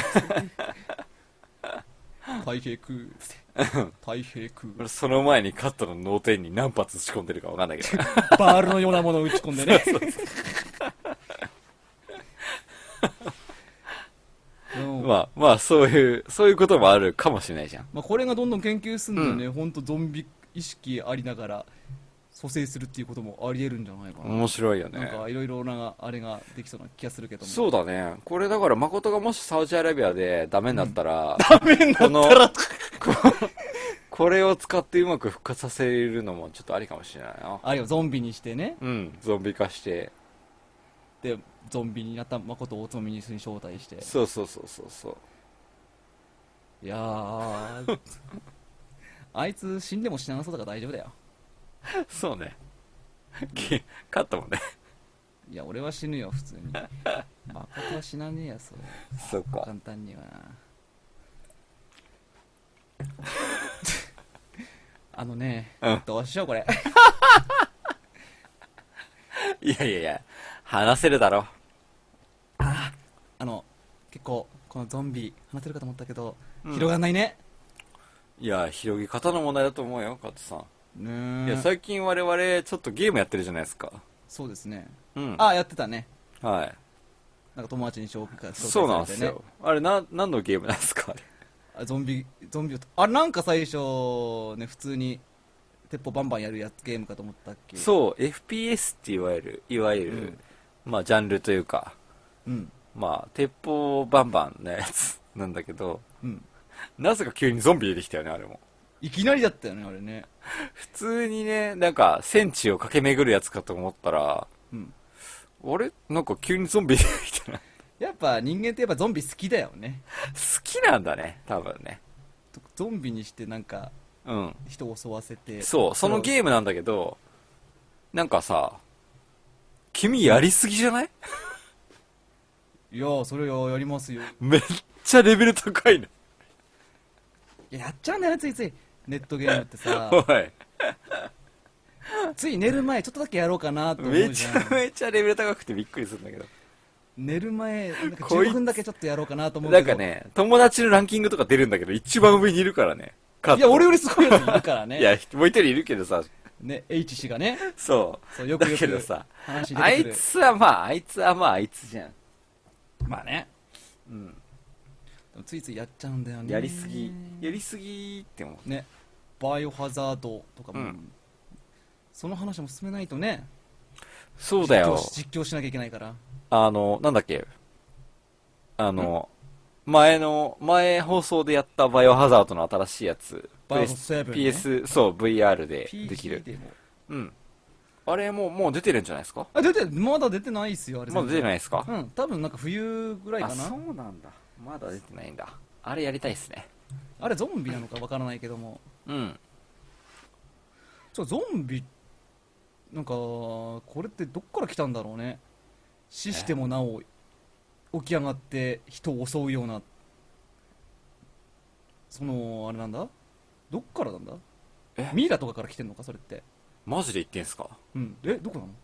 Speaker 7: 太平空太平空
Speaker 5: その前にカットの脳天に何発仕込んでるか分かんないけど ね
Speaker 7: バールのようなものを打ち込ん でね うん
Speaker 5: まあ、まあ、そういう、そういうこともあるかもしれないじゃん。
Speaker 7: まあ、これがどんどん研究するんだよね、ほんとゾンビ意識ありながら蘇生するっていうこともありえるんじゃないかな、
Speaker 5: 面白いよ
Speaker 7: なん
Speaker 5: ね。
Speaker 7: かいろいろなあれができそうな気がするけども
Speaker 5: そうだね。これだから、誠がもしサウジアラビアでダメになったら、
Speaker 7: ダメにな
Speaker 5: この
Speaker 7: ったら
Speaker 5: これを使ってうまく復活させるのもちょっとありかもしれないな。
Speaker 7: あれよゾンビにしてね
Speaker 5: うん、ゾンビ化して。
Speaker 7: でゾンビになった誠をおつまみに一緒に招待して
Speaker 5: そうそうそうそうそう。
Speaker 7: いや ーあいつ死んでも死ななそうだから大丈夫だよ
Speaker 5: そうね。き勝ったもんね。
Speaker 7: いや俺は死ぬよ普通 に誠は死なねえやそれ
Speaker 5: そっか。
Speaker 7: 簡単にはな あのね、
Speaker 5: うん
Speaker 7: どうしようこれ
Speaker 5: いやいやいや、話せるだろ。
Speaker 7: あの結構このゾンビ話せるかと思ったけど、広がんないね
Speaker 5: いや、広げ方の問題だと思うよ、カットさ
Speaker 7: ね
Speaker 5: ん。
Speaker 7: ー
Speaker 5: いや、最近我々、ちょっとゲームやってるじゃないですか。
Speaker 7: そうですね
Speaker 5: うん。
Speaker 7: あやってたね
Speaker 5: はい。
Speaker 7: なんか友達に紹介紹介されて、ね、
Speaker 5: そうなんですよ。あれ、な、何のゲームなんです かあれ
Speaker 7: あゾンビゾンビをあなんか最初ね普通に鉄砲バンバンやるやつゲームかと思ったっけう
Speaker 5: そう、FPS っていわゆる、いわゆる、まあ、ジャンルというか、
Speaker 7: うん
Speaker 5: まあ、鉄砲バンバンなやつなんだけど、
Speaker 7: うん
Speaker 5: なぜか急にゾンビ出てきたよね、あれも。
Speaker 7: いきなりだったよね、あれね。
Speaker 5: 普通にね、なんか、戦地を駆け巡るやつかと思ったら、
Speaker 7: うん
Speaker 5: あれなんか急にゾンビ出てき たな。好
Speaker 7: やっぱ人間ってやっぱゾンビ好きだよね。
Speaker 5: きなんだね、多分ね。
Speaker 7: ゾンビにしてなんか
Speaker 5: うん。
Speaker 7: 人を襲わせて。
Speaker 5: そう、そのゲームなんだけど、なんかさ、君やりすぎじゃない
Speaker 7: いやーそれをやりますよ。
Speaker 5: めっちゃレベル高いね。
Speaker 7: いややっちゃうんだよね、ついつい。ネットゲームっ てさ、
Speaker 5: おい。
Speaker 7: つい寝る前ちょっとだけやろうかなと思う
Speaker 5: め
Speaker 7: じ
Speaker 5: ち
Speaker 7: ゃ
Speaker 5: ゃ
Speaker 7: ん。
Speaker 5: めちゃレベル高くてびっくりするんだけど。
Speaker 7: 寝る前、なんか
Speaker 5: こいつ
Speaker 7: 15分だけちょっとやろうかなと思う
Speaker 5: な
Speaker 7: け
Speaker 5: ん
Speaker 7: ど。
Speaker 5: か。ね、友達のランキングとか出るんだけど、一番上にいるからね。カット
Speaker 7: いや、俺よりすごいやついるから
Speaker 5: い
Speaker 7: ね。
Speaker 5: や、もう一人いるけどさ、
Speaker 7: ね、H 氏がね、
Speaker 5: そう。
Speaker 7: そうよくよ
Speaker 5: だけど
Speaker 7: く
Speaker 5: さ、
Speaker 7: 話に
Speaker 5: あ
Speaker 7: 出て
Speaker 5: い
Speaker 7: くる。
Speaker 5: つはまあ、あいつはまあ、あいつじゃん。
Speaker 7: まあね。うん。ついついやっちゃうんだよね。
Speaker 5: やりすぎ。やりすぎって思う。
Speaker 7: ね、バイオハザードとかも、
Speaker 5: うん
Speaker 7: その話も進めないとね、
Speaker 5: そうだよ
Speaker 7: 実況。し実況しなきゃいけないから。
Speaker 5: あの、なんだっけ。あの、前の、前放送でやったバイオハザードの新しいやつ。
Speaker 7: バイオ7ね
Speaker 5: PS、そう、VR ででき
Speaker 7: PC
Speaker 5: る。
Speaker 7: でも。
Speaker 5: うん。あれもう、もう出てるんじゃないですか
Speaker 7: あ、出て、まだ出てないっすよ、あれ。
Speaker 5: まだ出てないですか
Speaker 7: うん、多分なんか冬ぐらいかな。
Speaker 5: うなんだまだ出てないんだあれやりたいっすね
Speaker 7: あれゾンビなのかわからないけども。
Speaker 5: うん
Speaker 7: そう、ゾンビ、なんか、これってどっから来たんだろうね。死してもなお、起き上がって人を襲うような、その、あれなんだどっからなんだ
Speaker 5: え
Speaker 7: ミイラとかから来てんのか、それって。
Speaker 5: マジで言ってんすか
Speaker 7: うん。え、どこなの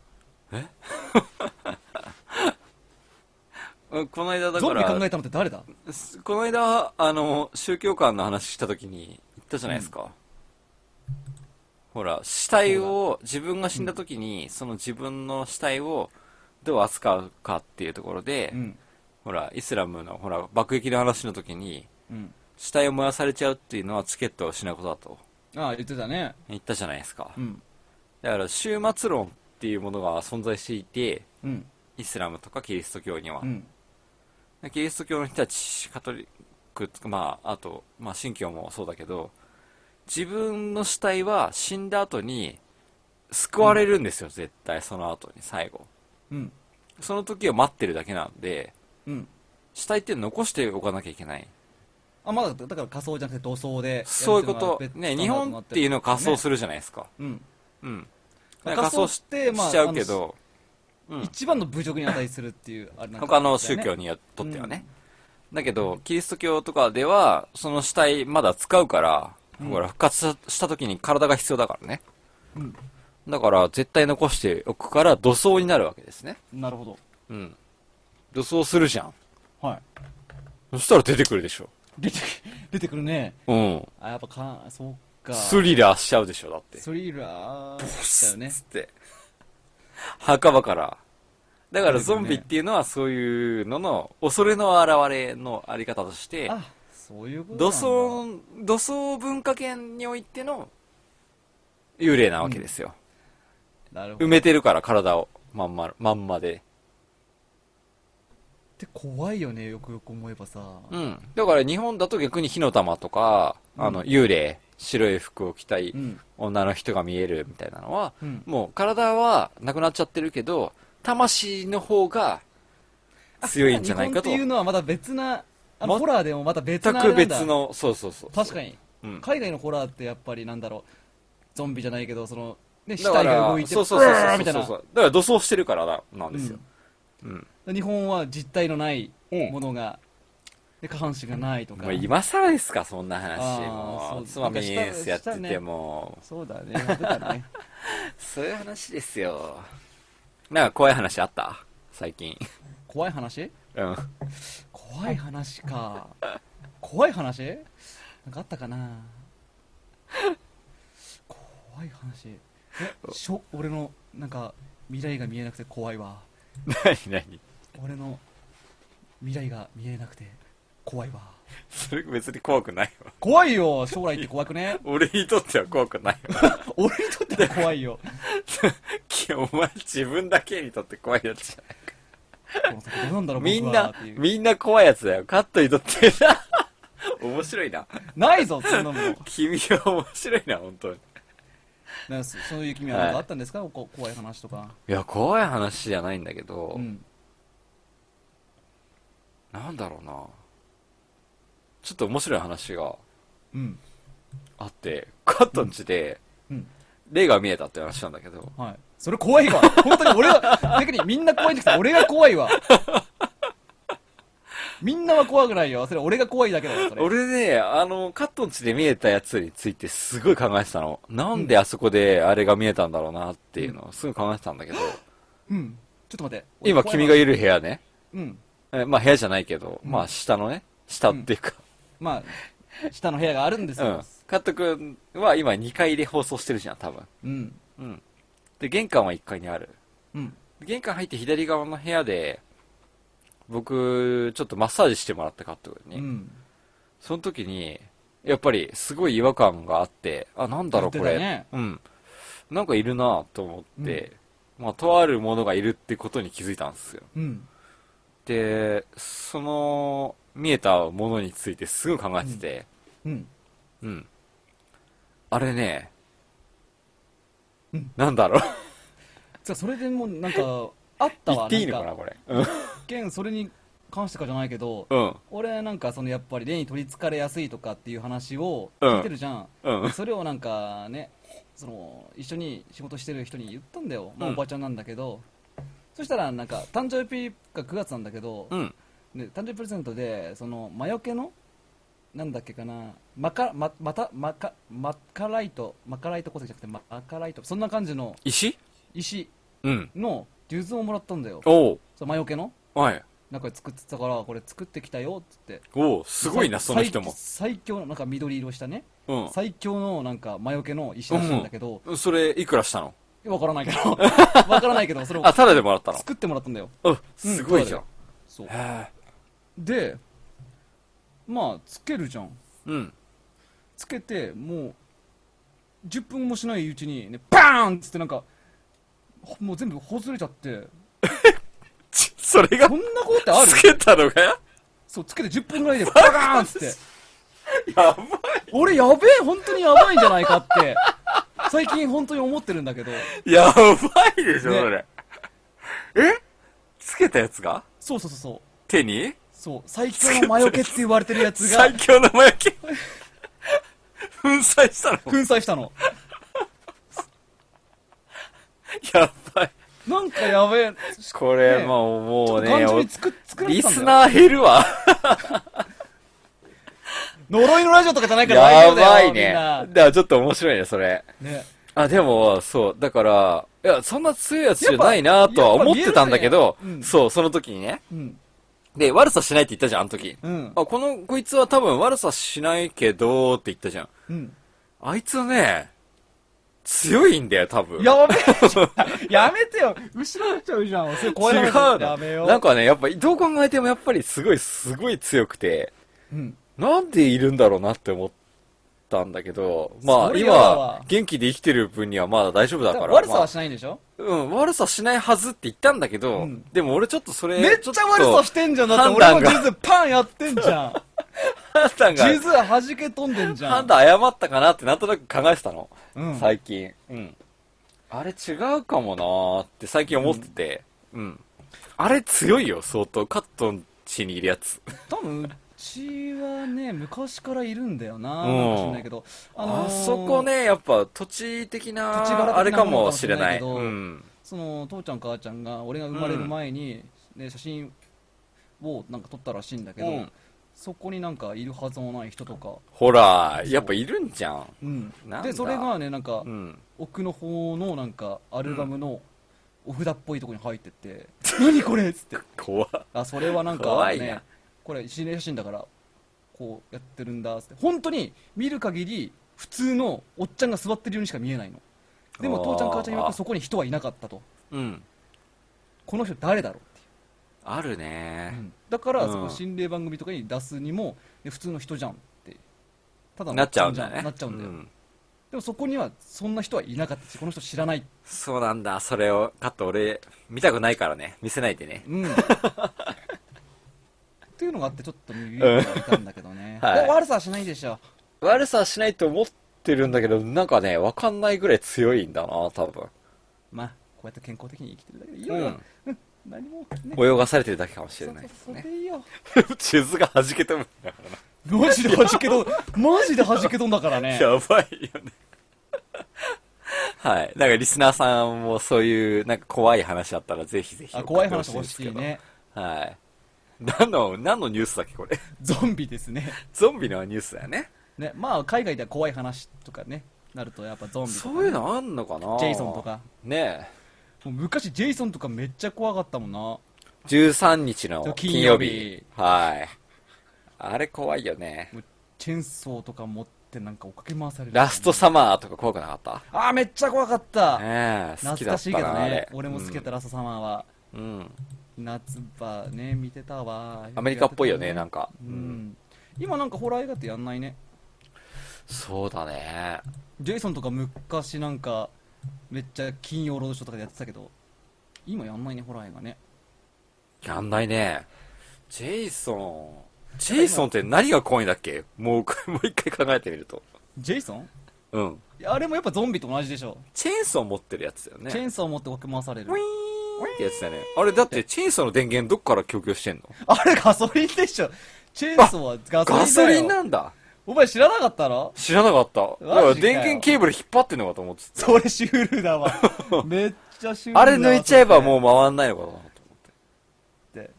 Speaker 5: うんこの間だ
Speaker 7: ゾ
Speaker 5: か
Speaker 7: ンビ
Speaker 5: ら
Speaker 7: 考えたのって誰だ
Speaker 5: すこの間あの宗教観の話した時に言ったじゃないですか、ほら死体を自分が死んだ時に、その自分の死体をどう扱うかっていうところで、
Speaker 7: うん。
Speaker 5: ほらイスラムのほら爆撃の話の時に
Speaker 7: うん。
Speaker 5: 死体を燃やされちゃうっていうのはチケットを失うことだと
Speaker 7: ああ、言ってたね。
Speaker 5: 言ったじゃないですか、
Speaker 7: うん。
Speaker 5: だから終末論っていうものが存在していて
Speaker 7: うん。
Speaker 5: イスラムとかキリスト教には
Speaker 7: う、ん。
Speaker 5: キリスト教の人たちカトリックとかまああと、まあ、信教もそうだけど自分の死体は死んだ後に救われるんですよ、絶対その後に最後
Speaker 7: うん。
Speaker 5: その時を待ってるだけなんで
Speaker 7: うん。
Speaker 5: 死体って残しておかなきゃいけない
Speaker 7: あ、まだ、だから仮想じゃなくて土葬で。
Speaker 5: そういうこと
Speaker 7: やるってい
Speaker 5: ね
Speaker 7: う
Speaker 5: 日
Speaker 7: のが
Speaker 5: 本っていうのを仮想するじゃないですか、
Speaker 7: うん。
Speaker 5: うん
Speaker 7: まあ
Speaker 5: 仮想し
Speaker 7: 仮想ってまあ
Speaker 5: しちゃうけどうん
Speaker 7: 一番の侮辱に値するっていう、あれなんか
Speaker 5: 他の宗教によっとってはね、だけどキリスト教とかではその死体まだ使うから、ほら復活した時に体が必要だからね、だから絶対残しておくから土葬になるわけですね
Speaker 7: なるほど。
Speaker 5: うん土葬するじゃん
Speaker 7: はい。
Speaker 5: そしたら出てくるでしょ
Speaker 7: 出て、出てく るね。
Speaker 5: うん
Speaker 7: あ、やっぱか、そうか。
Speaker 5: スリラーしちゃうでしょだって
Speaker 7: スリラーだよね
Speaker 5: つ。って墓場からだからゾンビっていうのはそういうのの恐れの表れのあり方として
Speaker 7: あ、そういうことなんだ
Speaker 5: 土葬、土葬文化圏においての幽霊なわけですよ。
Speaker 7: なるほど。
Speaker 5: 埋
Speaker 7: っ
Speaker 5: めてるから体を、まんま、まんまで。
Speaker 7: て怖いよね、よくよく思えばさ。
Speaker 5: うん。だから日本だと逆に火の玉とか、あの、幽霊、白い服を着たい
Speaker 7: うん
Speaker 5: 女の人が見えるみたいなのは、
Speaker 7: うん
Speaker 5: もう体はなくなっちゃってるけど、魂の方が強いんじゃないかと。
Speaker 7: 日本っていうのはまた別な、
Speaker 5: ま
Speaker 7: あのホラーでもまた別
Speaker 5: 全
Speaker 7: なあれ
Speaker 5: く
Speaker 7: なんだ。
Speaker 5: 別の、そうそうそう。
Speaker 7: 確かに、
Speaker 5: うん
Speaker 7: 海外のホラーってやっぱりなんだろうゾンビじゃないけどその、ね、死
Speaker 5: だか
Speaker 7: 体が
Speaker 5: ら
Speaker 7: 動いて
Speaker 5: そうそうそうそう
Speaker 7: ブワーみ
Speaker 5: そう
Speaker 7: たいな
Speaker 5: そう。だから土葬してるからななんですよ。
Speaker 7: 日本は実体のない
Speaker 5: うん
Speaker 7: ものが、で下半身がないとか
Speaker 5: もう今更ですか、そんな
Speaker 7: あ
Speaker 5: 話。
Speaker 7: ー
Speaker 5: も
Speaker 7: そう
Speaker 5: う、つまみエースやって
Speaker 7: なんか
Speaker 5: て
Speaker 7: した
Speaker 5: も、
Speaker 7: そうだねやってた ね
Speaker 5: そういう話ですよ。なんか怖い話あった最近。
Speaker 7: 怖い話
Speaker 5: うん。
Speaker 7: 怖い 話か怖い話なんかあったかな怖い話えしょ俺のなんか未来が見えなくて怖いわ
Speaker 5: 何何
Speaker 7: 俺の未来が見えなくて怖いわ
Speaker 5: それ別に怖くないわ。
Speaker 7: 怖いよ将来って怖くね
Speaker 5: 俺にとっては怖くないわ。
Speaker 7: 俺にとっては怖いよ
Speaker 5: いやお前自分だけにとって怖いやつじゃない。
Speaker 7: この先どうなんだろう
Speaker 5: みん
Speaker 7: 僕は
Speaker 5: な
Speaker 7: ってい、う
Speaker 5: みんな怖いやつだよ。カットにとってな。 面白いな。
Speaker 7: ないぞ、そんなもの。
Speaker 5: 君は面白いな、本当に。
Speaker 7: なんすそういう君は何かあったんですか、こ怖い話とか。
Speaker 5: いや、怖い話じゃないんだけど、
Speaker 7: うん。
Speaker 5: なんだろうな。ちょっと面白い話が
Speaker 7: うん。
Speaker 5: あって、カットンチで、
Speaker 7: うん。
Speaker 5: 霊が見えたって話なんだけど、
Speaker 7: はい。それ怖いわ。本当に俺は、逆にみんな怖いんですけど、俺が怖いわ。みんなは怖くないよ。それ俺が怖いだけだよ、それ。
Speaker 5: 俺ね、あの、カットンチで見えたやつについてすごい考えてたの。なんであそこであれが見えたんだろうなっていうのをすごい考えてたんだけど、
Speaker 7: うん。ちょっと待って。俺
Speaker 5: 今
Speaker 7: 怖い
Speaker 5: 君
Speaker 7: わ
Speaker 5: がいる部屋ね、
Speaker 7: うん。
Speaker 5: えまあ部屋じゃないけど、まあ下のね、下っていうか、
Speaker 7: まあ、下の部屋があるんです
Speaker 5: うん。
Speaker 7: よ。
Speaker 5: カット君は今2階で放送してるじゃん、多分。
Speaker 7: うん。
Speaker 5: うん。で、玄関は1階にある。
Speaker 7: うん。
Speaker 5: 玄関入って左側の部屋で、僕、ちょっとマッサージしてもらったカット君
Speaker 7: う
Speaker 5: に。
Speaker 7: ん。
Speaker 5: その時に、やっぱりすごい違和感があって、あ、なんだろう、こ
Speaker 7: 言って
Speaker 5: れ。
Speaker 7: たね
Speaker 5: うん。なんかいるなと思って、まあ、とあるものがいるってことに気づいたんですよ。
Speaker 7: うん。
Speaker 5: で、その、見えたものについてすごい考えてて、
Speaker 7: うん。
Speaker 5: うん。あれね、
Speaker 7: うん
Speaker 5: なんだろう。
Speaker 7: じゃあそれでもうなんか、あった
Speaker 5: 言
Speaker 7: わ。
Speaker 5: っていいのか
Speaker 7: ん
Speaker 5: な、これ。うん。
Speaker 7: 一見それに関してかじゃないけど、
Speaker 5: うん。
Speaker 7: 俺なんかそのやっぱり霊に取りつかれやすいとかっていう話を
Speaker 5: うん
Speaker 7: 聞いてるじゃん、
Speaker 5: うん
Speaker 7: それをなんかねその一緒に仕事してる人に言ったんだよ、まあ、
Speaker 5: うん
Speaker 7: おばちゃんなんだけど、そしたらなんか誕生日が9月なんだけど、
Speaker 5: うん。
Speaker 7: で誕生日プレゼントでその魔除けのなんだっけかなマカままたマカマカライトマカライト鉱石じゃなくてママカライトそんな感じの
Speaker 5: 石
Speaker 7: 石
Speaker 5: うん。
Speaker 7: の数珠をもらったんだよ
Speaker 5: おう。
Speaker 7: その魔除けの
Speaker 5: はい。
Speaker 7: なんか作ってたからこれ作ってきたよっつって
Speaker 5: おう、すごいな、その人も。
Speaker 7: 最最強のなんか緑色したね、
Speaker 5: うん。
Speaker 7: 最強のなんか魔除けの石らしいんだけど、
Speaker 5: それ、いくらしたの
Speaker 7: わからない けどわからないけどそれを
Speaker 5: あ、タダでもらったの
Speaker 7: 作ってもらったんだよ
Speaker 5: うん、すごいじゃん。
Speaker 7: そう
Speaker 5: へ
Speaker 7: でまあつけるじゃん
Speaker 5: え。うん。
Speaker 7: つけてもう10分もしないうちにねバーンっつってなんかほもう全部ほずれちゃって
Speaker 5: ちそれが
Speaker 7: こんなことってある
Speaker 5: つけたのが
Speaker 7: そうつけて10分ぐらいでバーンっつって
Speaker 5: やばい。
Speaker 7: 俺やべえ本当にやばいんじゃないかって最近本当に思ってるんだけど
Speaker 5: やばいでしょ、
Speaker 7: ね
Speaker 5: それ。えつけたやつが
Speaker 7: そうそうそうそう
Speaker 5: 手に
Speaker 7: そう、最強の魔除けって言われてるやつが
Speaker 5: 最強の魔除け。粉砕したの
Speaker 7: 粉砕したの。
Speaker 5: やばい。
Speaker 7: なんかやべえ。
Speaker 5: これ、
Speaker 7: ね
Speaker 5: まあもうね、
Speaker 7: 感情に作作
Speaker 5: お
Speaker 7: られ
Speaker 5: リ
Speaker 7: てたんだ
Speaker 5: ス
Speaker 7: よ
Speaker 5: ナー減るわ。
Speaker 7: 呪いのラジオとかじゃないから大丈
Speaker 5: や
Speaker 7: 夫だよ。
Speaker 5: ばいね。
Speaker 7: みん
Speaker 5: だか
Speaker 7: な
Speaker 5: らちょっと面白いね、それ。
Speaker 7: ね。
Speaker 5: あ、でも、そう、だから、いや、そんな強いやつじゃないなとは思ってたんだけど、
Speaker 7: やっぱ見えるねうん
Speaker 5: そう、その時にね。
Speaker 7: うん。
Speaker 5: で、悪さしないって言ったじゃん、あの時。
Speaker 7: うん。
Speaker 5: あ、この、こいつは多分悪さしないけど、って言ったじゃん。
Speaker 7: うん。
Speaker 5: あいつね、強いんだよ、多分。
Speaker 7: やべえ。やめてよ。後ろ見ちゃうじゃん。それ怖い
Speaker 5: 違
Speaker 7: な
Speaker 5: うの。
Speaker 7: やめよう。
Speaker 5: なん、かね、やっぱ、どう考えてもやっぱりすごい、すごい強くて、
Speaker 7: うん。
Speaker 5: なんでいるんだろうなって思ったんだけど、ま
Speaker 7: そ
Speaker 5: あ、
Speaker 7: れ嫌だわ
Speaker 5: 今、元気で生きてる分にはまだ大丈夫だ
Speaker 7: だか
Speaker 5: からら。
Speaker 7: 悪さ
Speaker 5: まあ
Speaker 7: はしないんでしょ
Speaker 5: うん、悪さしないはずって言ったんだけど、
Speaker 7: うん
Speaker 5: でも俺ちょっとそれ、
Speaker 7: めっちゃ悪さしてんじゃん。だって
Speaker 5: 判断
Speaker 7: 俺
Speaker 5: が
Speaker 7: も地図パンやってんじゃ ん。
Speaker 5: 判断
Speaker 7: 地
Speaker 5: が、
Speaker 7: 図は弾け飛んでんじゃん。
Speaker 5: 判断誤ったかなってなんとなく考えてたの、
Speaker 7: うん
Speaker 5: 最近。うん。あれ違うかもなーって最近思ってて、うん。あれ強いよ、相当。カットン家にいるやつ。
Speaker 7: 多分、うちはね、昔からいるんだよな。
Speaker 5: うん
Speaker 7: なんか知んないけど。
Speaker 5: あ
Speaker 7: のー
Speaker 5: そこね、やっぱ土地的な、
Speaker 7: 土地柄的な
Speaker 5: あれかもしれない。
Speaker 7: ものか
Speaker 5: う
Speaker 7: もしれない
Speaker 5: ん。
Speaker 7: その父ちゃん母ちゃんが俺が生まれる前に、ね、写真をなんか撮ったらしいんだけど、
Speaker 5: うん
Speaker 7: そこになんかいるはずもない人とか、
Speaker 5: ほら、やっぱいるんじゃん。なんだ
Speaker 7: でそれがねなんか、
Speaker 5: うん。
Speaker 7: 奥の方のなんかアルバムのお札っぽいとこに入ってって 「何これ!」っつって
Speaker 5: 怖っ
Speaker 7: あそれはなんか
Speaker 5: 怖い
Speaker 7: ね
Speaker 5: な
Speaker 7: これ心霊写真だからこうやってるんだっつって本当に見る限り普通のおっちゃんが座ってるようにしか見えないのでも
Speaker 5: あー
Speaker 7: 父ちゃん母ちゃん曰くそこに人はいなかったと
Speaker 5: うん。
Speaker 7: この人誰だろうっていう
Speaker 5: あるね。
Speaker 7: だから、
Speaker 5: うん
Speaker 7: その心霊番組とかに出すにもね普通の人じゃんってただの
Speaker 5: なっちゃうんだね。
Speaker 7: なっちゃうんだよ、でもそこにはそんな人はいなかったしこの人知らない
Speaker 5: そうなんだ、それ を、カット俺、見たくないからね、見せないでね。
Speaker 7: うんっっていうのがあって、ちょっと見えたんだけどね。
Speaker 5: はい
Speaker 7: 悪さはしないでしょ。
Speaker 5: 悪さはしないと思ってるんだけど、なんかね、わかんないぐらい強いんだな、多分。
Speaker 7: まあ、こうやって健康的に生きてるだけでいいよ。
Speaker 5: うん。
Speaker 7: 何も、ね。
Speaker 5: 泳がされてるだけかもし
Speaker 7: そ
Speaker 5: れ
Speaker 7: う
Speaker 5: ないです
Speaker 7: そう
Speaker 5: ね
Speaker 7: そ。れでいいよ。
Speaker 5: 地図が弾けても、
Speaker 7: マジで弾けどん、マジで弾けどんだからね。
Speaker 5: やばいよね。はい。なんかリスナーさんもそういう、なんか怖い話あったらぜひぜひ。
Speaker 7: あ怖い話欲
Speaker 5: 送って
Speaker 7: しい
Speaker 5: ほで
Speaker 7: ね。
Speaker 5: すけど。はい。何の、何のニュースだっけ、これ。
Speaker 7: ゾンビですね。
Speaker 5: ゾンビのニュースだよね。
Speaker 7: ね、まあ、海外では怖い話とかね、なるとやっぱゾンビとかね、
Speaker 5: そういうのあんのかな
Speaker 7: ジェイソンとか。
Speaker 5: ね
Speaker 7: もう昔ジェイソンとかめっちゃ怖かったもんな。
Speaker 5: え。13日の金
Speaker 7: 金
Speaker 5: 曜
Speaker 7: 曜
Speaker 5: 日。
Speaker 7: 日
Speaker 5: はい。あれ怖いよね。
Speaker 7: もうチェーンソーとか持ってなんか追っかけ回される。
Speaker 5: ラストサマーとか怖くなかった
Speaker 7: あーめっちゃ怖かった。
Speaker 5: ねえ、好き
Speaker 7: 懐
Speaker 5: だ
Speaker 7: か
Speaker 5: っ
Speaker 7: したいけど
Speaker 5: な、あ
Speaker 7: ね
Speaker 5: れ。
Speaker 7: 俺も好きだった、ラストサマーは。
Speaker 5: うん。うん
Speaker 7: 夏場ね、見てたわ。
Speaker 5: アメリカっぽいよね、なん
Speaker 7: か。
Speaker 5: か。
Speaker 7: う。ん。今なんかホラー映画ってやんないね。
Speaker 5: そうだね。
Speaker 7: ジェイソンとか昔なんか、めっちゃ金曜ロードショーとかでやってたけど、今やんないね、ホラー映画ね。
Speaker 5: やんないね。ジェイソン。ジェイソンって何が怖いんだっけもう、こ れもう一回考えてみると。
Speaker 7: ジェイソン
Speaker 5: うん。
Speaker 7: いやあれもやっぱゾンビと同じでしょ。
Speaker 5: チェーンソー持ってるやつだよね。
Speaker 7: チェー
Speaker 5: ン
Speaker 7: ンソー持って追っかけ回される。
Speaker 5: ってやつだよね。あれだって、チェーンソーの電源どっから供給してんの
Speaker 7: あれガソリンでしょ。チェーンソーはガソリンだよ。
Speaker 5: ガソリンなんだ。
Speaker 7: お前知らなかったの
Speaker 5: 知らなかった。だ
Speaker 7: ジ
Speaker 5: か
Speaker 7: からよ
Speaker 5: 電源ケーブル引っ張ってんのかと思ってた。
Speaker 7: それシュールだわ。 めっちゃシュールだわ
Speaker 5: あれ抜いちゃえばも
Speaker 7: う
Speaker 5: う回んないのかなと思って。
Speaker 7: って。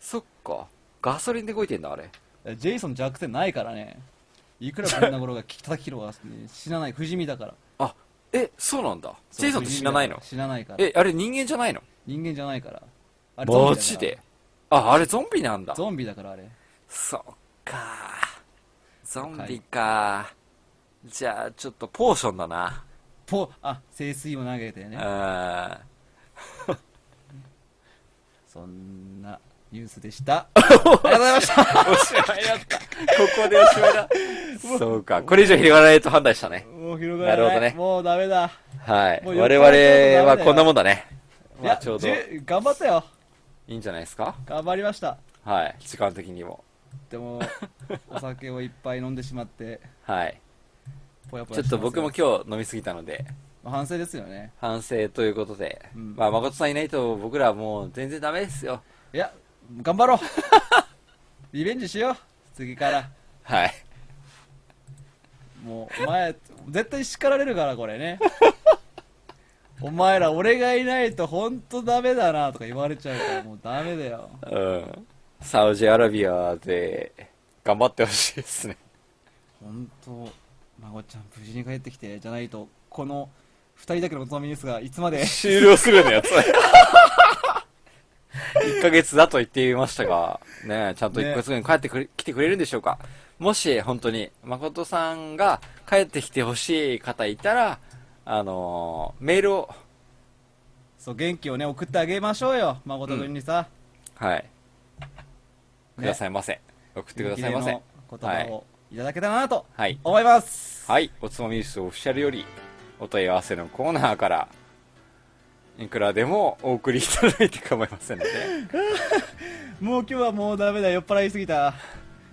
Speaker 5: そっか。ガソリンで動いてんだ、あれ。
Speaker 7: ジェイソン弱点ないからね。いくらこんな頃が叩き切ろうが死なない。不死身だから。
Speaker 5: あ、え、そうなんだ。ジェイソンって死なないの
Speaker 7: 死なないから。
Speaker 5: え、あれ人間じゃないの
Speaker 7: 人間じゃないから。あれ
Speaker 5: マジであ、あれゾンビなんだ。
Speaker 7: ゾンビだからゾンビだから
Speaker 5: そっか。ゾンビか。じゃあ、ちょっとポーションだな。
Speaker 7: あれ。ポあ、清水を投げて
Speaker 5: う
Speaker 7: ね。
Speaker 5: ーん。
Speaker 7: そんなニュースでした。
Speaker 5: おしまいだった。ここでおしま いだ。そうか。これ以上広がらないと判断したね。
Speaker 7: もう広がらない。
Speaker 5: なるほどね
Speaker 7: もうダメだ。
Speaker 5: はい。
Speaker 7: もう酔っ払っちゃうとダメだ
Speaker 5: 我
Speaker 7: よ
Speaker 5: 々はこんなもんだね。
Speaker 7: い
Speaker 5: まあ、
Speaker 7: や、
Speaker 5: ちょうど
Speaker 7: じ
Speaker 5: い
Speaker 7: ゅ頑張ったよ。
Speaker 5: いんじゃないですか
Speaker 7: 頑張りました。
Speaker 5: はい。時間的にも。
Speaker 7: でも、 お酒をいっぱい飲んでしまって、
Speaker 5: はい。
Speaker 7: ぽやぽや
Speaker 5: ちょっと僕も
Speaker 7: して
Speaker 5: 今日飲みすぎたので、
Speaker 7: ますよ反省ですよね。
Speaker 5: 反省ということで、
Speaker 7: うん
Speaker 5: まあ、誠さんいないと僕らはもう全然ダメですよ。
Speaker 7: いや、頑張ろうリベンジしよう次から。
Speaker 5: はい。
Speaker 7: もう、お前、絶対叱られるから、これね。 お前ら、俺がいないと本当ダメだなとか言われちゃうから、もうダメだよ。
Speaker 5: うん。サウジアラビアで、頑張ってほしいです ね。
Speaker 7: 本当孫ちゃん、無事に帰ってきて、じゃないと、この二人だけのおつまみですが、いつまで
Speaker 5: 終了するようなやつ。1ヶ月だと言っていましたが、ねえちゃんと1ヶ月後に帰ってくれ、来てくれるんでしょうか。もし、本当に、誠さんが帰ってきてほしい方いたら、あのーメールを、
Speaker 7: そう、元気をね、送ってあげましょうよ、孫と君にさ。
Speaker 5: はい。くださいませ。送ってくださいませ。
Speaker 7: 元気の言葉をいただけたらなと
Speaker 5: はい。
Speaker 7: 思います。
Speaker 5: はい、おつまみニュースオフィシャルよりお問い合わせのコーナーからいくらでもお送りいただいて構いませんの で
Speaker 7: もう今日はもうダメだ、酔っ払いすぎた。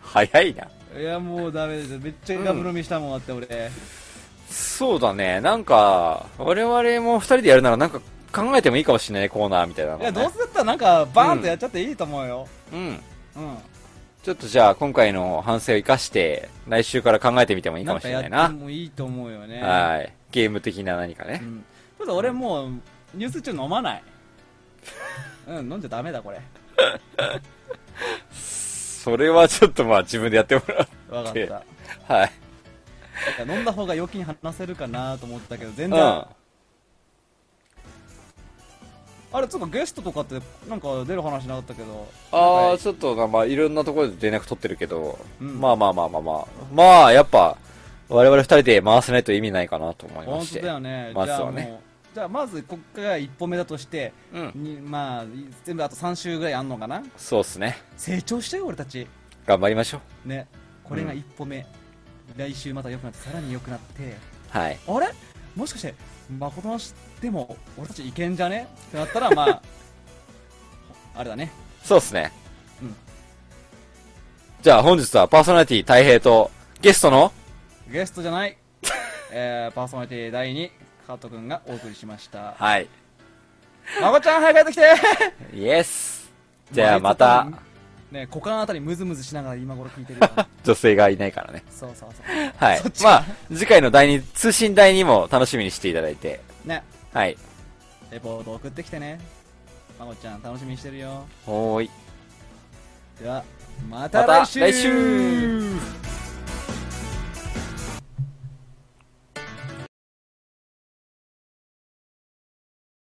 Speaker 5: 早いない
Speaker 7: や、もうダメです。めっちゃガブ飲みしたもんあって、俺。
Speaker 5: そうだねなんか我々も2人でやるならなんか考えてもいいかもしれないねコーナーみたいなの、
Speaker 7: い
Speaker 5: ね、
Speaker 7: や、どうせだったらなんか、バーンとやっちゃっていいと思うよ。
Speaker 5: うん
Speaker 7: うん。
Speaker 5: ちょっとじゃあ今回の反省を生かして来週から考えてみてもいいか
Speaker 7: な
Speaker 5: も
Speaker 7: ん
Speaker 5: し
Speaker 7: か
Speaker 5: れ
Speaker 7: やっ
Speaker 5: ない
Speaker 7: て
Speaker 5: な
Speaker 7: もいいと思うよね。
Speaker 5: はいゲーム的な何かね
Speaker 7: う、ん。ただ俺もう、ニュース中飲ま ない。うん、飲んじゃダメだ、これ。
Speaker 5: それはちょっとまあ自分でやってもら
Speaker 7: わかっ
Speaker 5: って
Speaker 7: た。
Speaker 5: はい
Speaker 7: なんか飲んだ方が余計に話せるかなと思ったけど、全
Speaker 5: うん
Speaker 7: 然。あれ、つうかゲストとかって、なんか出る話なかったけど。
Speaker 5: あ
Speaker 7: な
Speaker 5: あ
Speaker 7: んか
Speaker 5: ちょっとなまあいろんなところで連絡取ってるけど、
Speaker 7: うん
Speaker 5: まあまあまあまあまあまあやっぱ我々二人で回せないと意味ないかなと思いま
Speaker 7: 本
Speaker 5: して
Speaker 7: 当だよね。
Speaker 5: まず
Speaker 7: じゃあ
Speaker 5: は
Speaker 7: もう
Speaker 5: ね
Speaker 7: じゃあまずこっから一歩目だとして、
Speaker 5: うん
Speaker 7: にまあい全部あと3週ぐらいあんのかな
Speaker 5: そうっすね
Speaker 7: 成長したよ俺たち
Speaker 5: 頑張りましょう
Speaker 7: ねこれが
Speaker 5: うん
Speaker 7: 一歩目、来週また良くなってさらに良くなって
Speaker 5: はい
Speaker 7: あれもしかして誠の知っても俺たちいけんじゃね ってなったらまああれだね
Speaker 5: そうっすね
Speaker 7: うん
Speaker 5: じゃあ本日はパーソナリティ大平とゲストの
Speaker 7: ゲストじゃない、えー、パーソナリティ第2加藤君がお送りしました
Speaker 5: はい。
Speaker 7: まこちゃん早く帰ってきて
Speaker 5: イエス じゃあまた、
Speaker 7: ね股間あたりムズムズしながら今頃聞いてるよ
Speaker 5: 女性がいないからね。
Speaker 7: そうそうそう
Speaker 5: はい
Speaker 7: そっ。ち
Speaker 5: まあ、次回の第2、通信第2も楽しみにしていただいて。
Speaker 7: ね
Speaker 5: はい。
Speaker 7: レポート送ってきてねまこちゃん楽しみにしてるよ
Speaker 5: ほーい。
Speaker 7: ではま
Speaker 5: ま
Speaker 7: た
Speaker 5: た
Speaker 7: 来週
Speaker 5: 来週